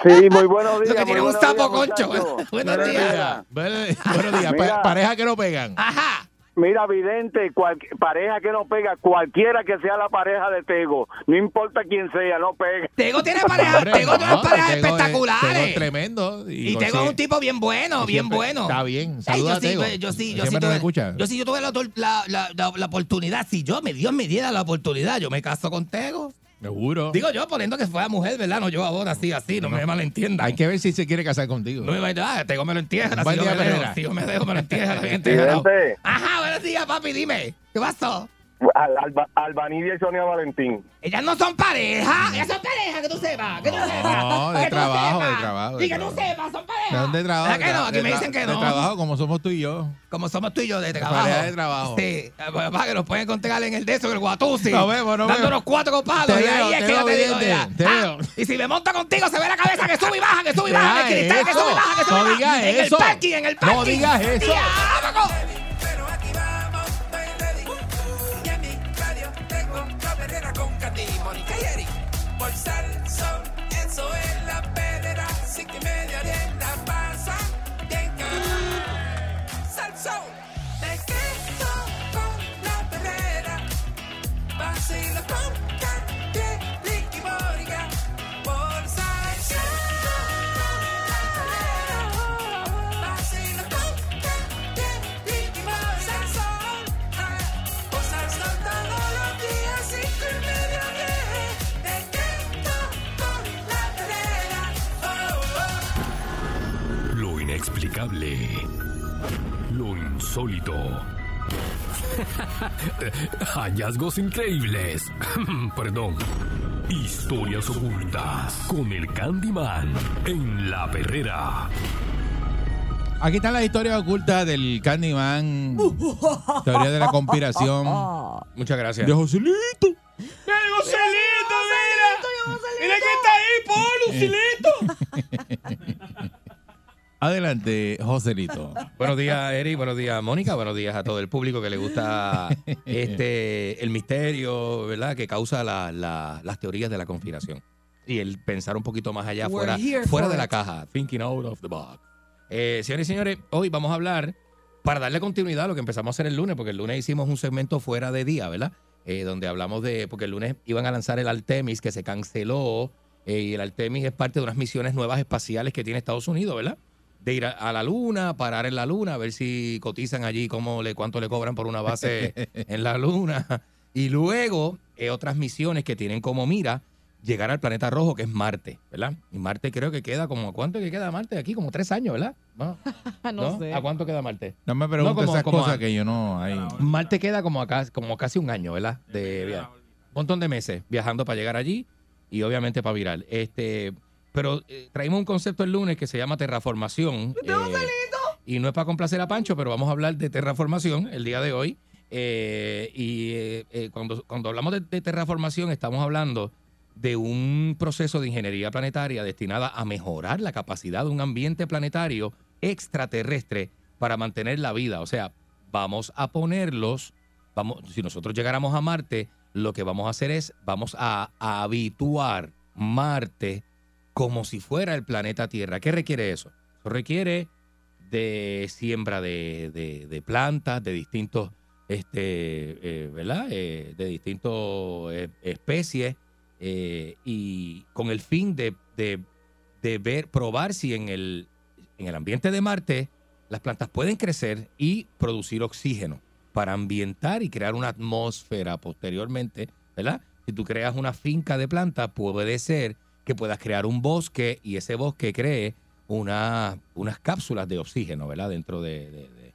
Speaker 12: Sí, muy buenos días.
Speaker 11: Lo que tiene
Speaker 12: muy
Speaker 11: un
Speaker 12: buenos
Speaker 11: sapo
Speaker 12: días,
Speaker 11: concho.
Speaker 12: muchachos.
Speaker 11: Buenos días.
Speaker 2: Buenos días. Buenos días. Pa-
Speaker 12: Mira.
Speaker 2: pareja que no pegan.
Speaker 11: Ajá.
Speaker 12: Mira, vidente, cual- pareja que no pega, cualquiera que sea la pareja de Tego, no importa quién sea, no pega.
Speaker 11: Tego tiene pareja,
Speaker 2: Hombre,
Speaker 11: Tego tiene
Speaker 2: no,
Speaker 11: parejas
Speaker 2: Tego es- Tego es
Speaker 11: espectaculares.
Speaker 2: tremendo.
Speaker 11: Y,
Speaker 2: consigue-
Speaker 11: Tego es un tipo bien bueno, bien
Speaker 2: pues siempre-
Speaker 11: bueno.
Speaker 2: Está bien.
Speaker 11: Ey,
Speaker 2: Saluda
Speaker 11: yo sí,
Speaker 2: a
Speaker 11: pues,
Speaker 2: Tego.
Speaker 11: yo- yo sí, yo sí
Speaker 2: Siempre nos
Speaker 11: tuve-
Speaker 2: escucha.
Speaker 11: yo sí, yo tuve la, otor- la- la- la- la oportunidad. Si yo me Dios me diera la oportunidad, yo me caso con Tego.
Speaker 2: Seguro.
Speaker 11: Digo yo, poniendo que fuera mujer, ¿verdad? No yo ahora así, así, no, me malentiendan.
Speaker 2: Hay que ver si se quiere casar contigo.
Speaker 11: No me va a ah, Tego me lo entierra.
Speaker 2: Buen
Speaker 11: Si yo,
Speaker 2: día,
Speaker 11: me dejo,
Speaker 2: Pereira.
Speaker 11: Eh, si yo me dejo, me lo entierra. bien entierrado.
Speaker 9: Vidente,
Speaker 11: Ajá, buenos días, papi, dime. ¿Qué pasó?
Speaker 8: Al, Alba- Albanidia y Sonia Valentín.
Speaker 11: Ellas no son pareja, ellas son pareja, que tú sepas, que tú sepas.
Speaker 2: No, de
Speaker 11: que tú
Speaker 2: trabajo, de
Speaker 11: sepas. Y
Speaker 2: trabajo. De
Speaker 11: que tú
Speaker 2: trabajo.
Speaker 11: sepas, son
Speaker 2: ¿De
Speaker 11: pareja.
Speaker 2: dónde trabajo?
Speaker 11: ¿Verdad que no? Aquí
Speaker 2: De
Speaker 11: me
Speaker 2: tra-
Speaker 11: dicen que
Speaker 2: de
Speaker 11: no.
Speaker 2: trabajo, como somos tú y yo.
Speaker 11: Como somos tú y yo de trabajo.
Speaker 2: pareja de trabajo.
Speaker 11: Sí, para Pues, que nos pueden encontrar en el de eso, en el guatusi.
Speaker 2: Nos vemos, nos
Speaker 11: dándonos
Speaker 2: vemos.
Speaker 11: cuatro palos.
Speaker 2: Te
Speaker 11: Y ahí
Speaker 2: veo,
Speaker 11: es
Speaker 2: te
Speaker 11: que yo
Speaker 2: veo,
Speaker 11: te digo,
Speaker 2: vidente,
Speaker 11: mira,
Speaker 2: te
Speaker 11: ah,
Speaker 2: veo.
Speaker 11: Y si me monto contigo, se ve la cabeza que sube y baja, que sube y
Speaker 2: Ya,
Speaker 11: baja, que cristal, que
Speaker 2: eso.
Speaker 11: sube y baja, que sube
Speaker 2: No
Speaker 11: y baja.
Speaker 2: digas
Speaker 11: En el
Speaker 2: eso.
Speaker 11: parking, en el
Speaker 2: No
Speaker 11: parking.
Speaker 2: digas eso.
Speaker 11: ¡Diablo!
Speaker 1: Pero aquí vamos, baby. Y en mi radio tengo la perrera con Katy, Mónica y Eric. Por Salsón, eso es la perrera. Cinco y media bien la pasa. Bien cabrón. Salsón, me quedo con la perrera. Vacilo con Katy, Ricky, Mónica. Por Salsón, vacilo con
Speaker 10: Lo inexplicable. Lo insólito. Hallazgos increíbles. Perdón. Historias ocultas con el Candyman en la perrera.
Speaker 2: Aquí están las historias ocultas del Candyman. Teoría de la conspiración.
Speaker 3: Muchas gracias.
Speaker 2: De Joselito.
Speaker 3: ¡Mira que está ahí,
Speaker 2: Eh.
Speaker 3: Polo,
Speaker 2: Adelante, Joselito.
Speaker 3: Buenos días, Eri. Buenos días, Mónica. Buenos días a todo el público que le gusta este el misterio, ¿verdad? Que causa la- la- las teorías de la conspiración. Y el pensar un poquito más allá,
Speaker 4: We're
Speaker 3: fuera,
Speaker 4: here
Speaker 3: fuera
Speaker 4: for
Speaker 3: de la
Speaker 4: it.
Speaker 3: caja. Thinking out of the box. Eh, señores y señores, hoy vamos a hablar, para darle continuidad a lo que empezamos a hacer el lunes, porque el lunes hicimos un segmento fuera de día, ¿verdad? Eh, donde hablamos de, porque el lunes iban a lanzar el Artemis, que se canceló, eh, y el Artemis es parte de unas misiones nuevas espaciales que tiene Estados Unidos, ¿verdad? de ir a, a la luna, parar en la luna, a ver si cotizan allí cómo le, cuánto le cobran por una base en la luna. Y luego eh, otras misiones que tienen como mira llegar al planeta rojo, que es Marte, ¿verdad? Y Marte creo que queda como, ¿cuánto que queda Marte de aquí? Como tres años, ¿verdad? No,
Speaker 4: No,
Speaker 3: ¿no?
Speaker 4: sé.
Speaker 3: ¿A cuánto queda Marte?
Speaker 2: No me preguntes
Speaker 3: No, como-
Speaker 2: esas
Speaker 3: como
Speaker 2: cosas
Speaker 3: a-
Speaker 2: que yo no. Hay.
Speaker 3: Marte queda como, acá, como casi un año, ¿verdad? De viaje. Un montón de meses viajando para llegar allí y obviamente para viral. Este, pero eh, traímos un concepto el lunes que se llama terraformación. eh, y no es para complacer a Pancho, pero vamos a hablar de terraformación el día de hoy. Eh, y eh, eh, cuando, cuando hablamos de, de terraformación estamos hablando de un proceso de ingeniería planetaria destinada a mejorar la capacidad de un ambiente planetario extraterrestre para mantener la vida. O sea, vamos a ponerlos, vamos, si nosotros llegáramos a Marte, lo que vamos a hacer es, vamos a, a habituar Marte como si fuera el planeta Tierra. ¿Qué requiere eso? Eso requiere de siembra de, de- de plantas, de distintos, este, eh, ¿verdad? Eh, de distintas especies eh, y con el fin de, de- de ver, probar si en el, en el ambiente de Marte las plantas pueden crecer y producir oxígeno para ambientar y crear una atmósfera posteriormente, ¿verdad? Si tú creas una finca de plantas, puede ser que puedas crear un bosque y ese bosque cree una- unas cápsulas de oxígeno, ¿verdad? Dentro, de, de- de-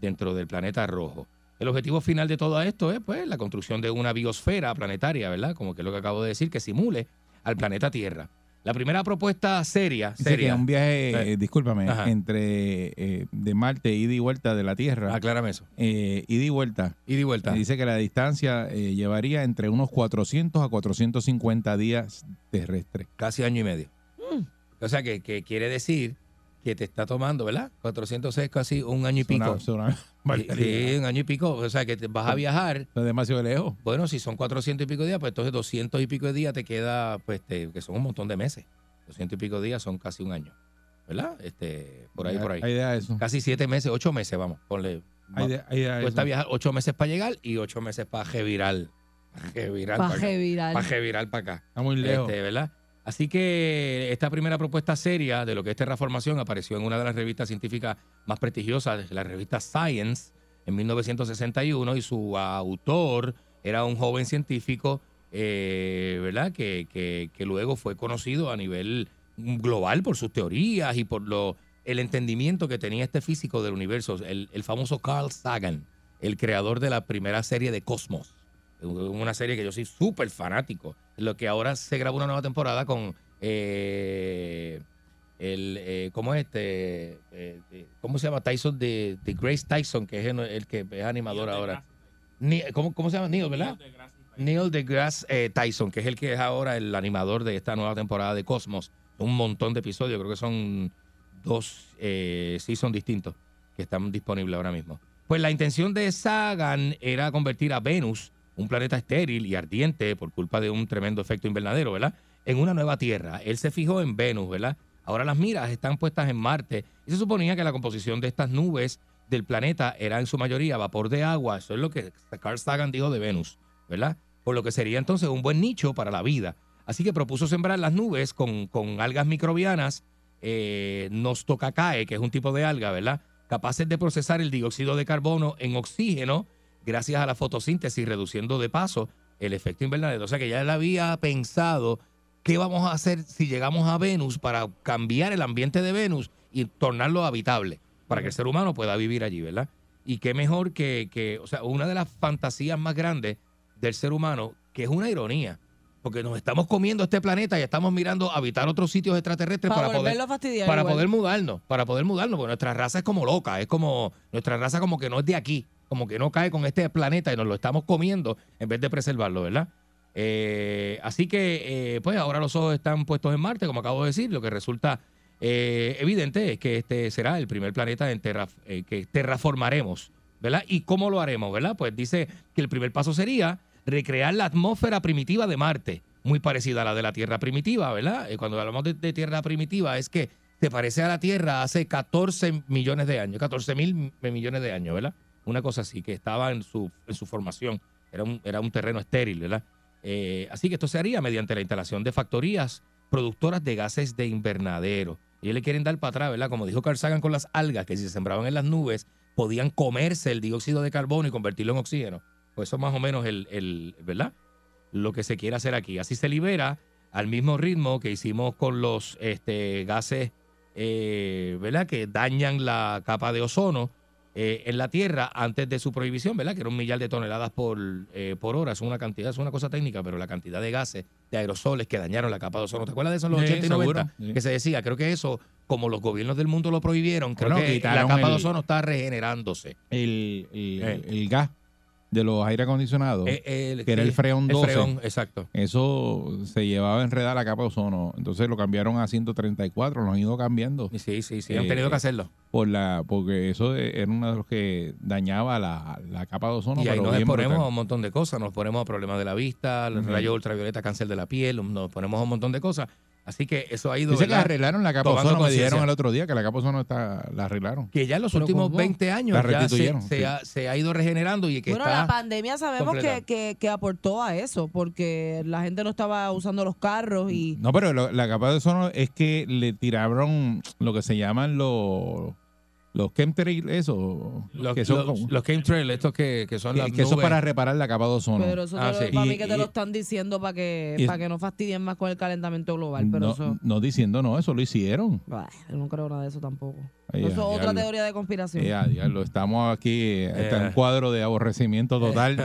Speaker 3: dentro del planeta rojo. El objetivo final de todo esto es pues, la construcción de una biosfera planetaria, ¿verdad? Como que es lo que acabo de decir, que simule al planeta Tierra. La primera propuesta seria,
Speaker 2: Dice que
Speaker 3: seria.
Speaker 2: un viaje,
Speaker 3: Sí.
Speaker 2: eh, discúlpame,
Speaker 3: Ajá.
Speaker 2: entre eh, de Marte, ida y vuelta de la Tierra,
Speaker 3: Aclárame eso.
Speaker 2: eh, ida y vuelta.
Speaker 3: Y de vuelta.
Speaker 2: Dice que la distancia eh, llevaría entre unos 400 a 450 días terrestres.
Speaker 3: casi año y medio. O sea, que, que quiere decir que te está tomando, ¿verdad? 406, casi un año y pico.
Speaker 2: Una- una
Speaker 3: Sí, sí,
Speaker 2: barbaridad.
Speaker 3: un año y pico. O sea, que te vas a viajar.
Speaker 2: Eso es demasiado lejos.
Speaker 3: Bueno, si son 400 y pico de días, pues entonces 200 y pico de días te queda, pues, te- que son un montón de meses. 200 y pico de días son casi un año, ¿verdad? Este, por ahí,
Speaker 2: Ya,
Speaker 3: por ahí.
Speaker 2: Hay idea de eso.
Speaker 3: Casi siete meses, ocho meses, vamos, ponle.
Speaker 2: Hay idea, hay idea de
Speaker 3: Cuesta
Speaker 2: eso.
Speaker 3: viajar ocho meses para llegar y ocho meses para reviral. Para reviral para acá.
Speaker 4: Paje viral.
Speaker 3: Para reviral para acá.
Speaker 2: Está muy lejos.
Speaker 3: Este, ¿verdad? Así que esta primera propuesta seria de lo que es terraformación apareció en una de las revistas científicas más prestigiosas, la revista Science, en 1961, y su autor era un joven científico, eh, ¿verdad? Que, que- que luego fue conocido a nivel global por sus teorías y por lo, el entendimiento que tenía este físico del universo, el, el famoso Carl Sagan, el creador de la primera serie de Cosmos una serie que yo soy súper fanático. Lo que ahora se grabó una nueva temporada con eh, el eh, ¿cómo es este? Eh, eh, ¿Cómo se llama? Tyson de, de Grace Tyson, que es el, el que es animador ahora. Ni- ¿cómo, cómo se llama? Neil, ¿verdad? Neil deGrasse eh, Tyson, que es el que es ahora el animador de esta nueva temporada de Cosmos. Un montón de episodios, creo que son dos eh, seasons distintos que están disponibles ahora mismo. Pues la intención de Sagan era convertir a Venus, un planeta estéril y ardiente por culpa de un tremendo efecto invernadero, ¿verdad? En una nueva Tierra. Él se fijó en Venus, ¿verdad? Ahora las miras están puestas en Marte y se suponía que la composición de estas nubes del planeta era en su mayoría vapor de agua. Eso es lo que Carl Sagan dijo de Venus, ¿verdad? Por lo que sería entonces un buen nicho para la vida. Así que propuso sembrar las nubes con, con algas microbianas eh, Nostocacae, que es un tipo de alga, ¿verdad? Capaces de procesar el dióxido de carbono en oxígeno gracias a la fotosíntesis, reduciendo de paso el efecto invernadero. O sea que ya él había pensado qué vamos a hacer si llegamos a Venus para cambiar el ambiente de Venus y tornarlo habitable, para que el ser humano pueda vivir allí, ¿verdad? Y qué mejor que, que, o sea, una de las fantasías más grandes del ser humano, que es una ironía, porque nos estamos comiendo este planeta y estamos mirando habitar otros sitios
Speaker 2: Este,
Speaker 3: extraterrestres
Speaker 4: Para
Speaker 3: para, poder,
Speaker 4: volverlo a fastidiar
Speaker 3: para
Speaker 4: igual.
Speaker 3: poder mudarnos, para poder mudarnos, porque nuestra raza es como loca, es como, nuestra raza como que no es de aquí, como que no cae con este planeta y nos lo estamos comiendo en vez de preservarlo, ¿verdad? Eh, así que, eh, pues ahora los ojos están puestos en Marte, como acabo de decir, lo que resulta eh, evidente es que este será el primer planeta en terra- eh, que terraformaremos, ¿verdad? ¿Y cómo lo haremos, verdad? Pues dice que el primer paso sería recrear la atmósfera primitiva de Marte, muy parecida a la de la Tierra primitiva, ¿verdad? Eh, cuando hablamos de, de Tierra primitiva es que se parece a la Tierra hace 14 millones de años, 14 mil millones de años, ¿verdad? Una cosa así, que estaba en su, en su formación, era un, era un terreno estéril, ¿verdad? Eh, así que esto se haría mediante la instalación de factorías productoras de gases de invernadero. Ellos le quieren dar para atrás, ¿verdad? Como dijo Carl Sagan con las algas, que si se sembraban en las nubes, podían comerse el dióxido de carbono y convertirlo en oxígeno. Pues eso es más o menos el, el- ¿verdad? Lo que se quiere hacer aquí. Así se libera al mismo ritmo que hicimos con los este, gases, eh, ¿verdad? Que dañan la capa de ozono eh, en la Tierra antes de su prohibición, ¿verdad? Que era un millar de toneladas por, eh, por hora. Es una cantidad, es una cosa técnica, pero la cantidad de gases, de aerosoles que dañaron la capa de ozono. ¿Te acuerdas de eso en los
Speaker 2: Sí,
Speaker 3: 80 y 90?
Speaker 2: seguro, sí.
Speaker 3: Que se decía, creo que eso, como los gobiernos del mundo lo prohibieron, creo
Speaker 2: Bueno,
Speaker 3: que la
Speaker 2: quitaron
Speaker 3: capa de
Speaker 2: el-
Speaker 3: ozono está regenerándose.
Speaker 2: El, el-
Speaker 3: Eh.
Speaker 2: el gas de los aire acondicionados,
Speaker 3: Eh, el-
Speaker 2: que era el
Speaker 3: sí,
Speaker 2: freón
Speaker 3: el
Speaker 2: 12.
Speaker 3: freón, exacto.
Speaker 2: Eso se llevaba enredada la capa de ozono. Entonces lo cambiaron a 134, lo han ido cambiando. Eh,
Speaker 3: Sí, sí, sí, han tenido que hacerlo.
Speaker 2: Por la, porque eso eh, era uno de los que dañaba la, la capa de ozono.
Speaker 3: y ahí
Speaker 2: pero
Speaker 3: nos
Speaker 2: bien
Speaker 3: exponemos
Speaker 2: brutal.
Speaker 3: a un montón de cosas, nos ponemos a problemas de la vista, los
Speaker 2: Ujú.
Speaker 3: rayos ultravioleta, cáncer de la piel, nos ponemos a un montón de cosas. Así que eso ha ido.
Speaker 2: Dice que
Speaker 3: ¿verdad?
Speaker 2: arreglaron la capa de
Speaker 3: tomando
Speaker 2: ozono, me
Speaker 3: conciencia.
Speaker 2: dijeron el otro día que la capa de ozono está, la arreglaron.
Speaker 3: Que ya en los
Speaker 2: Pero
Speaker 3: últimos
Speaker 2: ¿cómo?
Speaker 3: 20 años
Speaker 2: La
Speaker 3: ya se,
Speaker 2: restituyeron,
Speaker 3: se
Speaker 2: sí.
Speaker 3: ha, se ha ido regenerando y que
Speaker 4: Bueno,
Speaker 3: está.
Speaker 4: la pandemia sabemos que,
Speaker 3: completa.
Speaker 4: que, que aportó a eso, porque la gente no estaba usando los carros y...
Speaker 2: No, pero lo- la capa de ozono es que le tiraron lo que se llaman los los chemtrails, eso.
Speaker 3: Los,
Speaker 2: que
Speaker 3: los,
Speaker 2: son como-
Speaker 3: los chemtrails, estos que, que son
Speaker 2: que-
Speaker 3: las
Speaker 2: que eso es
Speaker 3: nubes.
Speaker 2: para reparar la capa de ozono.
Speaker 4: Pero eso te
Speaker 3: Ah,
Speaker 4: lo-
Speaker 3: sí.
Speaker 4: para mí
Speaker 2: Y-
Speaker 4: que te lo
Speaker 2: y-
Speaker 4: están diciendo para que,
Speaker 2: y es-
Speaker 4: para que no fastidien más con el calentamiento global, pero
Speaker 2: no,
Speaker 4: eso...
Speaker 2: no diciendo no, eso lo hicieron.
Speaker 4: Bah, yo no creo nada de eso tampoco.
Speaker 2: Ay,
Speaker 4: eso es
Speaker 2: ya,
Speaker 4: otra
Speaker 2: diablo.
Speaker 4: teoría de conspiración.
Speaker 2: Ya, diablo, estamos aquí, eh, está en cuadro de aborrecimiento total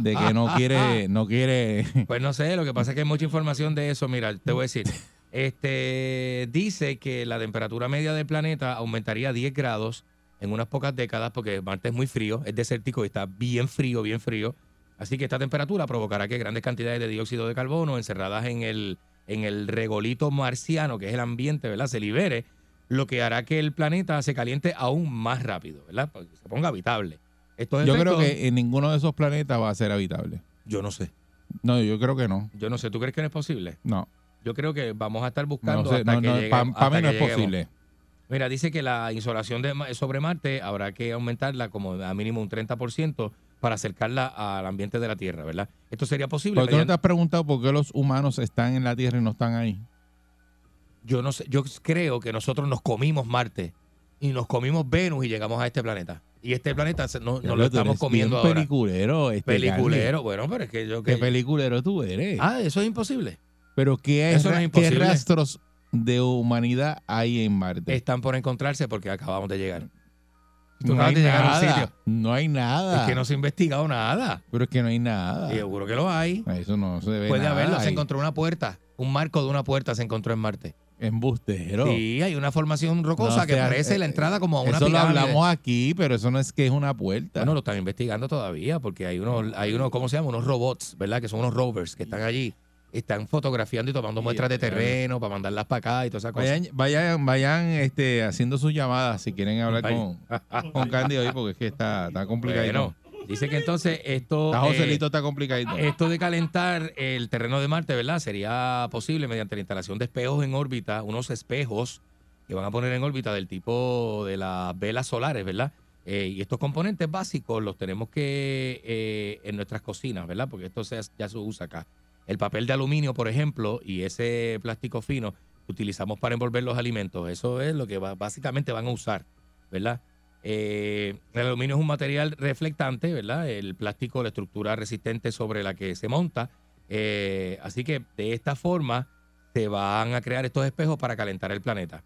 Speaker 2: de que no quiere, no quiere.
Speaker 3: Pues no sé, lo que pasa es que hay mucha información de eso. Mira, te voy a decir. Este dice que la temperatura media del planeta aumentaría 10 grados en unas pocas décadas porque Marte es muy frío, es desértico y está bien frío, bien frío. Así que esta temperatura provocará que grandes cantidades de dióxido de carbono encerradas en el, en el regolito marciano, que es el ambiente, ¿verdad? Se libere, lo que hará que el planeta se caliente aún más rápido, ¿verdad? Para que se ponga habitable. Estos
Speaker 2: Yo creo
Speaker 3: efectos-
Speaker 2: que en ninguno de esos planetas va a ser habitable.
Speaker 3: Yo no sé.
Speaker 2: No, yo creo que no.
Speaker 3: Yo no sé, ¿tú crees que no es posible?
Speaker 2: No.
Speaker 3: Yo creo que vamos a estar buscando
Speaker 2: No sé,
Speaker 3: hasta
Speaker 2: no,
Speaker 3: que
Speaker 2: no,
Speaker 3: llegue-
Speaker 2: pa-
Speaker 3: hasta
Speaker 2: pa' mí
Speaker 3: que
Speaker 2: no es
Speaker 3: lleguemos.
Speaker 2: posible.
Speaker 3: Mira, dice que la insolación de, Ma- sobre Marte habrá que aumentarla como a mínimo un 30% para acercarla al ambiente de la Tierra, ¿verdad? Esto sería posible.
Speaker 2: Pero tú no
Speaker 3: mediante-
Speaker 2: te has preguntado por qué los humanos están en la Tierra y no están ahí.
Speaker 3: Yo no sé, yo creo que nosotros nos comimos Marte y nos comimos Venus y llegamos a este planeta. Y este planeta se- no, no
Speaker 2: Diablo,
Speaker 3: lo
Speaker 2: tú
Speaker 3: estamos
Speaker 2: eres
Speaker 3: comiendo
Speaker 2: bien
Speaker 3: ahora.
Speaker 2: peliculero. Este
Speaker 3: Peliculero,
Speaker 2: Carmen.
Speaker 3: bueno, pero es que yo
Speaker 2: ¿Qué
Speaker 3: que
Speaker 2: peliculero tú eres?
Speaker 3: Ah, eso es imposible.
Speaker 2: Pero ¿qué,
Speaker 3: eso no
Speaker 2: ra-
Speaker 3: es
Speaker 2: qué
Speaker 3: imposible.
Speaker 2: rastros de humanidad hay en Marte?
Speaker 3: Están por encontrarse porque acabamos de llegar. Eh, Tú acabas de llegar a un sitio.
Speaker 2: No hay nada.
Speaker 3: Es que no se ha investigado nada.
Speaker 2: Pero es que no hay nada.
Speaker 3: Y seguro que lo hay.
Speaker 2: Eso no se ve
Speaker 3: Puede
Speaker 2: nada
Speaker 3: haberlo. Se
Speaker 2: ahí.
Speaker 3: encontró una puerta. Un marco de una puerta se encontró en Marte.
Speaker 2: Embustero.
Speaker 3: Sí, hay una formación rocosa
Speaker 2: No
Speaker 3: que
Speaker 2: sea-
Speaker 3: parece
Speaker 2: eh,
Speaker 3: la entrada como a una
Speaker 2: Eso lo
Speaker 3: pirámide.
Speaker 2: hablamos aquí, pero eso no es que es una puerta.
Speaker 3: Bueno, lo están investigando todavía porque hay unos, hay unos, ¿cómo se llama? Unos robots, ¿verdad? Que son unos rovers que están allí. Están fotografiando y tomando muestras de terreno para mandarlas para acá y toda esa cosa.
Speaker 2: Vayan, vayan, vayan este, haciendo sus llamadas si quieren hablar
Speaker 3: Vaya.
Speaker 2: con, con Candy hoy, porque es que está, está complicadito.
Speaker 3: Bueno, dice que entonces esto...
Speaker 2: Está
Speaker 3: eh,
Speaker 2: Joselito, está complicadito.
Speaker 3: Esto de calentar el terreno de Marte, ¿verdad? Sería posible mediante la instalación de espejos en órbita, unos espejos que van a poner en órbita del tipo de las velas solares, ¿verdad? Eh, y estos componentes básicos los tenemos que eh, en nuestras cocinas, ¿verdad? Porque esto se, ya se usa acá. El papel de aluminio, por ejemplo, y ese plástico fino que utilizamos para envolver los alimentos. Eso es lo que va- básicamente van a usar, ¿verdad? Eh, el aluminio es un material reflectante, ¿verdad? El plástico, la estructura resistente sobre la que se monta. Eh, así que de esta forma se van a crear estos espejos para calentar el planeta.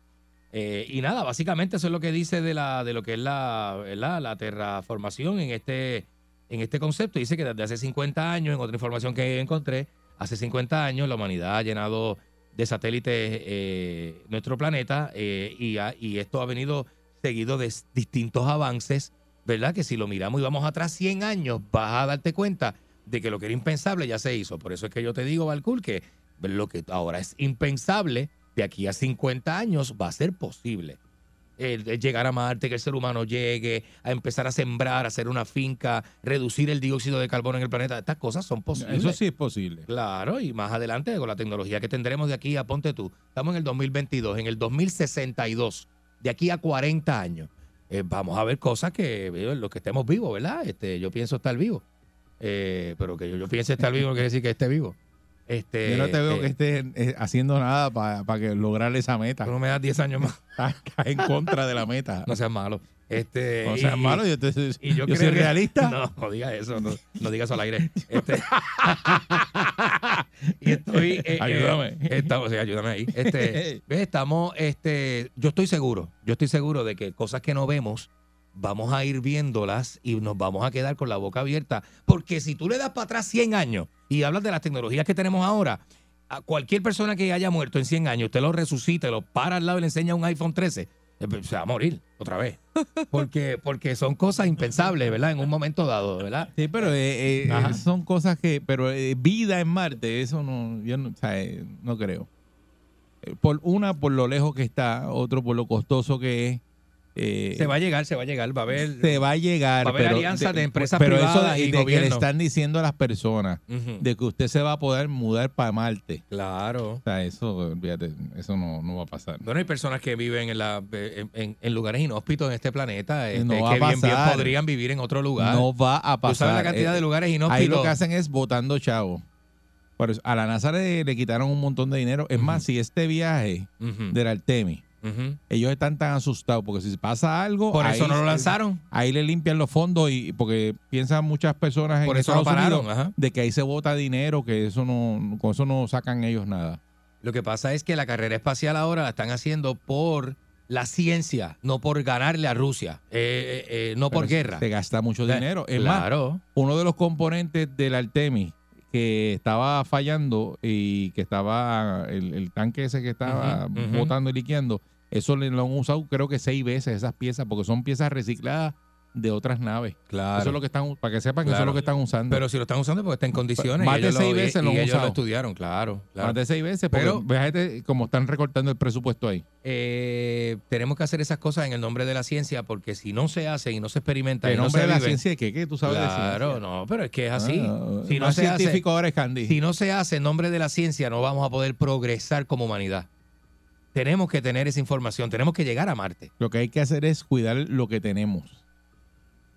Speaker 3: Eh, y nada, básicamente eso es lo que dice de, la, de lo que es la, ¿verdad? la terraformación en este, en este concepto. Dice que desde hace 50 años, en otra información que encontré, hace 50 años la humanidad ha llenado de satélites eh, nuestro planeta eh, y, ha- y esto ha venido seguido de s- distintos avances, ¿verdad? Que si lo miramos y vamos atrás 100 años, vas a darte cuenta de que lo que era impensable ya se hizo. Por eso es que yo te digo, Balcool, que lo que ahora es impensable, de aquí a 50 años va a ser posible. El de llegar a Marte, que el ser humano llegue, a empezar a sembrar, a hacer una finca, reducir el dióxido de carbono en el planeta. Estas cosas son posibles.
Speaker 2: Eso sí es posible.
Speaker 3: Claro, y más adelante con la tecnología que tendremos de aquí a Ponte tú, estamos en el 2022, en el 2062, de aquí a 40 años, eh, vamos a ver cosas que eh, los que estemos vivos, ¿verdad? Este, yo pienso estar vivo, Eh, pero que yo, yo piense estar vivo no quiere decir que esté vivo. Este,
Speaker 2: Yo no te veo
Speaker 3: eh,
Speaker 2: que estés eh, haciendo nada para que lograr esa meta.
Speaker 3: tú no me das 10 años más,
Speaker 2: Estás en contra de la meta.
Speaker 3: no seas malo. Este,
Speaker 2: No seas
Speaker 3: y-
Speaker 2: malo, yo, te-
Speaker 3: y yo,
Speaker 2: yo
Speaker 3: creo
Speaker 2: soy
Speaker 3: que-
Speaker 2: realista.
Speaker 3: No, no digas eso, no, no digas eso al aire. Este- y estoy. eh,
Speaker 2: Ayúdame.
Speaker 3: eh, estamos, sí, ayúdame ahí. Este, ves, estamos, este, yo estoy seguro, yo estoy seguro de que cosas que no vemos vamos a ir viéndolas y nos vamos a quedar con la boca abierta. Porque si tú le das para atrás 100 años y hablas de las tecnologías que tenemos ahora, a cualquier persona que haya muerto en 100 años, usted lo resucita, lo para al lado y le enseña un iPhone 13, eh, pues, se va a morir otra vez. Porque, porque son cosas impensables, ¿verdad? En un momento dado, ¿verdad?
Speaker 2: Sí, pero eh, eh,
Speaker 3: Ajá.
Speaker 2: son cosas que, pero eh, vida en Marte, eso no, yo no, o sea, eh, no creo. Eh, Por una, por lo lejos que está, otro por lo costoso que es. eh,
Speaker 3: Se va a llegar, se va a llegar, va a haber...
Speaker 2: se va a llegar.
Speaker 3: Va a haber alianzas de empresas
Speaker 2: pero
Speaker 3: privadas
Speaker 2: eso de,
Speaker 3: y
Speaker 2: de que le
Speaker 3: gobierno.
Speaker 2: están diciendo a las personas
Speaker 3: Ujú.
Speaker 2: de que usted se va a poder mudar para Marte.
Speaker 3: Claro.
Speaker 2: O sea, eso, olvídate, eso no, no va a pasar.
Speaker 3: Bueno, hay personas que viven en, la, en, en- en lugares inhóspitos en este planeta, este,
Speaker 2: No va
Speaker 3: que
Speaker 2: a
Speaker 3: bien, bien
Speaker 2: pasar.
Speaker 3: podrían vivir en otro lugar.
Speaker 2: No va a pasar.
Speaker 3: Tú sabes la cantidad
Speaker 2: Eh,
Speaker 3: de lugares
Speaker 2: Ahí lo
Speaker 3: inhóspitos.
Speaker 2: que hacen es votando chavo. Por eso, a la NASA le, le quitaron un montón de dinero. Es más, si este viaje
Speaker 3: Ujú,
Speaker 2: del Artemis,
Speaker 3: ujú.
Speaker 2: ellos están tan asustados porque si pasa algo,
Speaker 3: Por eso
Speaker 2: ahí-
Speaker 3: no lo lanzaron.
Speaker 2: Ahí le limpian los fondos y porque piensan muchas personas en
Speaker 3: Por eso lo
Speaker 2: Estados
Speaker 3: pararon,
Speaker 2: Unidos
Speaker 3: ajá.
Speaker 2: de que ahí se vota dinero, que eso no, con eso no sacan ellos nada.
Speaker 3: Lo que pasa es que la carrera espacial ahora la están haciendo por la ciencia, no por ganarle a Rusia, eh, eh, eh, no por
Speaker 2: Pero
Speaker 3: guerra.
Speaker 2: Se gasta mucho
Speaker 3: Eh,
Speaker 2: dinero. Es más,
Speaker 3: claro.
Speaker 2: uno de los componentes del Artemis que estaba fallando y que estaba el, el tanque ese que estaba
Speaker 3: Ujú, ujú.
Speaker 2: botando y liqueando, eso le- lo han usado creo que seis veces esas piezas, porque son piezas recicladas de otras naves.
Speaker 3: Claro.
Speaker 2: Eso es lo que están, para que sepan que eso
Speaker 3: Claro.
Speaker 2: es lo que están usando.
Speaker 3: Pero si lo están usando porque está en condiciones.
Speaker 2: Más
Speaker 3: y
Speaker 2: de
Speaker 3: ellos
Speaker 2: seis
Speaker 3: lo, y-
Speaker 2: veces lo
Speaker 3: y
Speaker 2: han
Speaker 3: ellos
Speaker 2: usado.
Speaker 3: estudiaron, claro. claro.
Speaker 2: Más de seis veces, porque
Speaker 3: Pero-
Speaker 2: fíjate como están recortando el presupuesto ahí.
Speaker 3: Eh, tenemos que hacer esas cosas en el nombre de la ciencia porque si no se hacen y no se experimentan y
Speaker 2: El
Speaker 3: no
Speaker 2: nombre
Speaker 3: se
Speaker 2: de la
Speaker 3: vive-
Speaker 2: ciencia es que, ¿qué? tú sabes de ciencia.
Speaker 3: Claro, no, pero es que es así.
Speaker 2: Ah,
Speaker 3: si no
Speaker 2: más
Speaker 3: se hace,
Speaker 2: científico ahora es Candy.
Speaker 3: Si no se hace en nombre de la ciencia, no vamos a poder progresar como humanidad. Tenemos que tener esa información, tenemos que llegar a Marte.
Speaker 2: Lo que hay que hacer es cuidar lo que tenemos.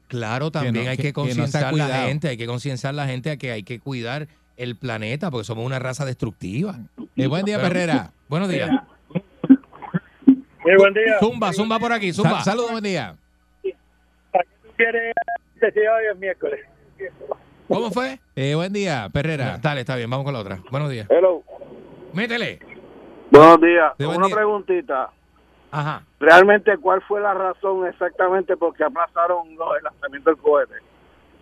Speaker 3: Claro, también
Speaker 2: no-
Speaker 3: hay
Speaker 2: que-
Speaker 3: que
Speaker 2: que no se ha
Speaker 3: concienciar la
Speaker 2: cuidado.
Speaker 3: gente, hay que concienciar la gente a que hay que cuidar el planeta porque somos una raza destructiva.
Speaker 2: Eh, buen día,
Speaker 3: Pero-
Speaker 2: Perrera.
Speaker 3: Buenos días.
Speaker 6: Muy Eh, buen día.
Speaker 3: Zumba, zumba por aquí,
Speaker 2: Sa-
Speaker 3: zumba.
Speaker 2: Saludos, buen día.
Speaker 6: ¿Quieres testigo hoy es miércoles?
Speaker 3: ¿Cómo fue?
Speaker 2: Eh, buen día, Perrera.
Speaker 3: Dale, está bien, vamos con la
Speaker 9: Eh,
Speaker 3: otra. Buenos días.
Speaker 7: Hello.
Speaker 3: Métele.
Speaker 7: Buenos días.
Speaker 2: Sí, buen
Speaker 7: Una
Speaker 2: día.
Speaker 7: preguntita.
Speaker 3: Ajá.
Speaker 13: realmente cuál fue la razón exactamente porque aplazaron lo- el lanzamiento del cohete.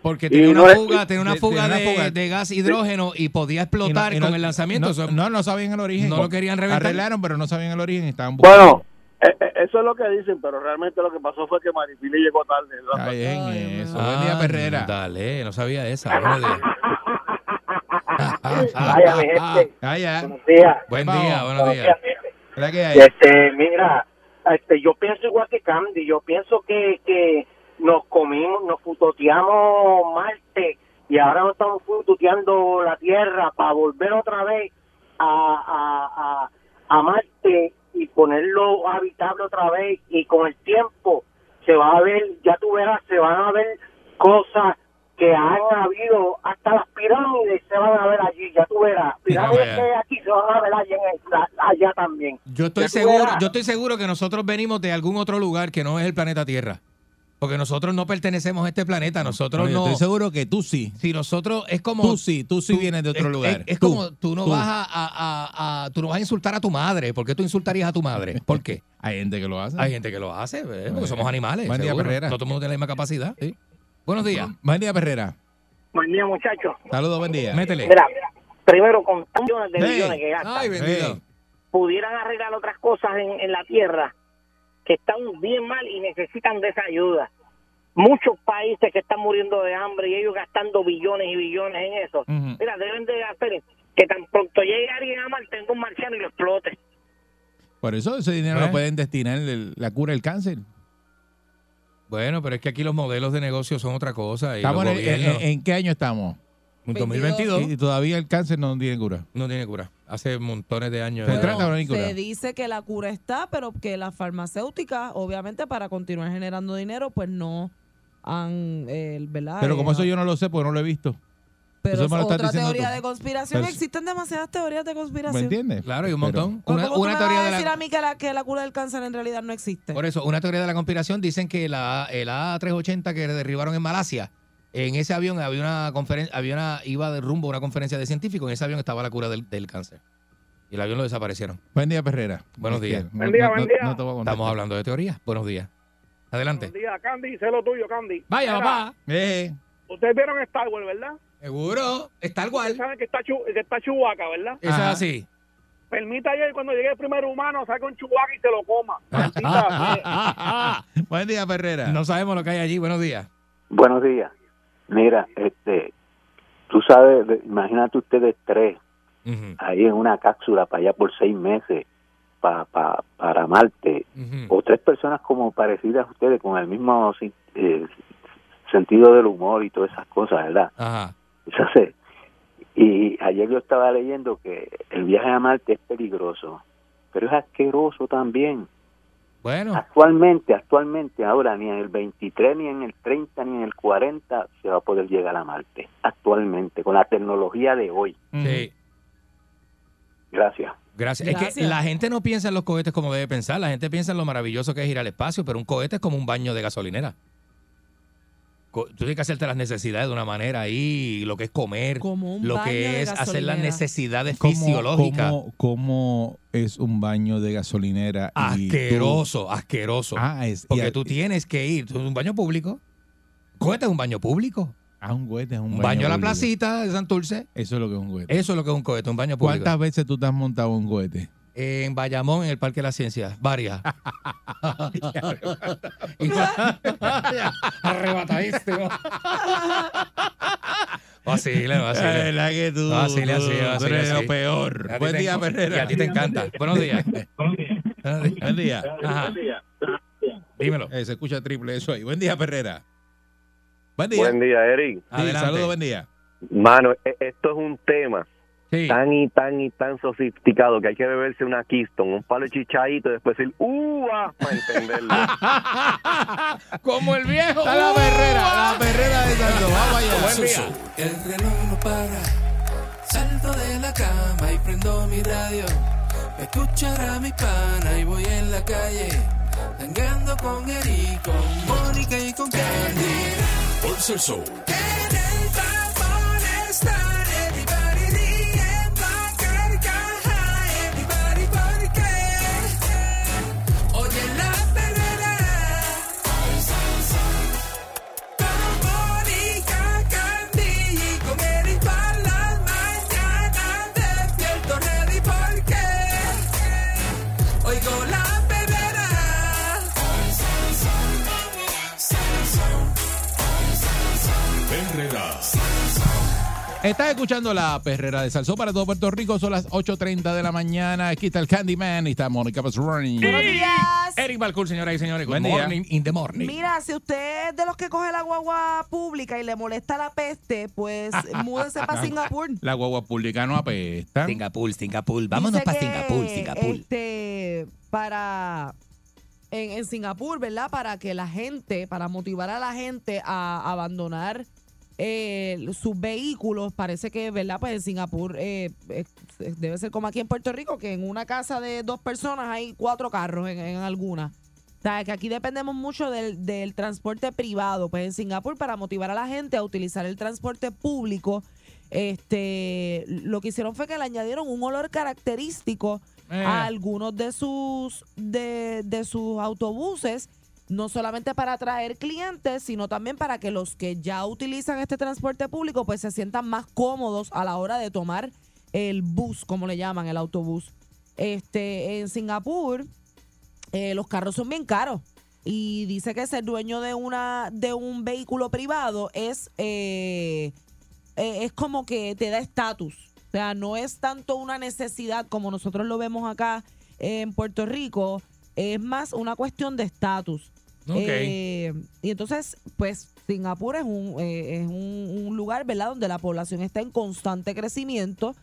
Speaker 3: Porque
Speaker 13: Y
Speaker 3: tenía
Speaker 13: no
Speaker 3: una
Speaker 13: es-
Speaker 3: fuga, tenía una
Speaker 13: de-
Speaker 3: fuga
Speaker 13: tenía
Speaker 3: de,
Speaker 13: una fuga.
Speaker 3: de gas hidrógeno y podía explotar
Speaker 2: Y no- y no-
Speaker 3: con el lanzamiento.
Speaker 2: no-
Speaker 3: Eso-
Speaker 2: No, no sabían el origen.
Speaker 3: No lo querían reventar.
Speaker 2: Arreglaron, pero no sabían el origen. Estaban
Speaker 13: Bueno, Eh, eh, Eso es lo que dicen, pero realmente lo que pasó fue que Maripili llegó tarde.
Speaker 2: Está bien eso.
Speaker 3: Ah,
Speaker 2: Buen día, Perrera.
Speaker 3: Dale, no sabía esa. órale.
Speaker 14: Vaya, mi gente.
Speaker 2: Vaya.
Speaker 14: Buenos días.
Speaker 3: Buen día, buenos días.
Speaker 2: ¿La que hay?
Speaker 14: Este, mira, este, yo pienso igual que Candy, yo pienso que, que nos comimos, nos futoteamos Marte y ahora nos estamos futoteando la Tierra para volver otra vez a, a, a, a Marte y ponerlo habitable otra vez y con el tiempo se va a ver, ya tú verás, se van a ver cosas que han habido, hasta las pirámides se van a ver allí, ya tú verás, pirámides que hay aquí se van a ver allá, en el- allá también.
Speaker 3: Yo estoy
Speaker 14: eh. Ya tú
Speaker 3: seguro,
Speaker 14: verás.
Speaker 3: yo estoy seguro que nosotros venimos de algún otro lugar que no es el planeta Tierra. Porque nosotros no pertenecemos a este planeta, nosotros
Speaker 2: Bueno, yo
Speaker 3: no.
Speaker 2: Estoy seguro que tú sí.
Speaker 3: Si nosotros es como
Speaker 2: Tú sí, tú sí vienes de otro
Speaker 3: es-
Speaker 2: lugar.
Speaker 3: Es, es como tú no vas a, a- a- a- tú no vas a insultar a tu madre. ¿Por qué tú insultarías a tu madre? ¿Por qué?
Speaker 2: Hay gente que lo hace.
Speaker 3: Hay gente que lo hace, eh, porque
Speaker 2: Bueno.
Speaker 3: somos animales.
Speaker 2: Buen día,
Speaker 3: seguro.
Speaker 2: Perrera.
Speaker 3: No todo el mundo tiene la misma capacidad. sí. Buenos días.
Speaker 2: Buen día, Perrera.
Speaker 14: Buen día, muchachos.
Speaker 2: Saludos, buen día.
Speaker 3: Métele.
Speaker 14: Mira, primero con millones de
Speaker 2: Hey.
Speaker 14: millones que gastan,
Speaker 2: Ay, bendito.
Speaker 14: pudieran arreglar otras cosas en, en la tierra que están bien mal y necesitan de esa ayuda. Muchos países que están muriendo de hambre y ellos gastando billones y billones en eso.
Speaker 1: Ujú.
Speaker 14: Mira, deben de hacer que tan pronto llegue alguien a Marte, tenga un marciano y lo explote.
Speaker 2: Por eso ese dinero
Speaker 3: Eh.
Speaker 2: lo pueden destinar el- la cura del cáncer.
Speaker 3: Bueno, pero es que aquí los modelos de negocio son otra cosa. Y
Speaker 2: Estamos
Speaker 3: los
Speaker 2: en, en-
Speaker 3: gobiernos-
Speaker 2: en qué año estamos?
Speaker 3: En 2022.
Speaker 2: Y, y todavía el cáncer no tiene cura.
Speaker 3: No tiene cura. Hace montones de años.
Speaker 2: Se
Speaker 3: eh,
Speaker 2: trata de una cura.
Speaker 4: Se dice que la cura está, pero que las farmacéuticas, obviamente, para continuar generando dinero, pues no han, eh, ¿verdad?
Speaker 2: Pero
Speaker 4: Eh,
Speaker 2: como eso yo no lo sé, porque no lo he visto.
Speaker 4: Pero
Speaker 2: eso
Speaker 4: es
Speaker 2: me lo estás
Speaker 4: otra
Speaker 2: diciendo
Speaker 4: teoría
Speaker 2: tú.
Speaker 4: de conspiración.
Speaker 2: Pero-
Speaker 4: Existen demasiadas teorías de
Speaker 2: ¿Me
Speaker 4: conspiración.
Speaker 2: entiendes?
Speaker 3: Claro, y un
Speaker 2: Pero-
Speaker 3: montón.
Speaker 4: Pero
Speaker 3: Una,
Speaker 4: ¿Cómo
Speaker 3: una
Speaker 4: tú me
Speaker 3: teoría
Speaker 4: vas a
Speaker 3: de
Speaker 4: decir
Speaker 3: la,
Speaker 4: a mí que la, que la cura del cáncer en realidad no existe?
Speaker 3: Por eso, una teoría de la conspiración dicen que la, el A380 que derribaron en Malasia, en ese avión había una conferencia, había una, iba de rumbo a una conferencia de científicos, en ese avión estaba la cura del, del cáncer. Y el avión lo desaparecieron.
Speaker 2: Buen día, Perrera.
Speaker 3: Buenos días.
Speaker 2: No-
Speaker 3: Buen
Speaker 2: no-
Speaker 3: día,
Speaker 2: no-
Speaker 3: buen día.
Speaker 2: no te voy a contestar.
Speaker 3: Estamos hablando de teorías. Buenos días. Adelante.
Speaker 13: Día, Candy, sé lo tuyo, Candy.
Speaker 3: Vaya,
Speaker 13: Mira,
Speaker 3: papá.
Speaker 2: Eh,
Speaker 13: Ustedes vieron Star Wars, ¿verdad?
Speaker 3: Seguro. Está
Speaker 13: Ustedes
Speaker 3: igual.
Speaker 13: saben que está, Chu- que está Chewbacca, ¿verdad?
Speaker 3: Eso es así.
Speaker 13: Permita ayer cuando llegue el primer humano, saque un Chewbacca y se lo coma.
Speaker 2: Buen día, Perrera.
Speaker 3: No sabemos lo que hay allí. Buenos días.
Speaker 7: Buenos días. Mira, este, tú sabes, de- imagínate ustedes tres ahí en una cápsula para allá por seis meses pa, pa- para Marte, o tres personas como parecidas a ustedes con el mismo sin- eh, sentido del humor y todas esas cosas, ¿verdad?
Speaker 3: Ajá.
Speaker 7: Eso sé. Y ayer yo estaba leyendo que el viaje a Marte es peligroso, pero es asqueroso también.
Speaker 3: Bueno,
Speaker 7: Actualmente, actualmente, ahora ni en el 23, ni en el 30, ni en el 40 se va a poder llegar a Marte. Actualmente, con la tecnología de hoy.
Speaker 3: sí.
Speaker 7: Gracias.
Speaker 3: Gracias. Es que
Speaker 7: Gracias.
Speaker 3: la gente no piensa en los cohetes como debe pensar. La gente piensa en lo maravilloso que es ir al espacio, pero un cohete es como un baño de gasolinera. Co- Tú tienes que hacerte las necesidades de una manera ahí, lo que es comer, lo
Speaker 4: baño de
Speaker 3: que es hacer las
Speaker 4: gasolinera.
Speaker 3: necesidades
Speaker 2: ¿Cómo-
Speaker 3: fisiológicas.
Speaker 2: cómo, cómo es un baño de gasolinera? y tú-
Speaker 3: Asqueroso, asqueroso.
Speaker 2: Ah, es- y
Speaker 3: Porque
Speaker 2: a-
Speaker 3: tú tienes que ir. Tú- Un baño público. Cohete es un baño público.
Speaker 2: Ah, un cohete es un,
Speaker 3: Un baño a la
Speaker 2: público.
Speaker 3: placita de Santurce.
Speaker 2: Eso es lo que es un cohete.
Speaker 3: Eso es lo que es un cohete, un baño público.
Speaker 2: ¿Cuántas veces tú te has montado en un cohete?
Speaker 3: En Bayamón, en el Parque de las Ciencias. Varias. Y cua- Arrebatadísimo. Vacile, vacile.
Speaker 2: Es verdad que tú-
Speaker 3: Vacile así,
Speaker 2: tú- tú
Speaker 3: vacile
Speaker 2: eres
Speaker 3: así.
Speaker 2: lo peor.
Speaker 3: Y a ti
Speaker 2: Buen
Speaker 3: te
Speaker 2: día,
Speaker 3: enc-
Speaker 2: Perrera.
Speaker 3: Y a ti te encanta. Buenos días.
Speaker 2: Buen día.
Speaker 3: Ajá. Dímelo.
Speaker 2: Eh, se escucha triple eso ahí. Buen día, Perrera. Buen día.
Speaker 15: Buen día, Eric.
Speaker 2: Sí, saludos, buen día.
Speaker 15: Mano, e- esto es un tema
Speaker 3: Sí.
Speaker 15: tan y tan y tan sofisticado que hay que beberse una Keystone, un palo de chichaito y después decir ¡Uva! para entenderlo.
Speaker 3: Como el viejo.
Speaker 1: Está la perrera,
Speaker 2: la perrera de Santo. Vamos allá.
Speaker 1: Buen día. El reloj no para. Salto de la cama y prendo mi radio. Me escuchará mi pana y voy en la calle. Tangando con Eric, con Mónica y con Candy. Pulse el show. En el tapón están everybody riendo a carcaja. Everybody, ¿por qué? Oye,
Speaker 2: Estás escuchando la perrera de Salsó para todo Puerto Rico. Son las 8.30 de la mañana. Aquí está el Candyman y está Mónica Pazurani.
Speaker 4: Buenos días.
Speaker 3: Eric Balcour, señoras y señores.
Speaker 2: Buen
Speaker 3: Good
Speaker 2: día.
Speaker 3: morning in the morning.
Speaker 4: Mira, si usted es de los que coge la guagua pública y le molesta la peste, pues múdese para Singapur.
Speaker 2: La guagua pública no apesta.
Speaker 3: Singapur, Singapur.
Speaker 4: Dice que, Este, para en, en Singapur, ¿verdad? Para que la gente, para motivar a la gente a abandonar eh, sus vehículos, parece que, ¿verdad? Pues en Singapur eh, eh, debe ser como aquí en Puerto Rico, que en una casa de dos personas hay cuatro carros en, en alguna. O sea, que aquí dependemos mucho del, del transporte privado. Pues en Singapur, para motivar a la gente a utilizar el transporte público, este, lo que hicieron fue que le añadieron un olor característico
Speaker 16: Eh.
Speaker 4: a algunos de sus, de, de sus autobuses, no solamente para atraer clientes, sino también para que los que ya utilizan este transporte público pues se sientan más cómodos a la hora de tomar el bus, como le llaman, el autobús. Este, en Singapur, eh, los carros son bien caros. Y dice que ser dueño de una, de un vehículo privado es, eh, eh, es como que te da estatus. O sea, no es tanto una necesidad como nosotros lo vemos acá en Puerto Rico. Es más una cuestión de estatus.
Speaker 3: Ok.
Speaker 4: Eh, y entonces, pues, Singapur es un, eh, es un, un lugar, ¿verdad?, donde la población está en constante crecimiento.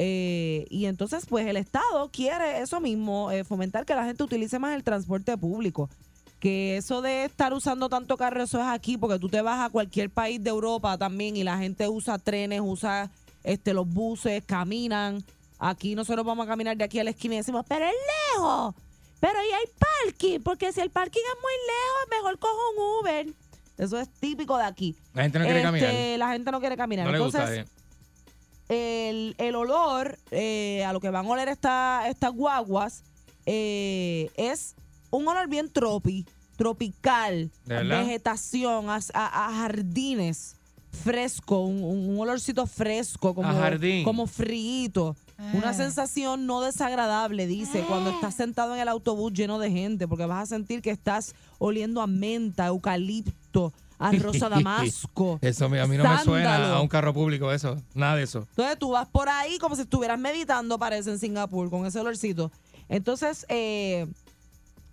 Speaker 4: eh, y entonces, pues, el Estado quiere eso mismo, eh, fomentar que la gente utilice más el transporte público. Que eso de estar usando tanto carro, eso es aquí, porque tú te vas a cualquier país de Europa también y la gente usa trenes, usa este los buses, caminan. Aquí nosotros vamos a caminar de aquí a la esquina y decimos, pero es lejos. Pero y hay parking, porque si el parking es muy lejos, mejor cojo un Uber. Eso es típico de aquí. Este,
Speaker 3: La gente no quiere caminar.
Speaker 4: La gente no quiere caminar.
Speaker 3: No le
Speaker 4: Entonces,
Speaker 3: gusta. eh.
Speaker 4: el, el olor eh, a lo que van a oler esta- estas guaguas eh, es un olor bien tropi, tropical,
Speaker 3: ¿De verdad?
Speaker 4: vegetación, a, a- a jardines fresco, un, un- un olorcito fresco, como,
Speaker 3: A jardín.
Speaker 4: como frito. Una sensación no desagradable, dice, cuando estás sentado en el autobús lleno de gente, porque vas a sentir que estás oliendo a menta, eucalipto, a rosa damasco.
Speaker 3: Eso a mí- a mí no me suena
Speaker 4: sándalo.
Speaker 3: a un carro público eso. Nada de eso.
Speaker 4: Entonces tú vas por ahí como si estuvieras meditando, parece, en Singapur, con ese olorcito. Entonces, eh,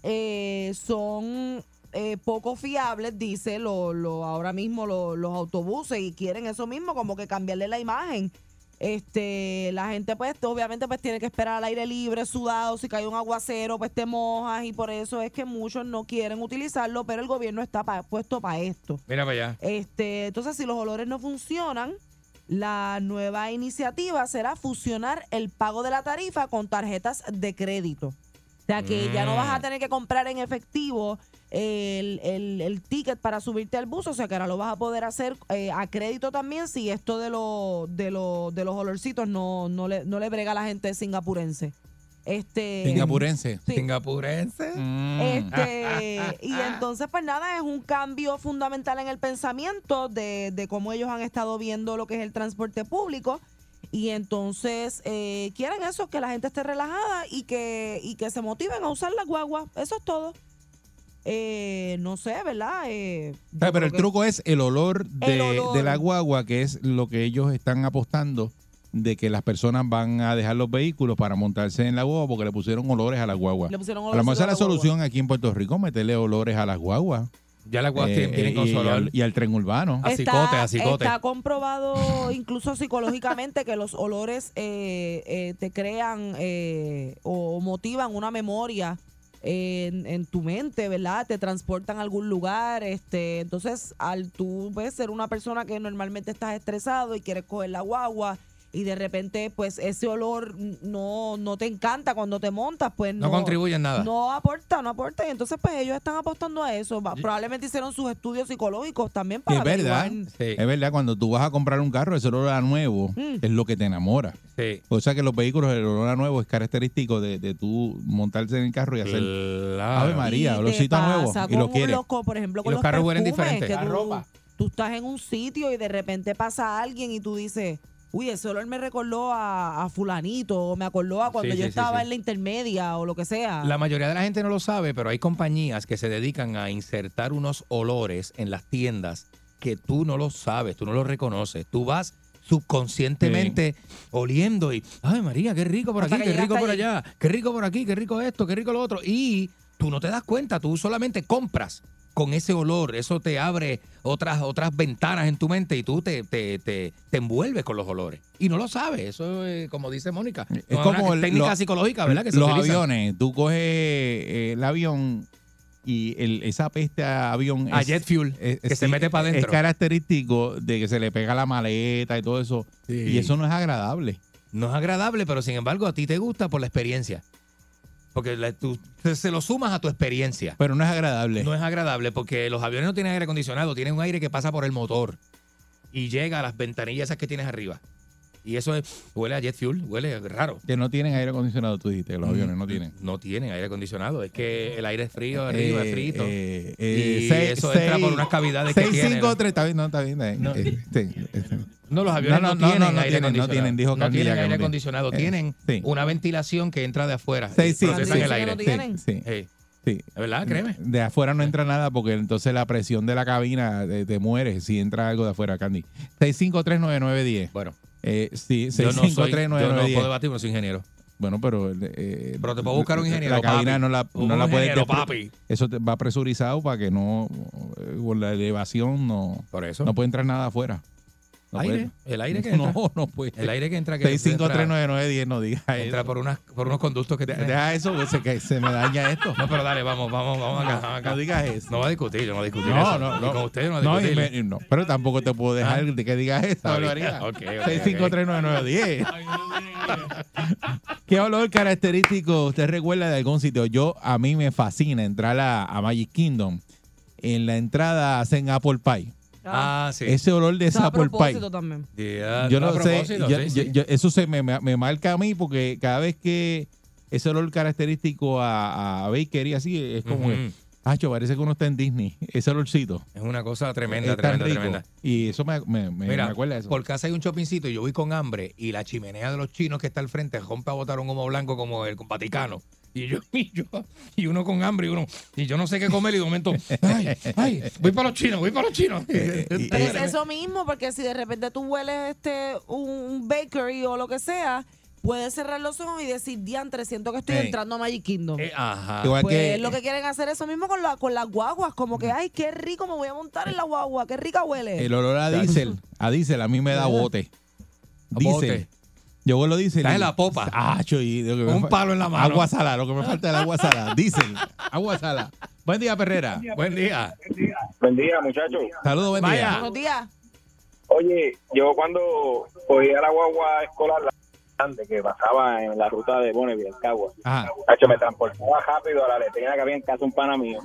Speaker 4: eh, son eh, poco fiables, dice lo, lo- ahora mismo lo- los autobuses, y quieren eso mismo, como que cambiarle la imagen. Este, la gente pues obviamente pues tiene que esperar al aire libre, sudado, si cae un aguacero pues te mojas y por eso es que muchos no quieren utilizarlo, pero el gobierno está pa- puesto para esto.
Speaker 3: Mira para allá.
Speaker 4: Este, entonces, si los olores no funcionan, la nueva iniciativa será fusionar el pago de la tarifa con tarjetas de crédito. O sea que ya no vas a
Speaker 3: Mm.
Speaker 4: tener que comprar en efectivo el, el- el ticket para subirte al bus, o sea que ahora lo vas a poder hacer eh, a crédito también si esto de, lo- de, lo- de los olorcitos no, no, le, no le brega a la gente singapurense. Este,
Speaker 2: Singapurense.
Speaker 4: Sí.
Speaker 3: Singapurense.
Speaker 11: Mm.
Speaker 4: Este, y entonces, pues nada, es un cambio fundamental en el pensamiento de, de cómo ellos han estado viendo lo que es el transporte público. Y entonces eh, quieren eso, que la gente esté relajada y que, y que se motiven a usar la guagua. Eso es todo. Eh, no sé, ¿verdad? Eh, yo
Speaker 2: Ah, pero
Speaker 4: creo
Speaker 2: el
Speaker 4: que-
Speaker 2: truco es el olor, de,
Speaker 4: El olor.
Speaker 2: de la guagua, que es lo que ellos están apostando de que las personas van a dejar los vehículos para montarse en la guagua porque le pusieron olores a la guagua.
Speaker 4: Le pusieron
Speaker 2: a lo mejor
Speaker 4: olorcito
Speaker 2: esa
Speaker 4: a
Speaker 2: es la
Speaker 4: la guagua.
Speaker 2: solución aquí en Puerto Rico, meterle olores a las guaguas. Eh,
Speaker 3: Ya las guaguas tienen- vienen con
Speaker 2: y,
Speaker 3: su olor.
Speaker 2: al, y al tren urbano.
Speaker 4: Está- Está comprobado incluso psicológicamente que los olores eh, eh, te crean eh, o motivan una memoria eh, en, en tu mente, ¿verdad? Te transportan a algún lugar. este Entonces, al tú ves, ser una persona que normalmente estás estresado y quieres coger la guagua y de repente, pues ese olor no, no te encanta cuando te montas, pues
Speaker 3: No contribuye en nada.
Speaker 4: No aporta, no aporta. Y entonces, pues ellos están apostando a eso. Va- Probablemente hicieron sus estudios psicológicos también para
Speaker 2: Es verdad,
Speaker 4: averiguar.
Speaker 2: es verdad, cuando tú vas a comprar un carro, ese olor a nuevo
Speaker 4: Mm.
Speaker 2: es lo que te enamora.
Speaker 3: Sí.
Speaker 2: O sea que los vehículos, el olor a nuevo es característico de, de tú montarse en el carro y hacer Ave María,
Speaker 4: te
Speaker 2: olorcito a nuevo
Speaker 4: pasa
Speaker 2: y lo
Speaker 4: con
Speaker 2: quieres.
Speaker 4: los co- por ejemplo, con
Speaker 2: Y
Speaker 4: los
Speaker 2: los carros huelen
Speaker 4: perfumes,
Speaker 2: diferente.
Speaker 4: que
Speaker 2: La
Speaker 4: tú,
Speaker 2: ropa.
Speaker 4: tú estás en un sitio y de repente pasa alguien y tú dices, uy, ese olor me recordó a, a fulanito, o me acordó a cuando
Speaker 3: Sí,
Speaker 4: yo
Speaker 3: sí, sí,
Speaker 4: estaba
Speaker 3: sí.
Speaker 4: en la intermedia o lo que sea.
Speaker 3: La mayoría de la gente no lo sabe, pero hay compañías que se dedican a insertar unos olores en las tiendas que tú no los sabes, tú no los reconoces. Tú vas subconscientemente oliendo y, ay María, qué rico por
Speaker 11: Hasta
Speaker 3: aquí,
Speaker 11: que
Speaker 3: qué rico
Speaker 11: llegaste
Speaker 3: por
Speaker 11: allí.
Speaker 3: allá, qué rico por aquí, qué rico esto, qué rico lo otro. Y tú no te das cuenta, tú solamente compras con ese olor, eso te abre otras, otras ventanas en tu mente y tú te, te, te, te envuelves con los olores. Y no lo sabes, eso es como dice Mónica.
Speaker 2: Es
Speaker 3: una
Speaker 2: como el-
Speaker 3: técnica
Speaker 2: lo-
Speaker 3: psicológica, ¿verdad? Que se
Speaker 2: los
Speaker 3: utiliza.
Speaker 2: aviones, tú coges eh, el avión y el- esa peste a avión
Speaker 3: A jet fuel, que se mete pa'
Speaker 2: es-
Speaker 3: dentro.
Speaker 2: Es característico de que se le pega la maleta y todo eso. Y eso no es agradable.
Speaker 3: No es agradable, pero sin embargo a ti te gusta por la experiencia. Porque la- tú te- se lo sumas a tu experiencia.
Speaker 2: Pero no es agradable.
Speaker 3: No es agradable porque los aviones no tienen aire acondicionado, tienen un aire que pasa por el motor y llega a las ventanillas esas que tienes arriba. Y eso es- huele a jet fuel, huele raro.
Speaker 2: Que no tienen aire acondicionado, tú dijiste, que los aviones no tienen.
Speaker 3: No tienen aire acondicionado, es que el aire es frío, arriba es
Speaker 2: Eh,
Speaker 3: frito.
Speaker 2: eh, eh,
Speaker 3: y
Speaker 2: seis-
Speaker 3: eso entra
Speaker 2: seis-
Speaker 3: por unas cavidades
Speaker 2: seis,
Speaker 3: que tienen.
Speaker 2: cinco, tres, está bien, no, está bien. eh, eh, sí, eh,
Speaker 3: No, los aviones no, tienen aire
Speaker 2: no tienen, no
Speaker 3: acondicionado.
Speaker 2: tienen, dijo
Speaker 3: No
Speaker 2: Carmen
Speaker 3: tienen
Speaker 2: ya que
Speaker 3: aire
Speaker 2: no tienen.
Speaker 3: acondicionado,
Speaker 2: Eh,
Speaker 3: tienen
Speaker 2: sí.
Speaker 3: una ventilación que entra de afuera.
Speaker 2: Sí,
Speaker 3: y
Speaker 2: sí,
Speaker 3: procesan
Speaker 2: sí,
Speaker 3: el
Speaker 2: sí,
Speaker 3: aire.
Speaker 2: no tienen. Sí, sí.
Speaker 3: Eh,
Speaker 2: Sí.
Speaker 3: ¿Es verdad? Créeme.
Speaker 2: De afuera no entra nada porque entonces la presión de la cabina eh, te, te muere si entra algo de afuera, Candy. 6539910.
Speaker 3: Bueno.
Speaker 2: Eh, sí,
Speaker 3: Yo no, soy, yo no
Speaker 2: 6539910.
Speaker 3: puedo debatir, no soy ingeniero.
Speaker 2: Bueno, pero... eh,
Speaker 3: Pero te puedo buscar un ingeniero,
Speaker 2: La cabina
Speaker 3: papi.
Speaker 2: no la,
Speaker 3: Un
Speaker 2: no la puedes...
Speaker 3: ingeniero,
Speaker 2: despre-
Speaker 3: papi.
Speaker 2: Eso te va presurizado para que no... eh, Por la elevación no...
Speaker 3: Por eso.
Speaker 2: No puede entrar nada afuera. No
Speaker 3: aire,
Speaker 2: puede.
Speaker 3: el aire que
Speaker 2: No,
Speaker 3: entra.
Speaker 2: no puede.
Speaker 3: El aire que entra que
Speaker 2: 6539910, no digas
Speaker 3: entra, entra por unas por unos conductos que tiene.
Speaker 2: Deja eso, que se, que se me daña esto.
Speaker 3: No, pero dale, vamos, vamos, vamos acá, vamos acá.
Speaker 2: no digas eso.
Speaker 3: No va a discutir, yo no voy a discutir
Speaker 2: No,
Speaker 3: eso.
Speaker 2: no,
Speaker 3: Y
Speaker 2: no.
Speaker 3: con ustedes no
Speaker 2: No,
Speaker 3: voy a discutir. Ah.
Speaker 2: y me- no, pero tampoco te puedo dejar de que digas eso.
Speaker 3: Está bien.
Speaker 2: barbaridad.
Speaker 3: Ok, ok, ok.
Speaker 2: 6539910. ¿Qué olor característico usted recuerda de algún sitio? Yo, a mí me fascina entrar a, a Magic Kingdom. En la entrada hacen apple pie.
Speaker 3: Ah, sí.
Speaker 2: Ese olor de ese apple pie.
Speaker 4: también.
Speaker 3: Yeah,
Speaker 2: Yo
Speaker 3: a
Speaker 2: no sé,
Speaker 3: propósito,
Speaker 2: yo-
Speaker 3: sí,
Speaker 2: yo-
Speaker 3: sí.
Speaker 2: yo- eso se me, me- me marca a mí porque cada vez que ese olor característico a, a bakery así es como,
Speaker 3: Ujú.
Speaker 2: Acho, parece que uno está en Disney, ese olorcito.
Speaker 3: Es una cosa tremenda,
Speaker 2: Es tan
Speaker 3: tremenda,
Speaker 2: rico.
Speaker 3: tremenda.
Speaker 2: Y eso me, me, me-
Speaker 3: Mira,
Speaker 2: me acuerda de eso.
Speaker 3: por casa hay un shoppingcito y yo voy con hambre y la chimenea de los chinos que está al frente rompe a botar un humo blanco como el Vaticano. Y yo, y yo, y uno con hambre y uno, y yo no sé qué comer y de momento, ay, ay, voy para los chinos, voy para los chinos.
Speaker 2: Eh,
Speaker 4: Pero es eso mismo, porque si de repente tú hueles este un, un bakery o lo que sea, puedes cerrar los ojos y decir, diantre, siento que estoy
Speaker 2: Ey. Eh,
Speaker 4: entrando a Magic Kingdom.
Speaker 3: Ajá.
Speaker 2: Igual
Speaker 4: Pues
Speaker 2: que- eh, Mm.
Speaker 4: lo que quieren hacer eso mismo con, la, con las guaguas, como que, ay, qué rico me voy a montar en la guagua, qué rica huele.
Speaker 2: El olor a diésel, a diésel a mí me da bote. Diésel.
Speaker 3: Bote.
Speaker 2: Yo vuelo diésel.
Speaker 3: Está
Speaker 2: y-
Speaker 3: en la popa.
Speaker 2: Acho, y lo que me
Speaker 3: Un
Speaker 2: fa-
Speaker 3: palo en la mano.
Speaker 2: Agua salada, lo que me falta es el agua salada. Diésel, agua salada. Buen día, Perrera.
Speaker 3: Buen día.
Speaker 16: Buen día, muchachos.
Speaker 2: Saludos, buen día.
Speaker 4: Buenos días.
Speaker 16: Oye, yo cuando cogía la guagua escolar la grande que pasaba en la ruta de Bonneville, el Cagua,
Speaker 2: Ajá.
Speaker 16: muchacho, me transportaba rápido a la letrina que había en casa un pana mío.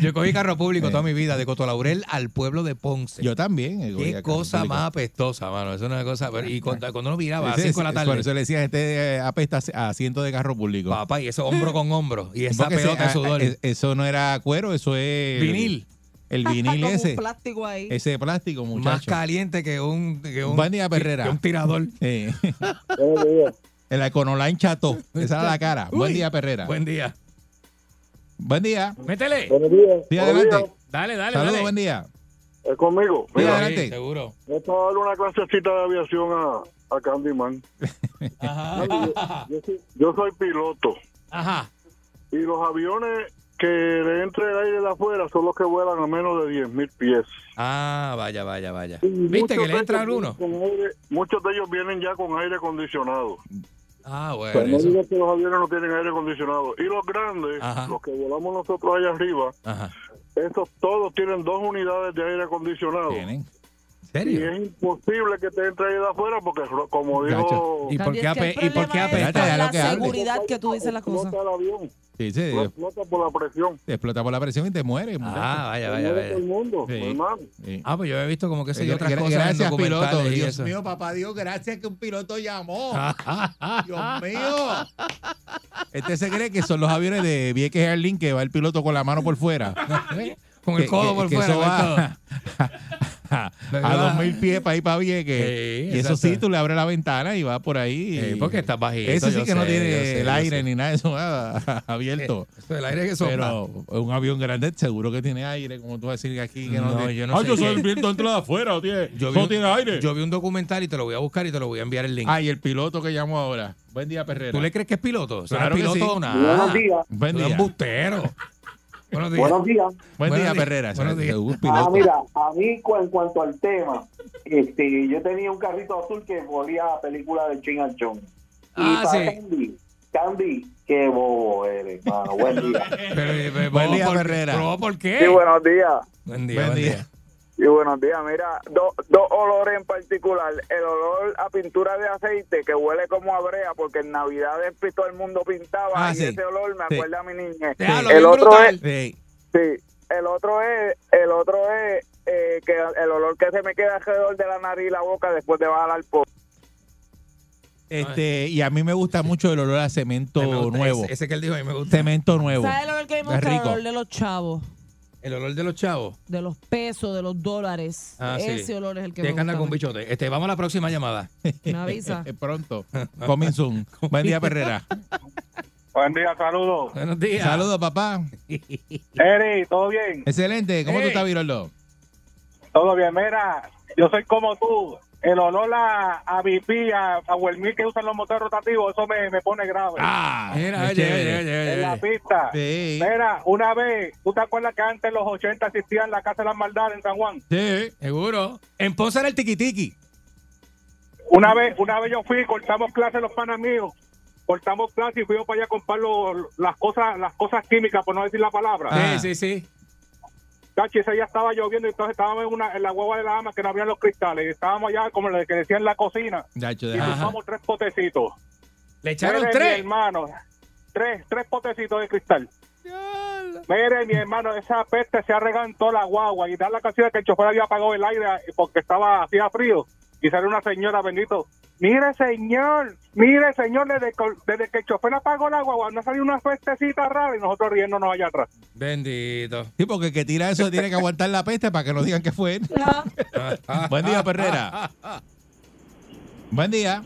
Speaker 3: Yo cogí carro público toda mi vida, de Cotolaurel al pueblo de Ponce.
Speaker 2: Eh. Yo también. eh, voy
Speaker 3: Qué
Speaker 2: a-
Speaker 3: cosa más apestosa, mano. Eso es una cosa. pero- Y cuando, cuando uno miraba a
Speaker 2: Ese-
Speaker 3: 5 de la
Speaker 2: ese-
Speaker 3: tarde.
Speaker 2: Por eso le decían, este eh, apesta a asiento de carro público.
Speaker 3: Papá, y eso
Speaker 4: Mm.
Speaker 3: hombro con hombro. Y esa
Speaker 2: Porque ese-
Speaker 3: pelota de
Speaker 2: a- eh,
Speaker 3: sudor.
Speaker 2: a- es- Eso no era cuero, eso es...
Speaker 3: Vinil.
Speaker 2: El vinil
Speaker 4: Como
Speaker 2: ese.
Speaker 4: un plástico ahí.
Speaker 2: Ese plástico, muchacho.
Speaker 3: más caliente que un, que un,
Speaker 2: Buen día, Perrera.
Speaker 3: que un tirador.
Speaker 2: Eh. El Econoline chato. Esa era la cara. Buen
Speaker 3: Uy,
Speaker 2: día, Perrera.
Speaker 3: Buen día.
Speaker 2: Buen día.
Speaker 3: Métele.
Speaker 13: Buenos días.
Speaker 2: Sí,
Speaker 13: Buenos
Speaker 2: adelante.
Speaker 13: días.
Speaker 3: Dale, dale,
Speaker 2: Saludos,
Speaker 3: dale.
Speaker 2: buen día.
Speaker 13: Es conmigo.
Speaker 2: Sí,
Speaker 13: Mira,
Speaker 2: adelante.
Speaker 3: Seguro.
Speaker 13: yo estaba darle una clasecita de aviación a, a Candyman. Yo, yo soy, yo soy piloto.
Speaker 3: Ajá.
Speaker 13: Y los aviones que le entra el aire de afuera son los que vuelan a menos de 10.000 mil pies.
Speaker 3: Ah, vaya, vaya, vaya.
Speaker 13: Y
Speaker 3: ¿Viste
Speaker 13: muchos
Speaker 3: que
Speaker 13: de
Speaker 3: le entra
Speaker 13: ellos
Speaker 3: alguno?
Speaker 13: con aire- muchos de ellos vienen ya con aire acondicionado.
Speaker 3: Ah,
Speaker 13: Pero
Speaker 3: bueno.
Speaker 13: Pues no
Speaker 3: eso.
Speaker 13: digo que los aviones no tienen aire acondicionado. Y los grandes,
Speaker 3: Ajá.
Speaker 13: los que volamos nosotros allá arriba,
Speaker 3: Ajá.
Speaker 13: estos todos tienen dos unidades de aire acondicionado.
Speaker 3: ¿En
Speaker 13: Y
Speaker 3: serio?
Speaker 13: es imposible que te entre ahí de afuera porque, ro- como dijo...
Speaker 2: Gacho. ¿Y por qué
Speaker 4: Candy, es que
Speaker 2: ape-
Speaker 4: el
Speaker 2: y por qué
Speaker 4: problema es
Speaker 2: apesta? Déjalo
Speaker 4: La
Speaker 2: que hable.
Speaker 4: seguridad que tú dices las cosas.
Speaker 13: Explota el avión,
Speaker 2: Sí, sí,
Speaker 13: lo explota por la presión.
Speaker 2: te explota por la presión y te muere.
Speaker 3: Ah, vaya,
Speaker 13: Muere
Speaker 3: vaya,
Speaker 13: todo el
Speaker 3: vaya.
Speaker 13: mundo,
Speaker 2: Sí.
Speaker 13: mi hermano.
Speaker 3: Ah, pues yo he visto como que sé yo otras
Speaker 2: Gra-
Speaker 3: cosas. en
Speaker 2: gracias,
Speaker 3: documentales
Speaker 2: piloto.
Speaker 3: y
Speaker 2: Dios
Speaker 3: eso.
Speaker 2: mío, papá Dios, gracias que un piloto llamó. Dios mío. Este se cree que son los aviones de Vieques Airlines que va el piloto con la mano por fuera.
Speaker 3: Con el
Speaker 2: Que-
Speaker 3: codo
Speaker 2: que-
Speaker 3: por
Speaker 2: que
Speaker 3: fuera.
Speaker 2: eso
Speaker 3: con el
Speaker 2: va
Speaker 3: codo.
Speaker 2: a, a,
Speaker 3: ¿Verdad?
Speaker 2: a 2000 pies para ir para Vieques.
Speaker 3: Sí,
Speaker 2: y eso
Speaker 3: exacto.
Speaker 2: sí, tú le abres la ventana y va por ahí.
Speaker 3: Sí, porque estás bajito,
Speaker 2: Eso sí
Speaker 3: yo
Speaker 2: que no
Speaker 3: sé,
Speaker 2: tiene
Speaker 3: yo sé,
Speaker 2: el
Speaker 3: yo
Speaker 2: aire
Speaker 3: sé.
Speaker 2: ni nada de eso nada, abierto.
Speaker 3: Eh, eso del aire que sopla.
Speaker 2: Pero un avión grande seguro que tiene aire, como tú vas a decir aquí que no,
Speaker 3: No,
Speaker 2: tiene-
Speaker 3: yo no
Speaker 2: Ah,
Speaker 3: sé
Speaker 2: yo soy
Speaker 3: qué.
Speaker 2: el viento entra de afuera, ¿o tiene-
Speaker 3: Yo vi
Speaker 2: no
Speaker 3: un-
Speaker 2: tiene aire.
Speaker 3: Yo vi un documental y te lo voy a buscar y te lo voy a enviar el link.
Speaker 2: Ah, y el piloto que llamó ahora. Buen día, Perrera.
Speaker 3: ¿Tú le crees que es piloto? ¿Será
Speaker 2: Claro que
Speaker 3: piloto
Speaker 2: sí.
Speaker 3: o nada?
Speaker 2: Buenos días. Buen
Speaker 3: Tú eres
Speaker 2: día.
Speaker 3: embustero. Buenos días.
Speaker 14: Buenos días.
Speaker 2: Buen
Speaker 3: Buenos
Speaker 2: día,
Speaker 3: días.
Speaker 2: Perrera.
Speaker 3: Buenos
Speaker 2: O sea,
Speaker 3: días.
Speaker 2: un
Speaker 14: Ah,
Speaker 2: piloto.
Speaker 14: mira, a mí cu- en cuanto al tema, este, yo tenía un carrito azul que volía a película de Chin and Chong.
Speaker 3: Ah,
Speaker 14: para
Speaker 3: sí.
Speaker 14: Candy, Candy, qué bobo eres, mano. Buen día.
Speaker 2: Buen día,
Speaker 3: por-
Speaker 2: Perrera.
Speaker 3: pero ¿Por qué?
Speaker 17: Sí, buenos días.
Speaker 3: Buen día,
Speaker 2: Buen
Speaker 3: buen
Speaker 2: día.
Speaker 3: día.
Speaker 17: Y buenos días. Mira, do- dos olores en particular. El olor a pintura de aceite que huele como a brea porque en Navidades pi- todo el mundo pintaba
Speaker 2: Ah,
Speaker 17: y
Speaker 2: sí.
Speaker 17: ese olor me
Speaker 2: Sí.
Speaker 17: acuerda a mi niñez.
Speaker 2: Sí.
Speaker 17: El otro es,
Speaker 2: Sí.
Speaker 17: sí, el otro es, el otro es eh, que el olor que se me queda alrededor de la nariz y la boca después de bajar al polvo.
Speaker 2: Este, y a mí me gusta mucho el olor a cemento
Speaker 3: Me gusta
Speaker 2: nuevo.
Speaker 3: Ese, ese que él dijo a mí me gusta.
Speaker 2: Cemento nuevo.
Speaker 4: ¿Sabes lo que me
Speaker 2: Es
Speaker 4: gusta? El
Speaker 2: rico.
Speaker 4: olor de los chavos,
Speaker 3: El olor de los chavos.
Speaker 4: de los pesos, de los dólares.
Speaker 3: Ah, sí.
Speaker 4: Ese olor es el que
Speaker 3: Tienes que
Speaker 4: me
Speaker 3: andar
Speaker 4: gusta.
Speaker 3: con bichote. Este, vamos a la próxima llamada.
Speaker 4: Me avisa.
Speaker 2: Pronto. Coming soon. Buen día, Perrera.
Speaker 16: Buen día, saludos.
Speaker 3: Buenos días.
Speaker 2: Saludos, papá.
Speaker 16: Eri, ¿todo bien?
Speaker 2: Excelente. ¿Cómo tú
Speaker 16: Ey.
Speaker 2: estás, Viroldo?
Speaker 16: Todo bien, mira, yo soy como tú. El olor a, a VIP, a, a Huelmil que usan los motores rotativos, eso me, me pone grave.
Speaker 2: Ah,
Speaker 3: mira,
Speaker 2: es
Speaker 3: oye,
Speaker 2: chévere.
Speaker 3: oye, oye,
Speaker 16: en
Speaker 3: oye,
Speaker 16: la
Speaker 3: oye.
Speaker 16: pista.
Speaker 2: Sí.
Speaker 16: Mira, una vez, ¿tú te acuerdas que antes en los 80 existía la Casa de las Maldades en San Juan?
Speaker 2: Sí.
Speaker 3: Seguro. En Ponce era el tiquitiqui.
Speaker 16: Una vez, una vez yo fui, cortamos clases los panas míos, cortamos clases y fuimos para allá a comprar lo- las cosas, las cosas químicas, por no decir la palabra.
Speaker 2: Ah.
Speaker 3: Sí, sí, sí.
Speaker 16: Cachi, ese día estaba lloviendo, entonces estábamos en, una, en la hueva de la ama que no habían los cristales, y estábamos allá como le que decía en la cocina,
Speaker 2: Nacho,
Speaker 16: y
Speaker 2: deja-
Speaker 16: tomamos tres potecitos.
Speaker 3: Le echaron
Speaker 16: Mire,
Speaker 3: tres.
Speaker 16: Mi hermano, tres, tres potecitos de cristal. Mire, mi hermano, esa peste se ha regado en toda la guagua y da la casualidad que el chofer había apagado el aire eh, porque estaba hacía frío y sale una señora, bendito. Mire, señor, mire, señor, desde, que- desde que el chofer apagó la guagua, no salió una pestecita rara y nosotros riéndonos allá atrás.
Speaker 3: Bendito.
Speaker 2: Sí, porque el que tira eso tiene que aguantar la peste para que no digan que fue él. Buen día, Perrera. Buen día.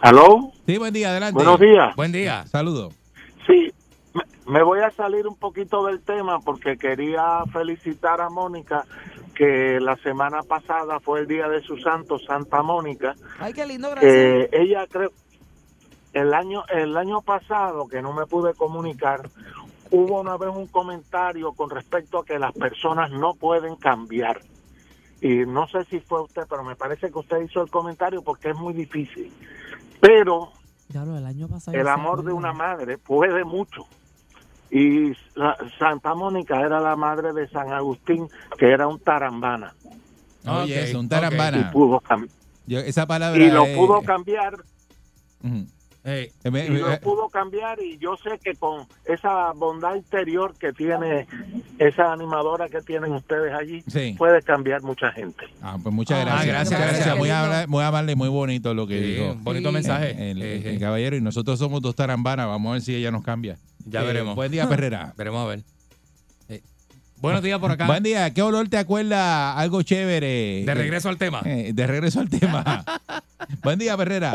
Speaker 9: ¿Aló?
Speaker 2: Sí, buen día, adelante.
Speaker 9: Buenos días.
Speaker 3: Buen día.
Speaker 2: Saludos.
Speaker 9: Sí, me- me voy a salir un poquito del tema porque quería felicitar a Mónica que la semana pasada fue el día de su santo, Santa Mónica.
Speaker 4: Ay, qué lindo, gracias.
Speaker 9: Eh, ella creo el año el año pasado que no me pude comunicar hubo una vez un comentario con respecto a que las personas no pueden cambiar y no sé si fue usted pero me parece que usted hizo el comentario porque es muy difícil pero
Speaker 4: Ya lo del año pasado.
Speaker 9: el
Speaker 4: se
Speaker 9: amor de
Speaker 4: acuerda.
Speaker 9: una madre puede mucho. Y la- Santa Mónica era la madre de San Agustín, que era un tarambana.
Speaker 3: Ah,
Speaker 2: Oye,
Speaker 9: Ok,
Speaker 2: eso, un
Speaker 9: ok.
Speaker 2: tarambana.
Speaker 9: Y pudo cam-
Speaker 2: Yo- esa palabra.
Speaker 9: Y lo
Speaker 2: es-
Speaker 9: pudo cambiar,
Speaker 2: Ujú.
Speaker 3: Ey.
Speaker 2: Eh, me-
Speaker 9: y
Speaker 2: me-
Speaker 9: lo pudo cambiar, y yo sé que con esa bondad interior que tiene esa animadora que tienen ustedes allí,
Speaker 2: Sí.
Speaker 9: puede cambiar mucha gente.
Speaker 2: Ah, pues muchas
Speaker 3: Ah,
Speaker 2: gracias.
Speaker 3: gracias,
Speaker 2: muchas
Speaker 3: gracias.
Speaker 2: gracias. Muy,
Speaker 3: Qué
Speaker 2: habla- muy amable y muy bonito lo que
Speaker 3: Sí,
Speaker 2: dijo.
Speaker 3: un bonito Sí. mensaje.
Speaker 2: El, el-
Speaker 3: Sí,
Speaker 2: el
Speaker 3: sí.
Speaker 2: caballero. Y nosotros somos dos tarambanas. Vamos a ver si ella nos cambia.
Speaker 3: Ya
Speaker 2: Eh,
Speaker 3: veremos.
Speaker 2: Buen día, Perrera.
Speaker 3: Veremos a ver. Eh, buenos días por acá.
Speaker 2: Buen día. ¿Qué olor te acuerda? Algo chévere.
Speaker 3: De regreso al tema.
Speaker 2: Eh, de regreso al tema. buen día, Perrera.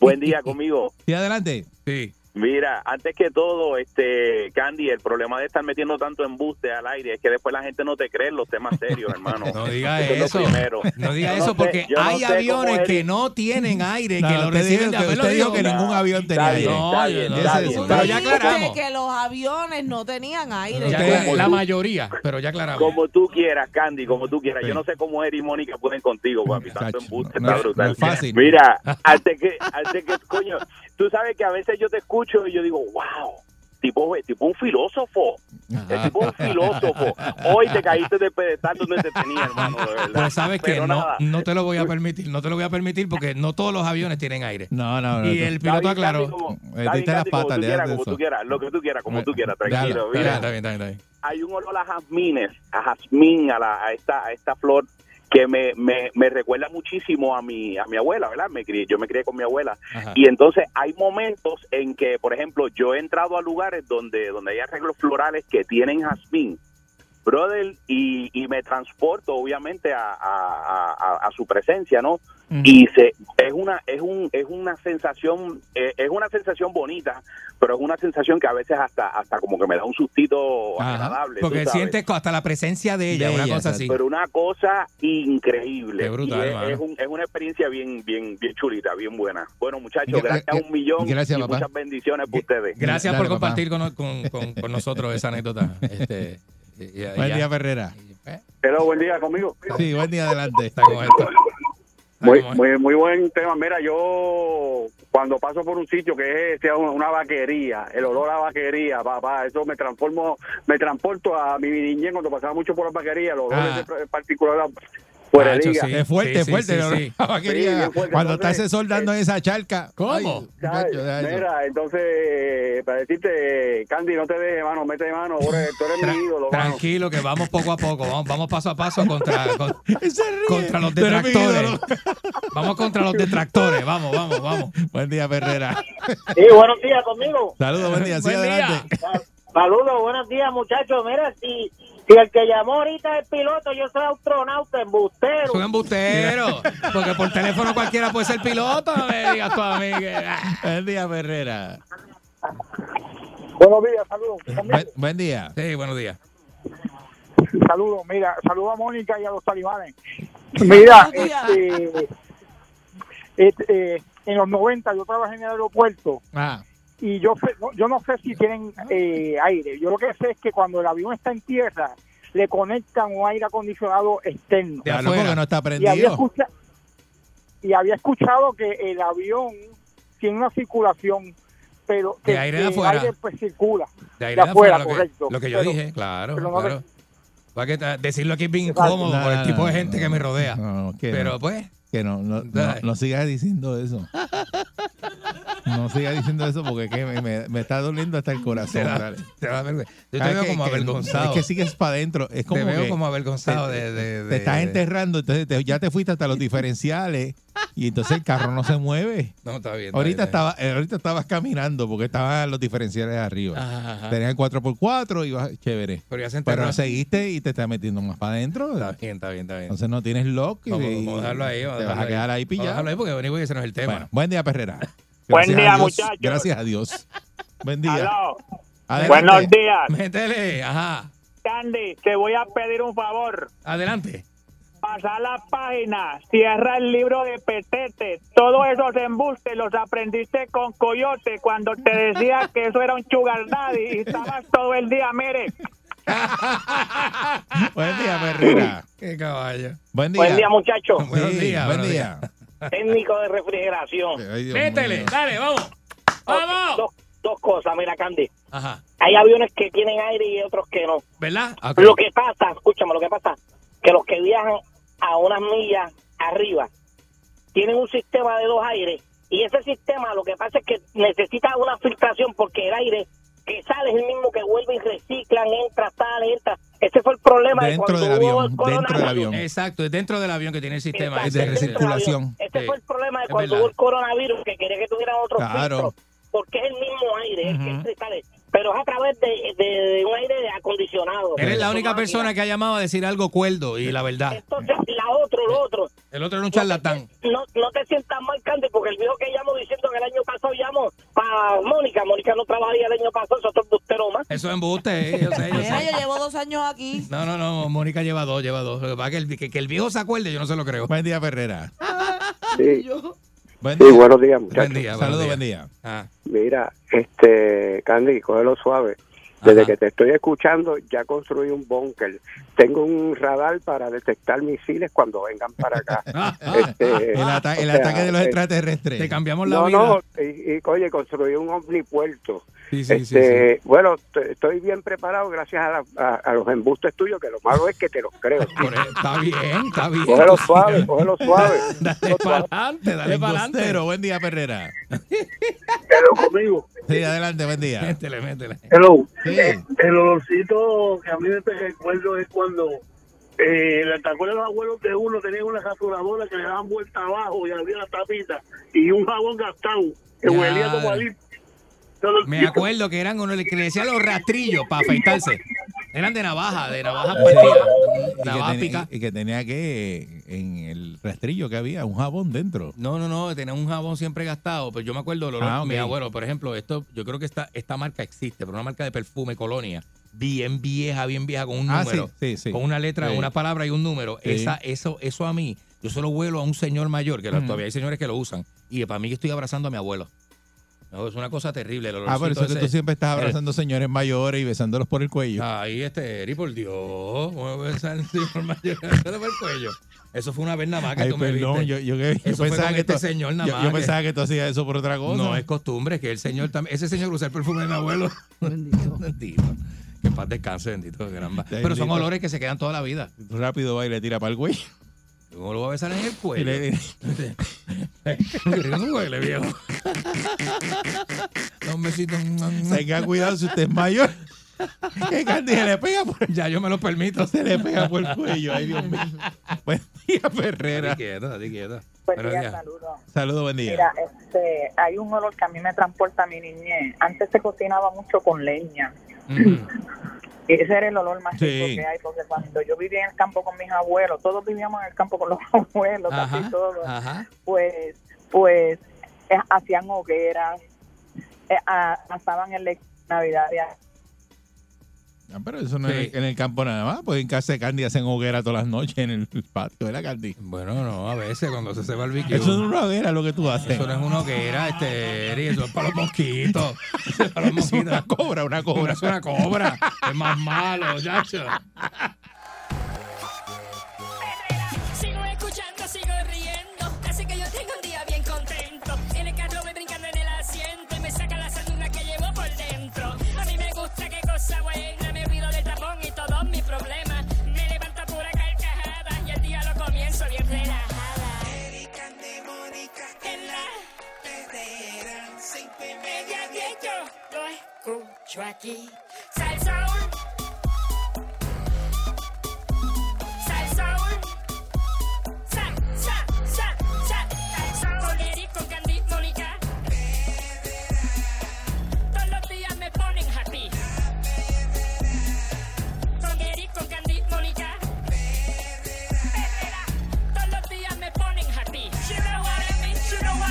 Speaker 12: Buen día conmigo.
Speaker 2: Sí, adelante.
Speaker 3: Sí.
Speaker 12: Mira, antes que todo, este Candy, el problema de estar metiendo tanto embuste al aire es que después la gente no te cree en los temas serios, hermano.
Speaker 3: No diga
Speaker 12: es lo
Speaker 3: eso.
Speaker 12: primero.
Speaker 3: No diga
Speaker 12: Yo
Speaker 3: eso
Speaker 12: sé-
Speaker 3: porque
Speaker 12: yo no
Speaker 3: hay
Speaker 12: sé cómo
Speaker 3: aviones
Speaker 12: Eric-
Speaker 3: que no tienen aire,
Speaker 2: No,
Speaker 3: que lo
Speaker 2: usted
Speaker 3: reciben
Speaker 2: dijo
Speaker 3: de
Speaker 2: que-
Speaker 3: haberlo
Speaker 2: usted dijo
Speaker 3: dijo.
Speaker 2: que ningún avión tenía
Speaker 3: Está
Speaker 2: aire.
Speaker 3: bien, está bien,
Speaker 2: Ese-
Speaker 3: está
Speaker 2: ese-
Speaker 3: bien.
Speaker 4: Tú
Speaker 3: Pero ya
Speaker 4: dijiste
Speaker 3: aclaramos.
Speaker 4: que los aviones no tenían aire.
Speaker 3: Ya acla- la mayoría, pero ya aclaramos.
Speaker 12: Como tú quieras, Candy, como tú quieras. Yo no sé cómo Eri y Mónica pueden contigo, papi. Tanto embuste,
Speaker 2: no
Speaker 12: está
Speaker 2: es-
Speaker 12: brutal.
Speaker 2: no es fácil.
Speaker 12: Mira, antes que, antes que, coño, tú sabes que a veces yo te escucho y yo digo, wow, tipo, tipo un filósofo. Es tipo un filósofo. Hoy te caíste del pedestal donde te tenía, hermano, de verdad.
Speaker 3: Pues sabes que
Speaker 12: Pero
Speaker 3: no,
Speaker 12: nada.
Speaker 3: no te lo voy a permitir, no te lo voy a permitir porque no todos los aviones tienen aire.
Speaker 2: No, no, no.
Speaker 3: Y el
Speaker 12: Está
Speaker 3: piloto
Speaker 12: bien,
Speaker 3: aclaró.
Speaker 12: Candy, como- está
Speaker 2: Eh, diste
Speaker 12: bien,
Speaker 2: las
Speaker 12: Candy, como
Speaker 2: patas,
Speaker 12: tú
Speaker 2: le
Speaker 12: quieras,
Speaker 2: das de
Speaker 12: como
Speaker 2: eso.
Speaker 12: tú quieras, lo que tú quieras, como tú quieras, tranquilo.
Speaker 2: Dale,
Speaker 12: Mira,
Speaker 2: dale, dale.
Speaker 12: hay un olor a jazmines, a jazmín, a, la, a esta a esta flor que me, me, me recuerda muchísimo a mi a mi abuela, ¿verdad? Me crié, yo me crié con mi abuela
Speaker 3: Ah.
Speaker 18: Ajá.
Speaker 12: y entonces hay momentos en que, por ejemplo, yo he entrado a lugares donde donde hay arreglos florales que tienen jazmín
Speaker 19: brother, y, y me transporto obviamente a, a- a- a- a su presencia, ¿no? Y se, es una es un es una sensación eh, es una sensación bonita, pero es una sensación que a veces hasta hasta como que me da un sustito
Speaker 3: Ajá,
Speaker 19: agradable. tú
Speaker 3: Porque
Speaker 19: sabes.
Speaker 3: sientes hasta la presencia de ella,
Speaker 19: De
Speaker 3: una
Speaker 19: ella,
Speaker 3: cosa así.
Speaker 19: Pero una cosa increíble.
Speaker 3: Qué brutal,
Speaker 19: Y es-
Speaker 3: hermano.
Speaker 19: es, un- es una experiencia bien, bien, bien chulita, bien buena. Bueno, muchachos,
Speaker 3: Gra-
Speaker 19: gracias a
Speaker 3: gra-
Speaker 19: un millón
Speaker 3: gracias,
Speaker 19: y
Speaker 3: papá.
Speaker 19: muchas bendiciones para ustedes.
Speaker 3: Gracias por compartir con, con- con- con nosotros esa anécdota. Este, y- y-
Speaker 2: Buen
Speaker 3: ya.
Speaker 2: día, Ferrera.
Speaker 12: Pero buen día conmigo.
Speaker 2: Sí, buen día, adelante.
Speaker 12: Muy, muy, muy buen tema. Mira, yo cuando paso por un sitio que es, sea una, una vaquería, el olor a vaquería, papá, eso me transformo, me transporto a mi niñez cuando pasaba mucho por la vaquería, el olor
Speaker 2: Ah.
Speaker 12: ese en particular a- fuera de
Speaker 2: Macho,
Speaker 12: liga.
Speaker 2: sí, es fuerte, es fuerte. la- la vaquería.
Speaker 12: Sí, bien fuerte.
Speaker 2: Cuando está
Speaker 12: Entonces,
Speaker 2: ese sol dando en esa charca. ¿Cómo?
Speaker 12: ¿sabes? Mira, entonces, eh, para decirte, Candy, no te dejes, mano, mete mano, tú eres, tú eres mi ídolo, mano.
Speaker 3: Tranquilo, que vamos poco a poco, vamos, vamos paso a paso contra, con- contra los
Speaker 2: Tú eres mi
Speaker 3: detractores. Vamos contra los detractores, vamos, vamos, vamos.
Speaker 2: Buen día, Ferrera.
Speaker 20: Sí, buenos días conmigo.
Speaker 2: Saludos, buen día. Sí,
Speaker 20: Buen día.
Speaker 2: adelante.
Speaker 20: Saludos, buenos días, muchachos. Mira, si, si el que llamó ahorita es piloto, yo soy astronauta, embustero.
Speaker 3: Soy embustero, porque por teléfono cualquiera puede ser piloto, no me digas tú a mí que- ah.
Speaker 2: Buen día, Ferrera.
Speaker 6: Buenos días, saludos.
Speaker 2: Buen, buen día.
Speaker 3: Sí, buenos días.
Speaker 6: Saludos, mira, saludos a Mónica y a los talibanes. Mira, este, este, eh, en los 90 yo trabajé en el aeropuerto
Speaker 2: Ah,
Speaker 6: y yo, sé- no- yo no sé si tienen eh, aire. Yo lo que sé es que cuando el avión está en tierra, le conectan un aire acondicionado externo.
Speaker 2: Claro, porque no está
Speaker 6: Y había,
Speaker 2: prendido.
Speaker 6: escucha- y había escuchado que el avión tiene una circulación, pero que
Speaker 3: De aire de
Speaker 6: que
Speaker 3: afuera.
Speaker 6: aire, pues, circula.
Speaker 3: De aire de afuera, lo, que, lo que yo
Speaker 6: Pero-
Speaker 3: dije, claro,
Speaker 6: pero no
Speaker 3: claro. Va que ta- decirlo aquí es bien
Speaker 2: Exacto.
Speaker 3: incómodo
Speaker 2: No,
Speaker 3: por
Speaker 2: no,
Speaker 3: el tipo de
Speaker 2: no,
Speaker 3: gente que me rodea.
Speaker 2: no, que
Speaker 3: Pero
Speaker 2: no.
Speaker 3: pues,
Speaker 2: Que no, no, no, no sigas diciendo eso. No sigas diciendo eso porque que me, me- me está doliendo hasta el corazón.
Speaker 3: Te da-
Speaker 2: dale.
Speaker 3: te da vergüenza. Yo te
Speaker 2: Ah,
Speaker 3: veo
Speaker 2: que-
Speaker 3: como
Speaker 2: que-
Speaker 3: avergonzado.
Speaker 2: Es que sigues para adentro. Es como
Speaker 3: te veo
Speaker 2: que
Speaker 3: como avergonzado de, de-
Speaker 2: te
Speaker 3: de-
Speaker 2: estás
Speaker 3: de-
Speaker 2: enterrando, entonces te- ya te fuiste hasta los diferenciales y entonces el carro no se mueve.
Speaker 3: No, está bien. está
Speaker 2: Ahorita,
Speaker 3: bien, está
Speaker 2: estaba, eh, ahorita estabas caminando porque estaban los diferenciales arriba.
Speaker 3: Ajá, ajá.
Speaker 2: Tenías el 4x4 y vas chévere.
Speaker 3: Pero ya se enterró.
Speaker 2: Pero seguiste y te estás metiendo más para adentro.
Speaker 3: bien, está bien, está bien.
Speaker 2: Entonces no tienes lock y,
Speaker 3: Vamos, vamos a dejarlo ahí. vamos
Speaker 2: te vas
Speaker 3: dejarlo
Speaker 2: a quedar ahí
Speaker 3: Vamos a
Speaker 2: pillado.
Speaker 3: dejarlo ahí porque venimos y ese no es el tema.
Speaker 2: Bueno, buen día, Perrera.
Speaker 3: Buen
Speaker 2: Gracias
Speaker 3: día,
Speaker 2: a Dios.
Speaker 3: muchachos.
Speaker 2: Gracias a Dios. Buen día.
Speaker 21: Aló.
Speaker 2: Adelante.
Speaker 21: Buenos días.
Speaker 3: Métele, ajá.
Speaker 21: Candy, te voy a pedir un favor.
Speaker 3: Adelante.
Speaker 21: Pasa la página, cierra el libro de Petete. Todos esos embustes los aprendiste con Coyote cuando te decía que eso era un sugar daddy y estabas todo el día, mire.
Speaker 2: Buen día, Perrera.
Speaker 3: Qué caballo.
Speaker 2: Buen día.
Speaker 3: Buen día,
Speaker 21: muchacho.
Speaker 2: Buen
Speaker 3: Sí,
Speaker 2: día.
Speaker 3: buenos
Speaker 2: Buen día.
Speaker 21: Técnico de refrigeración.
Speaker 2: Ay, Dios
Speaker 21: Métele,
Speaker 2: mío.
Speaker 21: dale, vamos. Vamos. Dos, dos cosas, mira, Candy.
Speaker 3: Ajá.
Speaker 21: Hay aviones que tienen aire y otros que no.
Speaker 3: ¿Verdad? Ok.
Speaker 21: Lo que pasa, escúchame, lo que pasa, que los que viajan a unas millas arriba tienen un sistema de dos aires y ese sistema lo que pasa es que necesita una filtración porque el aire que sale es el mismo que vuelve y reciclan, entra, sale, entra. Ese fue el problema
Speaker 2: Dentro
Speaker 21: de
Speaker 2: del
Speaker 21: cuando hubo el
Speaker 2: avión. Dentro del
Speaker 21: coronaviril.
Speaker 2: avión.
Speaker 3: Exacto, es dentro del avión que tiene el sistema.
Speaker 21: Exacto,
Speaker 3: ese.
Speaker 2: de recirculación.
Speaker 21: Ese fue el problema de
Speaker 3: Es
Speaker 21: cuando
Speaker 3: verdad.
Speaker 21: hubo el coronavirus que quería que tuvieran otro
Speaker 2: Claro.
Speaker 21: filtro, porque es el mismo aire, es que
Speaker 3: Ujú.
Speaker 21: entra y sale, pero es a través de, de- de un aire acondicionado.
Speaker 3: Eres la única persona que ha llamado a decir algo cuerdo y la verdad.
Speaker 21: Entonces, la otro, lo otro.
Speaker 3: El otro era un charlatán.
Speaker 21: No, no te sientas mal, Candy, porque el viejo que llamo diciendo que el año pasado llamo para Mónica. Mónica no trabajaba el año pasado, eso es otro embustero más.
Speaker 3: Eso es embuste, eh, yo sé, yo
Speaker 4: Mira,
Speaker 3: sé.
Speaker 4: yo llevo dos años aquí.
Speaker 3: No, no, no, Mónica lleva dos, lleva dos. Lo que pasa es que el, que, que el viejo se acuerde, yo no se lo creo.
Speaker 2: Buen día, Ferrera.
Speaker 12: Ah, Sí.
Speaker 2: Buen
Speaker 12: Sí,
Speaker 2: día.
Speaker 12: buenos días, muchachos. Ah.
Speaker 2: Saludos, buen día.
Speaker 12: Mira, este, Candy, cógelo suave. Desde que te estoy escuchando, ya construí un búnker. Tengo un radar para detectar misiles cuando vengan para acá. Este,
Speaker 2: El, ata- el
Speaker 12: o sea,
Speaker 2: ataque de los
Speaker 12: eh,
Speaker 2: extraterrestres. Te
Speaker 3: cambiamos
Speaker 12: No, no, y, y, oye, construí un omnipuerto.
Speaker 2: Sí,
Speaker 3: sí, sí,
Speaker 12: Este, Bueno, t- estoy bien preparado gracias a, la- a- a los embustes tuyos, que lo malo es que te los creo.
Speaker 3: Está bien, está bien.
Speaker 12: Cógelo suave, cógelo suave.
Speaker 3: Dale para adelante, dale para adelante.
Speaker 2: Buen día, Ferrera.
Speaker 9: conmigo.
Speaker 2: Sí, adelante, buen día.
Speaker 3: Métele, métele.
Speaker 9: Hello.
Speaker 2: Sí.
Speaker 9: El olorcito que a mí me recuerdo es cuando eh, ¿te acuerdas los abuelos de uno tenían una rasuradora que le daban vuelta abajo y abría la tapita y un jabón gastado que
Speaker 3: Ya.
Speaker 9: huelía como a lim-
Speaker 3: Me acuerdo que eran uno que le decía los rastrillos para afeitarse. Eran de navaja, de
Speaker 2: Ah,
Speaker 3: navaja
Speaker 2: Y
Speaker 3: La
Speaker 2: que,
Speaker 3: pica.
Speaker 2: tenía, y que tenía que, en el rastrillo que había, un jabón dentro.
Speaker 3: No, no, no, tenía un jabón siempre gastado, pero yo me acuerdo, el olor,
Speaker 2: Ah, ok.
Speaker 3: mi abuelo, por ejemplo, esto, yo creo que esta, esta marca existe, pero una marca de perfume, colonia, bien vieja, bien vieja, con un
Speaker 2: Ah,
Speaker 3: número,
Speaker 2: sí, sí, sí.
Speaker 3: con una letra,
Speaker 2: Sí.
Speaker 3: una palabra y un número.
Speaker 2: Sí.
Speaker 3: Esa, eso, eso a mí, yo solo huelo a un señor mayor, que la-
Speaker 2: Mm.
Speaker 3: todavía hay señores que lo usan, y para mí que estoy abrazando a mi abuelo. No, es una cosa terrible el
Speaker 2: Ah, por eso
Speaker 3: olorcito
Speaker 2: que
Speaker 3: ese.
Speaker 2: tú siempre estás
Speaker 3: El-
Speaker 2: abrazando señores mayores y besándolos por el cuello.
Speaker 3: Ahí este, Eri, por Dios, ¿cómo voy a besar al señor mayor? Dale por el cuello. Eso fue una vez nada más que
Speaker 2: Ay,
Speaker 3: tú me
Speaker 2: perdón,
Speaker 3: viste.
Speaker 2: yo, yo, que- yo
Speaker 3: Eso fue
Speaker 2: pensaba
Speaker 3: con
Speaker 2: que
Speaker 3: este
Speaker 2: tú-
Speaker 3: señor nada
Speaker 2: yo-
Speaker 3: más
Speaker 2: yo
Speaker 3: que-
Speaker 2: pensaba que tú hacías eso por otra cosa.
Speaker 3: No es costumbre, que el señor también. Ese señor usa el perfume de mi abuelo. Bendito. Que en paz descanse, bendito. gran va- Pero son
Speaker 2: Bendito.
Speaker 3: olores que se quedan toda la vida.
Speaker 2: Rápido va y le tira para el cuello.
Speaker 3: ¿Cómo lo voy a besar en el
Speaker 2: Y le-
Speaker 3: cuello? No se huele, viejo. Da un besito.
Speaker 2: Tenga cuidado si usted es mayor. Que Candy se le pega por
Speaker 3: Ya yo me lo permito.
Speaker 2: Se le pega por el cuello. Ay, Dios mío. Buen día, Ferrera.
Speaker 3: Así quieto, así quieto.
Speaker 5: Buen
Speaker 3: Buenos
Speaker 5: día,
Speaker 3: días.
Speaker 5: saludos.
Speaker 2: Saludos, buen día.
Speaker 5: Mira, este, hay un olor que a mí me transporta a mi niñez. Antes se cocinaba mucho con leña. Ese era el olor más
Speaker 2: Sí.
Speaker 5: rico que hay, porque cuando yo vivía en el campo con mis abuelos, todos vivíamos en el campo con los abuelos, casi todos,
Speaker 3: Ajá.
Speaker 5: pues, pues eh, hacían hogueras, eh, a- asaban en la Navidad de
Speaker 2: Ah, pero eso no es en el campo nada más. Pues en casa de Candy hacen hoguera todas las noches en el patio, ¿verdad, Candy?
Speaker 3: Bueno, no, a veces cuando se hace barbecue.
Speaker 2: Eso es una hoguera lo que tú haces.
Speaker 3: Eso no es una hoguera, este, Eri, eso es para los mosquitos. Eso es para los mosquitos. una
Speaker 2: cobra, una cobra.
Speaker 3: Es una cobra. Es más malo, chacho.
Speaker 22: Sigo escuchando, sigo riendo. Así que yo tengo un día bien contento. En el carro voy brincando en el asiento y me saca la sanduna que llevo por dentro. A mí me gusta qué cosa buena. Me olvido del tapón y todos mis problemas. Me levanto a pura carcajada y el día lo comienzo bien relajada. en la perrera. Cinco y media, diez, yo lo escucho aquí. Salsaul. Salsaul. Sal, sal, sal, sal. Salsa con Eric, con Candy, Mónica. Todos los días me ponen happy. Con Eric, con Candy, Mónica. Perrera. Todos los días me ponen happy. You know what I mean, you know what I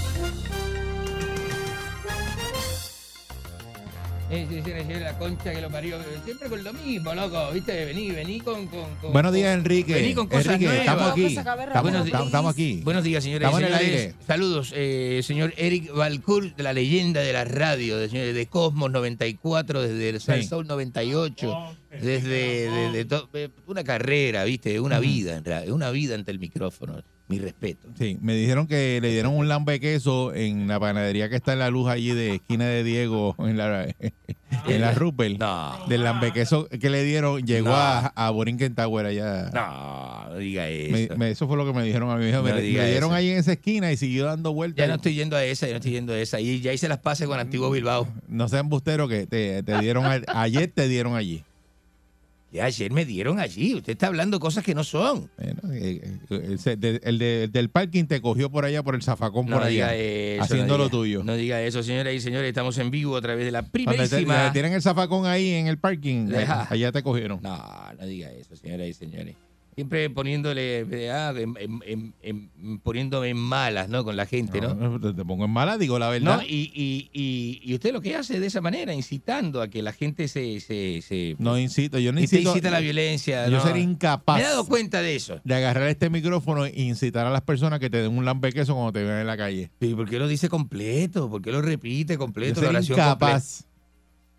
Speaker 11: Eh, sí, sí, sí, la concha que lo parió. Siempre con lo mismo, loco. ¿Viste? Vení, vení con. con, con-
Speaker 2: Buenos días,
Speaker 11: con-
Speaker 2: Enrique.
Speaker 11: Vení con cosas
Speaker 2: Enrique,
Speaker 11: nuevas.
Speaker 2: estamos aquí. Estamos, estamos- estamos aquí.
Speaker 11: Buenos días, señores.
Speaker 2: Estamos en el
Speaker 11: señores.
Speaker 2: aire.
Speaker 11: Saludos, eh, señor Eric Valcourt, de la leyenda de la radio, de, señores, de Cosmos 94, desde el Sal
Speaker 3: Sí.
Speaker 11: Soul 98, desde, desde to- eh, una carrera, ¿viste? Una vida, en realidad, una vida ante el micrófono. Mi respeto.
Speaker 2: Sí, me dijeron que le dieron un lambe queso en la panadería que está en la luz allí de esquina de Diego, en la, en la Rupert. Del lambe queso que le dieron llegó
Speaker 3: No.
Speaker 2: a, a Borinquen Tower allá.
Speaker 3: No, no diga
Speaker 2: Me-
Speaker 3: eso.
Speaker 2: me- eso fue lo que me dijeron a mí. Me,
Speaker 3: No
Speaker 2: me
Speaker 3: diga
Speaker 2: dieron
Speaker 3: eso.
Speaker 2: ahí en esa esquina y siguió dando vueltas.
Speaker 11: Ya no estoy yendo a esa, ya no estoy yendo a esa. Y ya hice las pases con Antiguo Bilbao.
Speaker 2: No sean busteros que te, te dieron a- ayer te dieron allí.
Speaker 11: Ya ayer me dieron allí. Usted está hablando cosas que no son.
Speaker 2: Bueno, eh, eh, el, se- de- el de- el del parking te cogió por allá por el zafacón
Speaker 11: No
Speaker 2: por allá
Speaker 11: diga eso,
Speaker 2: haciendo
Speaker 11: no
Speaker 2: lo
Speaker 11: diga-
Speaker 2: tuyo.
Speaker 11: No diga eso, señoras y señores. Estamos en vivo a través de la
Speaker 2: Cuando te-
Speaker 11: primerísima.
Speaker 2: te tienen el zafacón ahí en el parking, eh,
Speaker 11: Deja.
Speaker 2: allá te cogieron.
Speaker 11: No, no diga eso, señoras y señores. Siempre poniéndole, eh, ah, em- em- em- em- poniéndome en malas, ¿no? Con la gente, ¿no?
Speaker 2: No, Te te pongo en mala, digo la verdad.
Speaker 11: ¿No? Y, y- y- y usted lo que hace de esa manera, incitando a que la gente se... se, se-
Speaker 2: No incito, yo no
Speaker 11: y te
Speaker 2: incito.
Speaker 11: incita a la violencia.
Speaker 2: Yo
Speaker 11: ¿no?
Speaker 2: sería incapaz.
Speaker 11: Me he dado cuenta de eso.
Speaker 2: De agarrar este micrófono e incitar a las personas que te den un lambe queso cuando te vean en la calle.
Speaker 11: ¿Y por qué lo dice completo? ¿Por qué lo repite
Speaker 2: Yo
Speaker 11: completo? la
Speaker 2: sería
Speaker 11: oración
Speaker 2: incapaz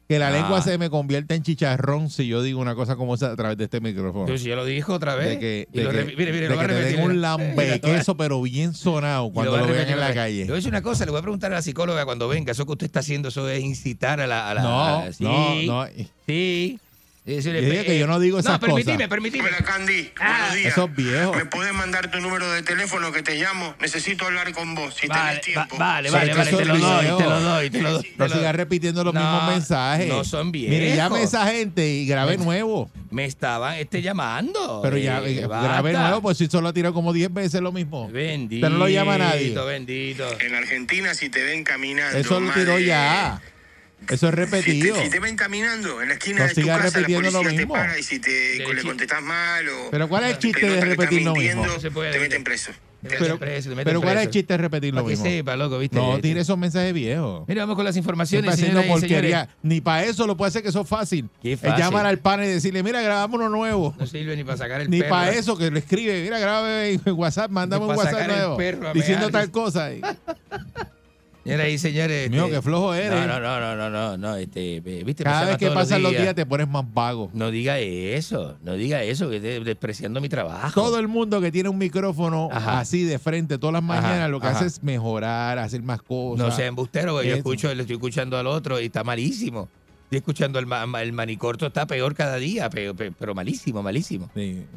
Speaker 2: que la
Speaker 11: Ah.
Speaker 2: lengua se me convierta en chicharrón si yo digo una cosa como esa a través de este micrófono.
Speaker 11: Pero si ya lo dijo otra vez.
Speaker 2: De que,
Speaker 11: Y
Speaker 2: de
Speaker 11: lo
Speaker 2: que-
Speaker 11: repi- mire, mire,
Speaker 2: de
Speaker 11: lo va
Speaker 2: que
Speaker 11: a
Speaker 2: te
Speaker 11: repetir.
Speaker 2: den
Speaker 11: Eh,
Speaker 2: un lambe queso, pero bien sonado
Speaker 11: Y
Speaker 2: cuando
Speaker 11: va a
Speaker 2: lo vean
Speaker 11: repetir
Speaker 2: en la
Speaker 11: otra vez.
Speaker 2: calle.
Speaker 11: Le voy a decir una cosa, le voy a preguntar a la psicóloga cuando venga. Eso que usted está haciendo, eso es incitar a la. a la-
Speaker 2: No,
Speaker 11: sí,
Speaker 2: no, no.
Speaker 11: Sí.
Speaker 3: Y decirle,
Speaker 2: Yo diría que yo no digo esas
Speaker 3: permitime,
Speaker 2: cosas.
Speaker 3: permitime. Ah.
Speaker 6: Hola, Candy. Buenos días.
Speaker 2: Esos viejos.
Speaker 6: ¿Me puedes mandar tu número de teléfono que te llamo? Necesito hablar con vos si
Speaker 3: Vale,
Speaker 6: tenés tiempo.
Speaker 3: vale,
Speaker 2: Pero
Speaker 3: vale,
Speaker 2: es que
Speaker 3: vale,
Speaker 2: son
Speaker 3: te lo doy,
Speaker 2: viejos.
Speaker 3: te lo doy, te lo doy.
Speaker 2: No
Speaker 3: te lo-
Speaker 2: sigas repitiendo los
Speaker 3: No,
Speaker 2: mismos mensajes.
Speaker 3: no son
Speaker 2: Mire, llame a
Speaker 3: viejos.
Speaker 2: esa gente y grabe nuevo.
Speaker 3: Me estaban este, llamando.
Speaker 2: Pero ya,
Speaker 3: eh,
Speaker 2: eh,
Speaker 3: basta.
Speaker 2: grabe nuevo, pues si solo ha tirado como 10 veces lo mismo.
Speaker 3: Bendito.
Speaker 2: Usted no lo llama a nadie.
Speaker 3: Bendito.
Speaker 6: En Argentina, si te ven caminando.
Speaker 2: Eso lo
Speaker 6: más
Speaker 2: tiró
Speaker 6: de-
Speaker 2: ya. Eso
Speaker 6: Si
Speaker 2: es repetido.
Speaker 6: te, si te ven caminando en la esquina
Speaker 2: No
Speaker 6: de tu
Speaker 2: sigas
Speaker 6: casa, la
Speaker 2: repitiendo lo
Speaker 6: policía te
Speaker 2: mismo.
Speaker 6: para y si te, le contestás mal o...
Speaker 2: Pero ¿cuál es el
Speaker 6: te
Speaker 2: chiste de
Speaker 6: nota que estás
Speaker 2: repetir lo
Speaker 6: mintiendo,
Speaker 2: mismo?
Speaker 6: Te meten preso.
Speaker 2: Pero, pero ¿cuál es el chiste de repetir lo
Speaker 3: Para que
Speaker 2: mismo?
Speaker 3: sepa, loco, ¿viste?
Speaker 2: No,
Speaker 3: Este-
Speaker 2: tire esos mensajes viejos.
Speaker 3: Mira, vamos con las
Speaker 2: Siempre
Speaker 3: informaciones,
Speaker 2: haciendo
Speaker 3: señoras y
Speaker 2: porquería.
Speaker 3: señores.
Speaker 2: Ni para eso lo puede hacer que eso es fácil.
Speaker 3: Qué
Speaker 2: Es
Speaker 3: fácil.
Speaker 2: llamar al pana y decirle, mira, grabamos uno nuevo.
Speaker 3: No sirve ni para sacar el
Speaker 2: Ni
Speaker 3: perro.
Speaker 2: para eso que le escribe, mira, grabe en WhatsApp, mándame
Speaker 3: Ni
Speaker 2: un
Speaker 3: pa'
Speaker 2: WhatsApp
Speaker 3: sacar el
Speaker 2: nuevo.
Speaker 3: perro a
Speaker 2: Diciendo
Speaker 3: mear.
Speaker 2: tal cosa. Y-
Speaker 3: Señoras y señores.
Speaker 2: Mío,
Speaker 3: este-
Speaker 2: qué flojo eres.
Speaker 3: No, no, no, no, no, no, no, este, eh, viste,
Speaker 2: Cada
Speaker 3: pasaba
Speaker 2: vez que
Speaker 3: todos
Speaker 2: pasan los días te pones más vago.
Speaker 3: No diga eso, no diga eso, que esté despreciando mi trabajo.
Speaker 2: Todo el mundo que tiene un micrófono así de frente todas las mañanas lo que
Speaker 3: ajá.
Speaker 2: hace es mejorar, hacer más cosas.
Speaker 3: No sea embustero, porque yo
Speaker 2: Eso.
Speaker 3: escucho, le estoy escuchando al otro y está malísimo. Estoy escuchando al ma- ma- el manicorto, está peor cada día, pe- pe- pero malísimo, malísimo.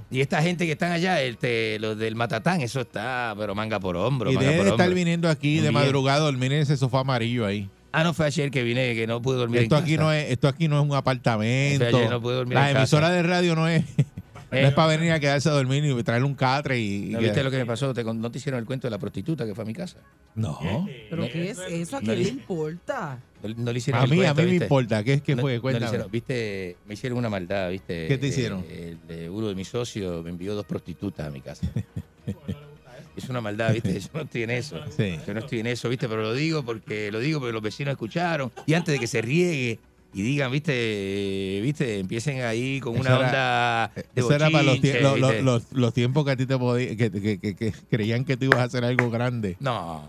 Speaker 3: Y esta gente que están allá, este, los del Matatán, eso está, pero manga por hombro.
Speaker 2: Y
Speaker 3: manga
Speaker 2: debe
Speaker 3: por
Speaker 2: de estar
Speaker 3: hombro.
Speaker 2: viniendo aquí de
Speaker 3: Bien.
Speaker 2: madrugada, dormir en ese sofá amarillo ahí.
Speaker 3: Ah, no fue ayer que vine, que no pude dormir.
Speaker 2: Esto
Speaker 3: en
Speaker 2: aquí,
Speaker 3: casa.
Speaker 2: no es, esto aquí no es un apartamento.
Speaker 3: Ayer no pude dormir
Speaker 2: la
Speaker 3: en casa. Eh,
Speaker 2: emisora de radio no es, no es para venir a quedarse a dormir y traerle un catre y. y
Speaker 3: ¿No
Speaker 2: quedar-
Speaker 3: viste lo que me pasó? Te con- no te hicieron el cuento de la prostituta que fue a mi casa. ¿Eh?
Speaker 2: No.
Speaker 4: ¿Pero qué es eso? ¿A
Speaker 3: No
Speaker 4: quién le
Speaker 3: le-
Speaker 4: importa?
Speaker 3: No, no le hicieron
Speaker 2: A
Speaker 3: el
Speaker 2: mí- a
Speaker 3: cuento,
Speaker 2: mí me
Speaker 3: ¿viste?
Speaker 2: importa. ¿Qué- qué
Speaker 3: No-
Speaker 2: fue?
Speaker 3: no le
Speaker 2: Cuéntame.
Speaker 3: hicieron, viste, me hicieron una maldad, ¿viste?
Speaker 2: ¿Qué te
Speaker 3: Eh,
Speaker 2: hicieron?
Speaker 3: el de uno de mis socios me envió dos prostitutas a mi casa. es una maldad, ¿viste? Yo no estoy en eso. Yo no estoy en eso, ¿viste? Pero lo digo porque lo digo porque los vecinos escucharon. Y antes de que se riegue y digan, ¿viste? Eh, ¿Viste? Empiecen ahí con
Speaker 2: Eso
Speaker 3: una
Speaker 2: era-
Speaker 3: onda de
Speaker 2: Eso era para los, tie-
Speaker 3: bochinche,
Speaker 2: lo- lo-
Speaker 3: ¿viste?
Speaker 2: los- los tiempos que a ti te podían. Que, que- que- que creían que tú ibas a hacer algo grande.
Speaker 3: No,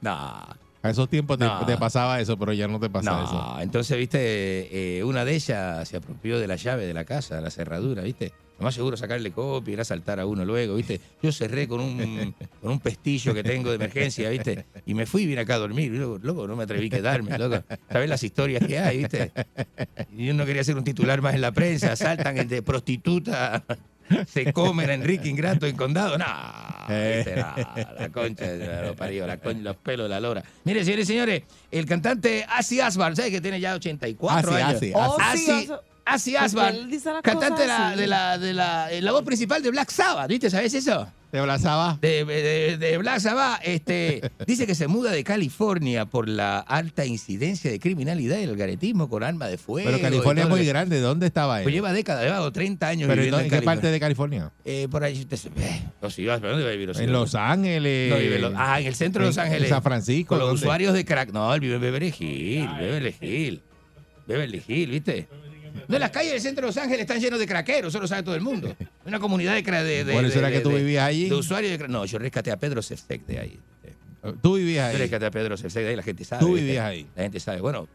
Speaker 3: no.
Speaker 2: A esos tiempos te,
Speaker 3: No.
Speaker 2: te pasaba eso, pero ya no te pasa
Speaker 3: No,
Speaker 2: eso.
Speaker 3: entonces, viste, eh, una de ellas se apropió de la llave de la casa, de la cerradura, viste. Lo más seguro es sacarle copia, ir a saltar a uno luego, viste. Yo cerré con un, con un pestillo que tengo de emergencia, viste. Y me fui y vine acá a dormir, loco, loco, no me atreví a quedarme, loco. Sabes las historias que hay, viste. Y Yo no quería ser un titular más en la prensa, saltan el de prostituta, se comen a Enrique Ingrato en condado. No,
Speaker 2: Ah,
Speaker 3: viste, no, la concha de la parió, la con- los pelos de la lora. Mire, señores y señores, el cantante Asi Asbar, ¿sabes que tiene ya 84
Speaker 2: Asi,
Speaker 3: años?
Speaker 2: Asi,
Speaker 4: Asi.
Speaker 3: Asi, Asi Asbar,
Speaker 4: Porque él dice las
Speaker 3: cantante de
Speaker 4: cosas
Speaker 3: la,
Speaker 4: así.
Speaker 3: de la, de la, eh, la voz principal de Black Sabbath, ¿viste? ¿Sabes eso?
Speaker 2: ¿De Black Sabbath?
Speaker 3: De, de, Black Sabbath, este, dice que se muda de California por la alta incidencia de criminalidad y el garetismo con arma de fuego.
Speaker 2: Pero
Speaker 3: y
Speaker 2: California es
Speaker 3: todo
Speaker 2: muy
Speaker 3: lo que-
Speaker 2: grande. ¿Dónde estaba él?
Speaker 3: Pues lleva décadas, lleva 30 años
Speaker 2: pero
Speaker 3: viviendo
Speaker 2: ¿en,
Speaker 3: en
Speaker 2: qué
Speaker 3: California.
Speaker 2: parte de California?
Speaker 3: Eh, por ahí, usted se ve. Los ciudades, ¿pero dónde vive Virus?
Speaker 2: En Los Ángeles.
Speaker 3: No, vive en Los- ah, en el centro de Los
Speaker 2: en- en
Speaker 3: Ángeles.
Speaker 2: San Francisco.
Speaker 3: Con los
Speaker 2: ¿dónde?
Speaker 3: usuarios de crack. No, él vive en Beverly Hill, Beverly Hill. Beverly Hill, ¿viste? No, las calles del centro de Los Ángeles están llenas de craqueros, eso lo sabe todo el mundo. Una comunidad de cra- de, de-
Speaker 2: Por eso
Speaker 3: de-
Speaker 2: era
Speaker 3: de-
Speaker 2: que tú
Speaker 3: de-
Speaker 2: vivías allí.
Speaker 3: De usuarios de crack. No, yo rescaté a Pedro Cefsec de ahí.
Speaker 2: Tú vivías
Speaker 3: Yo
Speaker 2: ahí.
Speaker 3: rescaté a Pedro Cefsec de ahí, la gente sabe.
Speaker 2: Tú
Speaker 3: ¿viste?
Speaker 2: vivías ahí.
Speaker 3: La gente sabe. Bueno,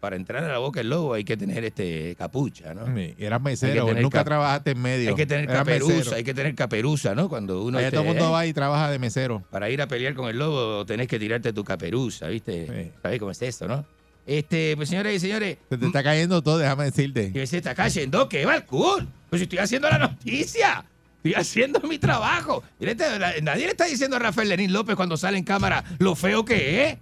Speaker 3: para entrar a la boca del lobo hay que tener este capucha, ¿no?
Speaker 2: Sí,
Speaker 3: Hay
Speaker 2: Eras
Speaker 3: que
Speaker 2: mesero.
Speaker 3: tener
Speaker 2: Nunca
Speaker 3: cap-
Speaker 2: trabajaste en medio.
Speaker 3: Hay que tener
Speaker 2: Eras mesero.
Speaker 3: caperuza, hay que tener caperuza, ¿no? Cuando uno
Speaker 2: Allá
Speaker 3: este,
Speaker 2: todo el mundo
Speaker 3: eh,
Speaker 2: va y trabaja de mesero.
Speaker 3: para ir a pelear con el lobo tenés que tirarte tu caperuza, ¿viste? ¿Sabés cómo es esto, no? Este, pues señoras y señores,
Speaker 2: Se te está cayendo todo, déjame decirte.
Speaker 3: que se está cayendo, que va el culo. Pues si estoy haciendo la noticia, estoy haciendo mi trabajo. Mira, este, la- nadie le está diciendo a Rafael Lenín López cuando sale en cámara lo feo que es.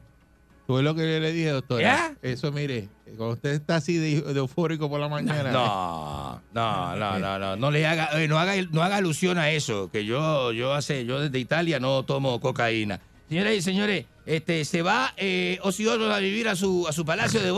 Speaker 2: Tú ves lo que yo le dije, doctora. Eso, mire, cuando usted está así de, de eufórico por la mañana.
Speaker 3: No, no, no, no, no, no le haga, eh, no haga, no haga alusión a eso, que yo, yo hace, yo desde Italia no tomo cocaína. Señoras y señores, este, se va eh, Ozzy Osbourne a vivir a su, a su palacio de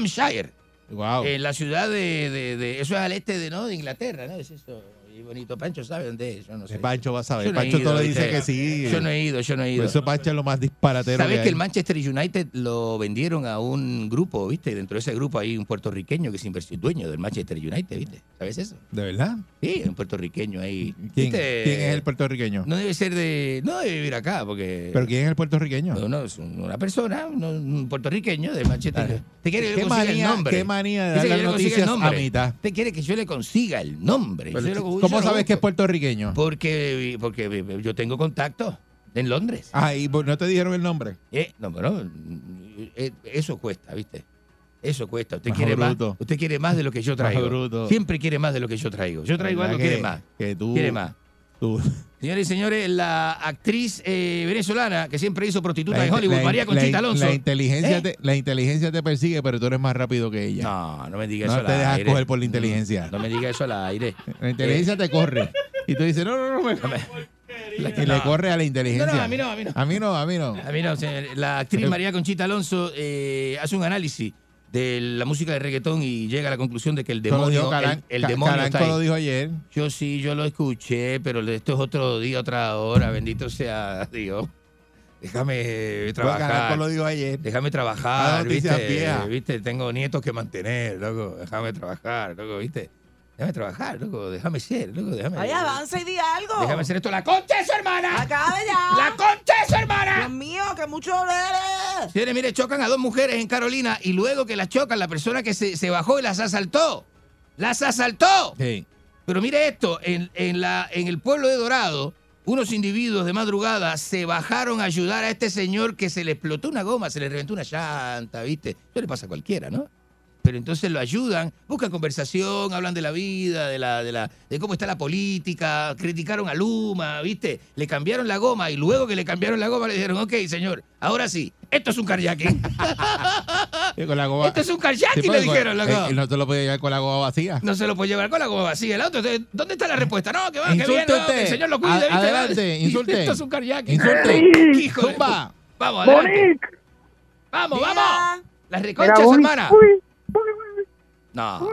Speaker 3: Buckinghamshire.
Speaker 2: Wow.
Speaker 3: En la ciudad de, de- de- eso es al este de, ¿no? de Inglaterra, ¿no? Es eso. Y bonito, Pancho sabe dónde es, yo no sé.
Speaker 2: Eh, Pancho va a
Speaker 3: Yo no
Speaker 2: saber.
Speaker 3: he
Speaker 2: Pancho
Speaker 3: ido,
Speaker 2: todo le dice
Speaker 3: ¿viste?
Speaker 2: que sí.
Speaker 3: Yo no he ido, yo no he ido.
Speaker 2: Por eso Pancho es lo más disparatero.
Speaker 3: ¿Sabes que
Speaker 2: hay.
Speaker 3: el Manchester United lo vendieron a un grupo, viste? Dentro de ese grupo hay un puertorriqueño que es inversión dueño del Manchester United, ¿viste? ¿Sabes eso?
Speaker 2: ¿De verdad?
Speaker 3: Sí, un puertorriqueño ahí.
Speaker 2: ¿Quién,
Speaker 3: ¿Viste?
Speaker 2: quién es el puertorriqueño?
Speaker 3: No debe ser de. No debe vivir acá, porque.
Speaker 2: ¿Pero quién es el puertorriqueño?
Speaker 3: No, no, es un- una persona, un, un puertorriqueño de Manchester. ¿Te quiere que
Speaker 2: ¿Qué
Speaker 3: le consiga
Speaker 2: manía-
Speaker 3: el nombre?
Speaker 2: qué manía de
Speaker 3: Dice que
Speaker 2: dar las
Speaker 3: yo le consiga el
Speaker 2: noticias a
Speaker 3: nombre.
Speaker 2: mitad?
Speaker 3: ¿Te quiere que yo le consiga el nombre?
Speaker 2: Pero,
Speaker 3: Yo lo- yo
Speaker 2: ¿Cómo
Speaker 3: lo
Speaker 2: sabes que es
Speaker 3: busco.
Speaker 2: puertorriqueño?
Speaker 3: Porque, porque yo tengo contacto en Londres.
Speaker 2: Ah, y vos- no te dijeron el nombre.
Speaker 3: Eh, no, pero eh, eso cuesta, ¿viste? Eso cuesta. Usted
Speaker 2: Más
Speaker 3: quiere, más,
Speaker 2: bruto.
Speaker 3: usted quiere más de lo que yo
Speaker 2: Más
Speaker 3: traigo.
Speaker 2: bruto.
Speaker 3: Siempre quiere más de lo que yo traigo. Yo traigo
Speaker 2: ¿Verdad
Speaker 3: algo,
Speaker 2: que-
Speaker 3: quiere más.
Speaker 2: que tú-
Speaker 3: Quiere más. Pues
Speaker 2: tú-
Speaker 3: Señores y señores, la actriz eh, venezolana que siempre hizo prostituta
Speaker 2: la
Speaker 3: en
Speaker 2: inte-
Speaker 3: Hollywood,
Speaker 2: la-
Speaker 3: María
Speaker 2: la-
Speaker 3: Conchita
Speaker 2: la
Speaker 3: Alonso.
Speaker 2: inteligencia
Speaker 3: ¿Eh?
Speaker 2: te- La inteligencia te persigue, pero tú eres más rápido que ella.
Speaker 3: No, no me digas
Speaker 2: No
Speaker 3: eso. al
Speaker 2: te dejas
Speaker 3: aire.
Speaker 2: coger por la inteligencia.
Speaker 3: No, me digas eso al aire.
Speaker 2: La inteligencia te corre. Y tú dices, no, no, no. me- Y le
Speaker 3: Mm. No.
Speaker 2: corre a la inteligencia.
Speaker 3: No, no, a mí no, a mí no.
Speaker 2: A mí no, a mí no.
Speaker 3: A mí no, señor. La actriz María Conchita Alonso eh, hace un análisis de la música de reggaetón y llega a la conclusión de que el
Speaker 2: Eso lo
Speaker 3: demonio,
Speaker 2: dijo Calan-
Speaker 3: el, el
Speaker 2: Ca-
Speaker 3: demonio
Speaker 2: Calanco
Speaker 3: está ahí.
Speaker 2: lo dijo ayer.
Speaker 3: Yo sí, yo lo escuché, pero esto es otro día, otra hora. Bendito sea Dios. Déjame eh, trabajar.
Speaker 2: Calanco lo dijo ayer.
Speaker 3: Déjame
Speaker 2: Ah,
Speaker 3: trabajar,
Speaker 2: noticias
Speaker 3: ¿viste?
Speaker 2: viejas.
Speaker 3: ¿viste? Tengo nietos que mantener, loco. Déjame trabajar, loco, ¿viste? Déjame trabajar, loco. Déjame ser, loco. Déjame.
Speaker 4: Ay, avanza y di algo.
Speaker 3: Déjame hacer esto. La concha de su hermana.
Speaker 4: Acaba ya.
Speaker 3: La concha de su hermana.
Speaker 4: Dios mío, que mucho eres.
Speaker 3: Señores, mire, chocan a dos mujeres en Carolina y luego que las chocan, la persona que se, se bajó y las asaltó. ¡Las asaltó! Pero mire esto, en, en la, en el pueblo de Dorado, unos individuos de madrugada se bajaron a ayudar a este señor que se le explotó una goma, se le reventó una llanta, ¿viste? Eso le pasa a cualquiera, ¿no? Pero entonces lo ayudan, buscan conversación, hablan de la vida, de la, de la, de cómo está la política, criticaron a Luma, ¿viste? Le cambiaron la goma y luego que le cambiaron la goma le dijeron, ok, señor, ahora sí, esto es un kayaking.
Speaker 2: Y con la goma-
Speaker 3: Esto es un kayaking, le
Speaker 2: Sí, porque con-
Speaker 3: dijeron, loco.
Speaker 2: eh, Y no te lo puede llevar con la goma vacía.
Speaker 3: No se lo puede llevar con la goma vacía el auto. Entonces, ¿Dónde está la respuesta? No, que va, que
Speaker 2: Insulte
Speaker 3: bien, no,
Speaker 2: usted.
Speaker 3: que el señor lo cuide.
Speaker 2: A-
Speaker 3: ¿viste?
Speaker 2: adelante, insulte.
Speaker 3: Esto es un carjacking.
Speaker 2: Insulte.
Speaker 3: Hijo de
Speaker 2: Zumba.
Speaker 3: pu- Vamos, adelante.
Speaker 2: Bonic.
Speaker 3: Vamos,
Speaker 4: Mira.
Speaker 3: vamos. La
Speaker 9: Mira,
Speaker 3: reconcha de su
Speaker 9: Bonic.
Speaker 3: hermana. No,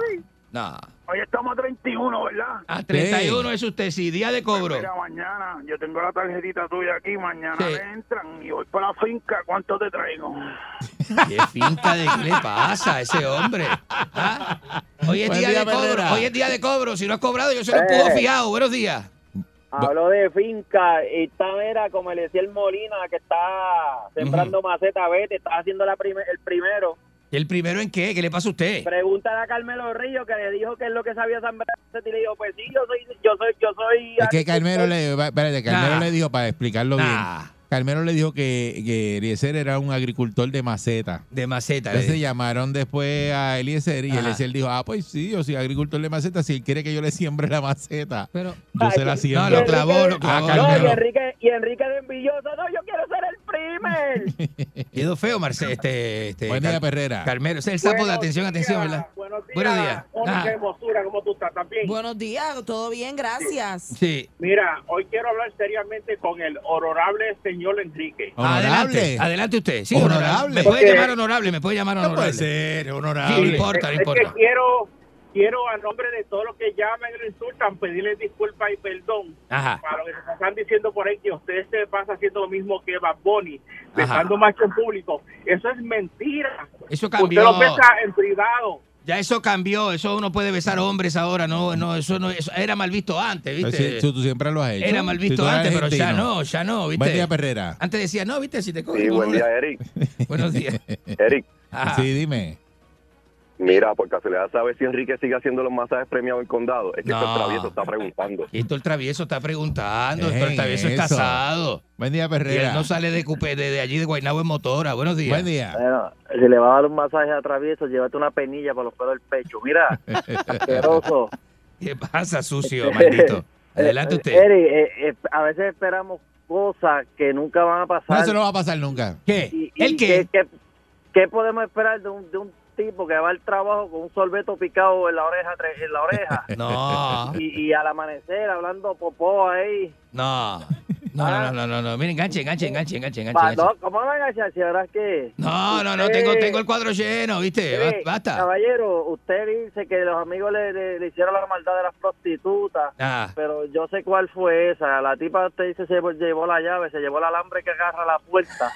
Speaker 3: no.
Speaker 9: Hoy estamos a 31, ¿verdad?
Speaker 3: A 31 es usted, sí, día de cobro.
Speaker 9: Mira, mañana, yo tengo la tarjetita tuya aquí, mañana
Speaker 3: Sí.
Speaker 9: le entran y voy para la finca, ¿cuánto te traigo?
Speaker 3: Qué finta de qué le pasa a ese hombre. ¿Ah? Hoy es
Speaker 9: Buen
Speaker 3: día,
Speaker 9: día,
Speaker 3: de cobro,
Speaker 9: Perrera.
Speaker 3: hoy es día de cobro. Si no has cobrado, yo se lo puedo
Speaker 23: Eh.
Speaker 3: fiado. Buenos días.
Speaker 23: Habló de finca y está, mira, como le decía el Molina, que está sembrando maceta, vete, está haciendo la prime- el primero.
Speaker 3: ¿El primero en qué? ¿Qué le pasa a usted?
Speaker 23: Pregúntale a Carmelo Río que le dijo que es lo que sabía sembrar maceta y le dijo, pues sí, yo soy, yo soy, yo soy...
Speaker 2: Es que Carmelo le, va- espérate, Carmelo
Speaker 23: Nah.
Speaker 2: le dijo, para explicarlo
Speaker 3: Nah.
Speaker 2: bien, Carmelo le dijo que, que Eliezer era un agricultor de maceta.
Speaker 3: De maceta. le
Speaker 2: Entonces
Speaker 3: digo.
Speaker 2: llamaron después a Eliezer y
Speaker 3: Ajá.
Speaker 2: Eliezer dijo, ah, pues sí, yo soy agricultor de maceta, si él quiere que yo le siembre la maceta,
Speaker 3: Pero,
Speaker 2: yo se la siembro.
Speaker 3: No, lo clavó, lo clavó.
Speaker 2: A Carmelo.
Speaker 23: Ah, y Enrique, y Enrique de envidioso, no, yo quiero ser el primer.
Speaker 3: Quedó feo, Marcelo. Este, este,
Speaker 2: Buen día,
Speaker 3: Car-
Speaker 2: Perrera.
Speaker 3: Carmelo, ese es el sapo de
Speaker 23: Buenos
Speaker 3: atención, atención,
Speaker 23: días,
Speaker 3: ¿verdad?
Speaker 23: buenos días.
Speaker 3: Buenos días.
Speaker 23: Hola,
Speaker 3: Ah,
Speaker 23: qué hermosura, ¿cómo tú estás? ¿También?
Speaker 4: Buenos días, todo bien, gracias.
Speaker 3: sí.
Speaker 9: Mira, hoy quiero hablar seriamente con el honorable señor Enrique.
Speaker 3: Adelante, adelante usted. Sí, honorable.
Speaker 9: Honorable.
Speaker 3: Me puede
Speaker 9: Porque-
Speaker 3: llamar honorable, me puede llamar
Speaker 9: No puede
Speaker 3: honorable.
Speaker 2: ser,
Speaker 3: honorable. Sí, no importa, no
Speaker 9: Es- es que
Speaker 3: importa.
Speaker 9: quiero, quiero a nombre de todos los que llaman y lo insultan pedirles disculpas y perdón
Speaker 3: Ajá.
Speaker 9: para lo que se están diciendo por ahí que ustedes se pasan haciendo lo mismo que Bad Bunny,
Speaker 3: Ajá.
Speaker 9: besando macho en público. Eso es mentira.
Speaker 3: Eso
Speaker 9: Usted
Speaker 3: cambió.
Speaker 9: lo besa en privado.
Speaker 3: Ya eso cambió, eso uno puede besar hombres ahora, no, no, eso no, eso era mal visto antes,
Speaker 2: Pero
Speaker 3: ¿viste?
Speaker 2: si- Pues tú, tú siempre lo has hecho.
Speaker 3: Era mal
Speaker 2: Si tú
Speaker 3: visto
Speaker 2: eres
Speaker 3: antes, pero ya
Speaker 2: argentino.
Speaker 3: no, ya no, ¿viste?
Speaker 2: Buen día, Perrera.
Speaker 3: Antes decía, no, ¿viste? Si te cogen
Speaker 12: Sí,
Speaker 3: con
Speaker 12: buen
Speaker 3: una-
Speaker 12: día, Eric.
Speaker 3: Buenos días.
Speaker 12: Eric,
Speaker 3: Ajá.
Speaker 2: Sí, dime.
Speaker 12: mira, por casualidad, ¿sabes si Enrique sigue haciendo los masajes premiados en condado? Es que
Speaker 3: No.
Speaker 12: esto es travieso, está preguntando.
Speaker 3: Esto el travieso está preguntando,
Speaker 2: Ey,
Speaker 3: esto el travieso es
Speaker 2: eso.
Speaker 3: casado.
Speaker 2: Buen
Speaker 3: Y
Speaker 2: día,
Speaker 3: él
Speaker 2: Perrera.
Speaker 3: no sale de, Cupé- de, de allí de Guaynabo en motora. Buenos días.
Speaker 2: Buen día.
Speaker 23: Bueno, si le va a dar un masaje a travieso, llévate una penilla para los pelos del pecho. Mira, asqueroso.
Speaker 3: ¿Qué pasa, sucio, maldito? Adelante usted.
Speaker 23: Eric, eh, eh, a veces esperamos cosas que nunca van a pasar.
Speaker 2: No, eso no va a pasar nunca.
Speaker 3: ¿Qué?
Speaker 23: ¿El qué? ¿Qué, qué podemos esperar de un, de un tipo que va al trabajo con un sorbeto picado en la oreja? tre- En la oreja
Speaker 3: No.
Speaker 23: y, y al amanecer hablando popó ahí.
Speaker 3: No. No, no, no, no, no, no. Mire, enganche, enganche, enganche, enganche, enganche.
Speaker 23: Pa-
Speaker 3: enganche.
Speaker 23: no, ¿Cómo van a echar si ahora es que...
Speaker 3: No, no, no,
Speaker 23: usted-
Speaker 3: tengo, tengo el cuadro lleno, ¿viste? Ba-
Speaker 23: Mire,
Speaker 3: Basta.
Speaker 23: Caballero, usted dice que los amigos le, le- le hicieron la maldad de las prostitutas,
Speaker 3: Ah.
Speaker 23: pero yo sé cuál fue esa. La tipa, usted dice, se llevó- llevó la llave, se llevó el alambre que agarra la puerta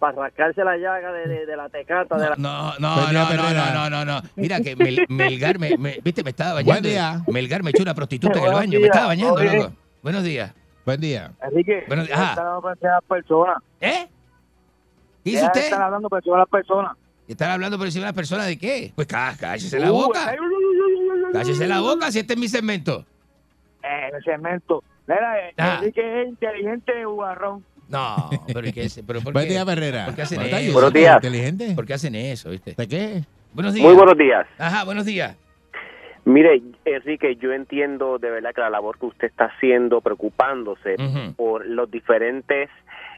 Speaker 23: para rascarse la llaga de, de- de la tecata. de la...
Speaker 3: No, no, no, no, no, no, no, no. Mira que Mel- Melgar me, me- viste, me estaba bañando.
Speaker 2: Buen día.
Speaker 3: Melgar me echó una prostituta en el
Speaker 23: Buenos
Speaker 3: baño, me
Speaker 23: días.
Speaker 3: estaba bañando,
Speaker 23: Oye.
Speaker 3: loco. Buenos días.
Speaker 2: Buen día.
Speaker 23: Enrique,
Speaker 3: Bueno, deja ajá. estar
Speaker 23: personas.
Speaker 3: ¿Eh? ¿Qué hizo usted?
Speaker 23: Están hablando por encima de las personas.
Speaker 3: ¿Están hablando por encima de las personas de qué? Pues cá- cállese
Speaker 12: Uh,
Speaker 3: la boca. Cállese la boca si este es mi segmento.
Speaker 24: Eh, el cemento. Mira, eh,
Speaker 3: Ah.
Speaker 24: Enrique es inteligente, bugarrón.
Speaker 3: No, pero ¿y qué es? Pero ¿por
Speaker 2: Buen
Speaker 3: qué?
Speaker 2: día, Perrera.
Speaker 3: ¿Por qué hacen
Speaker 2: Buenos
Speaker 3: eso?
Speaker 2: días. Buenos días.
Speaker 3: ¿Por qué hacen eso, viste?
Speaker 2: ¿De qué?
Speaker 3: Buenos días.
Speaker 9: Muy buenos días.
Speaker 3: Ajá, buenos días.
Speaker 9: Mire, Enrique, yo entiendo de verdad que la labor que usted está haciendo, preocupándose
Speaker 3: Ujú.
Speaker 9: por las diferentes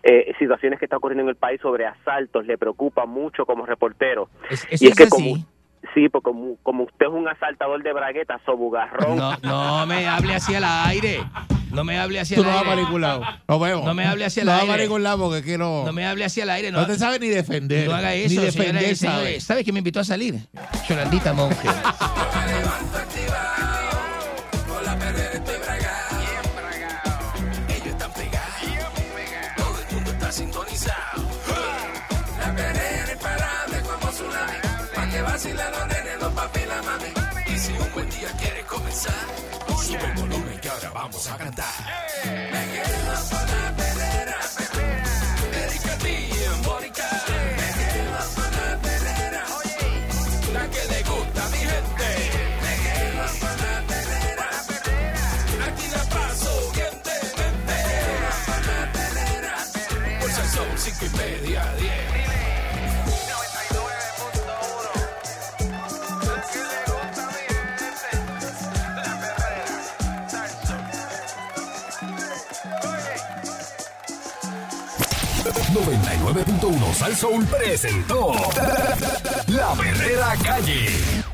Speaker 9: eh, situaciones que está ocurriendo en el país sobre asaltos, le preocupa mucho como reportero.
Speaker 3: eso
Speaker 9: y
Speaker 3: es
Speaker 9: es que
Speaker 3: así.
Speaker 9: como sí, porque como, como usted es un asaltador de braguetas o bugarrón,
Speaker 3: No, no me hable hacia el aire. No me hable hacia
Speaker 11: Tú
Speaker 3: el
Speaker 11: no vas
Speaker 3: aire.
Speaker 11: para ningún lado. Nos vemos.
Speaker 3: No me hable hacia el
Speaker 11: No vas
Speaker 3: aire.
Speaker 11: para ningún lado porque aquí no.
Speaker 3: No me hable hacia el aire.
Speaker 11: No te sabe ni defender.
Speaker 3: No haga eso,
Speaker 11: Ni
Speaker 3: señoras y
Speaker 11: defender
Speaker 3: señores.
Speaker 11: sabe.
Speaker 3: ¿Sabe quién me invitó a salir? Yolandita Monge.
Speaker 1: Todo el mundo está sintonizado. La perrera imparable como tsunami. Pa' que vacilen los nenes, los papi y la mami. Y si un buen día quieres comenzar, sube el volumen que ahora vamos a cantar. Me quedo con la perrera. Erika T en Boricua. Me quedo con la perrera. La que le gusta a mi gente. Me quedo con la perrera. Aquí la paso bien de mente. Por ser son cinco y media, diez.
Speaker 25: Salsoul presentó
Speaker 1: La Verdadera Calle.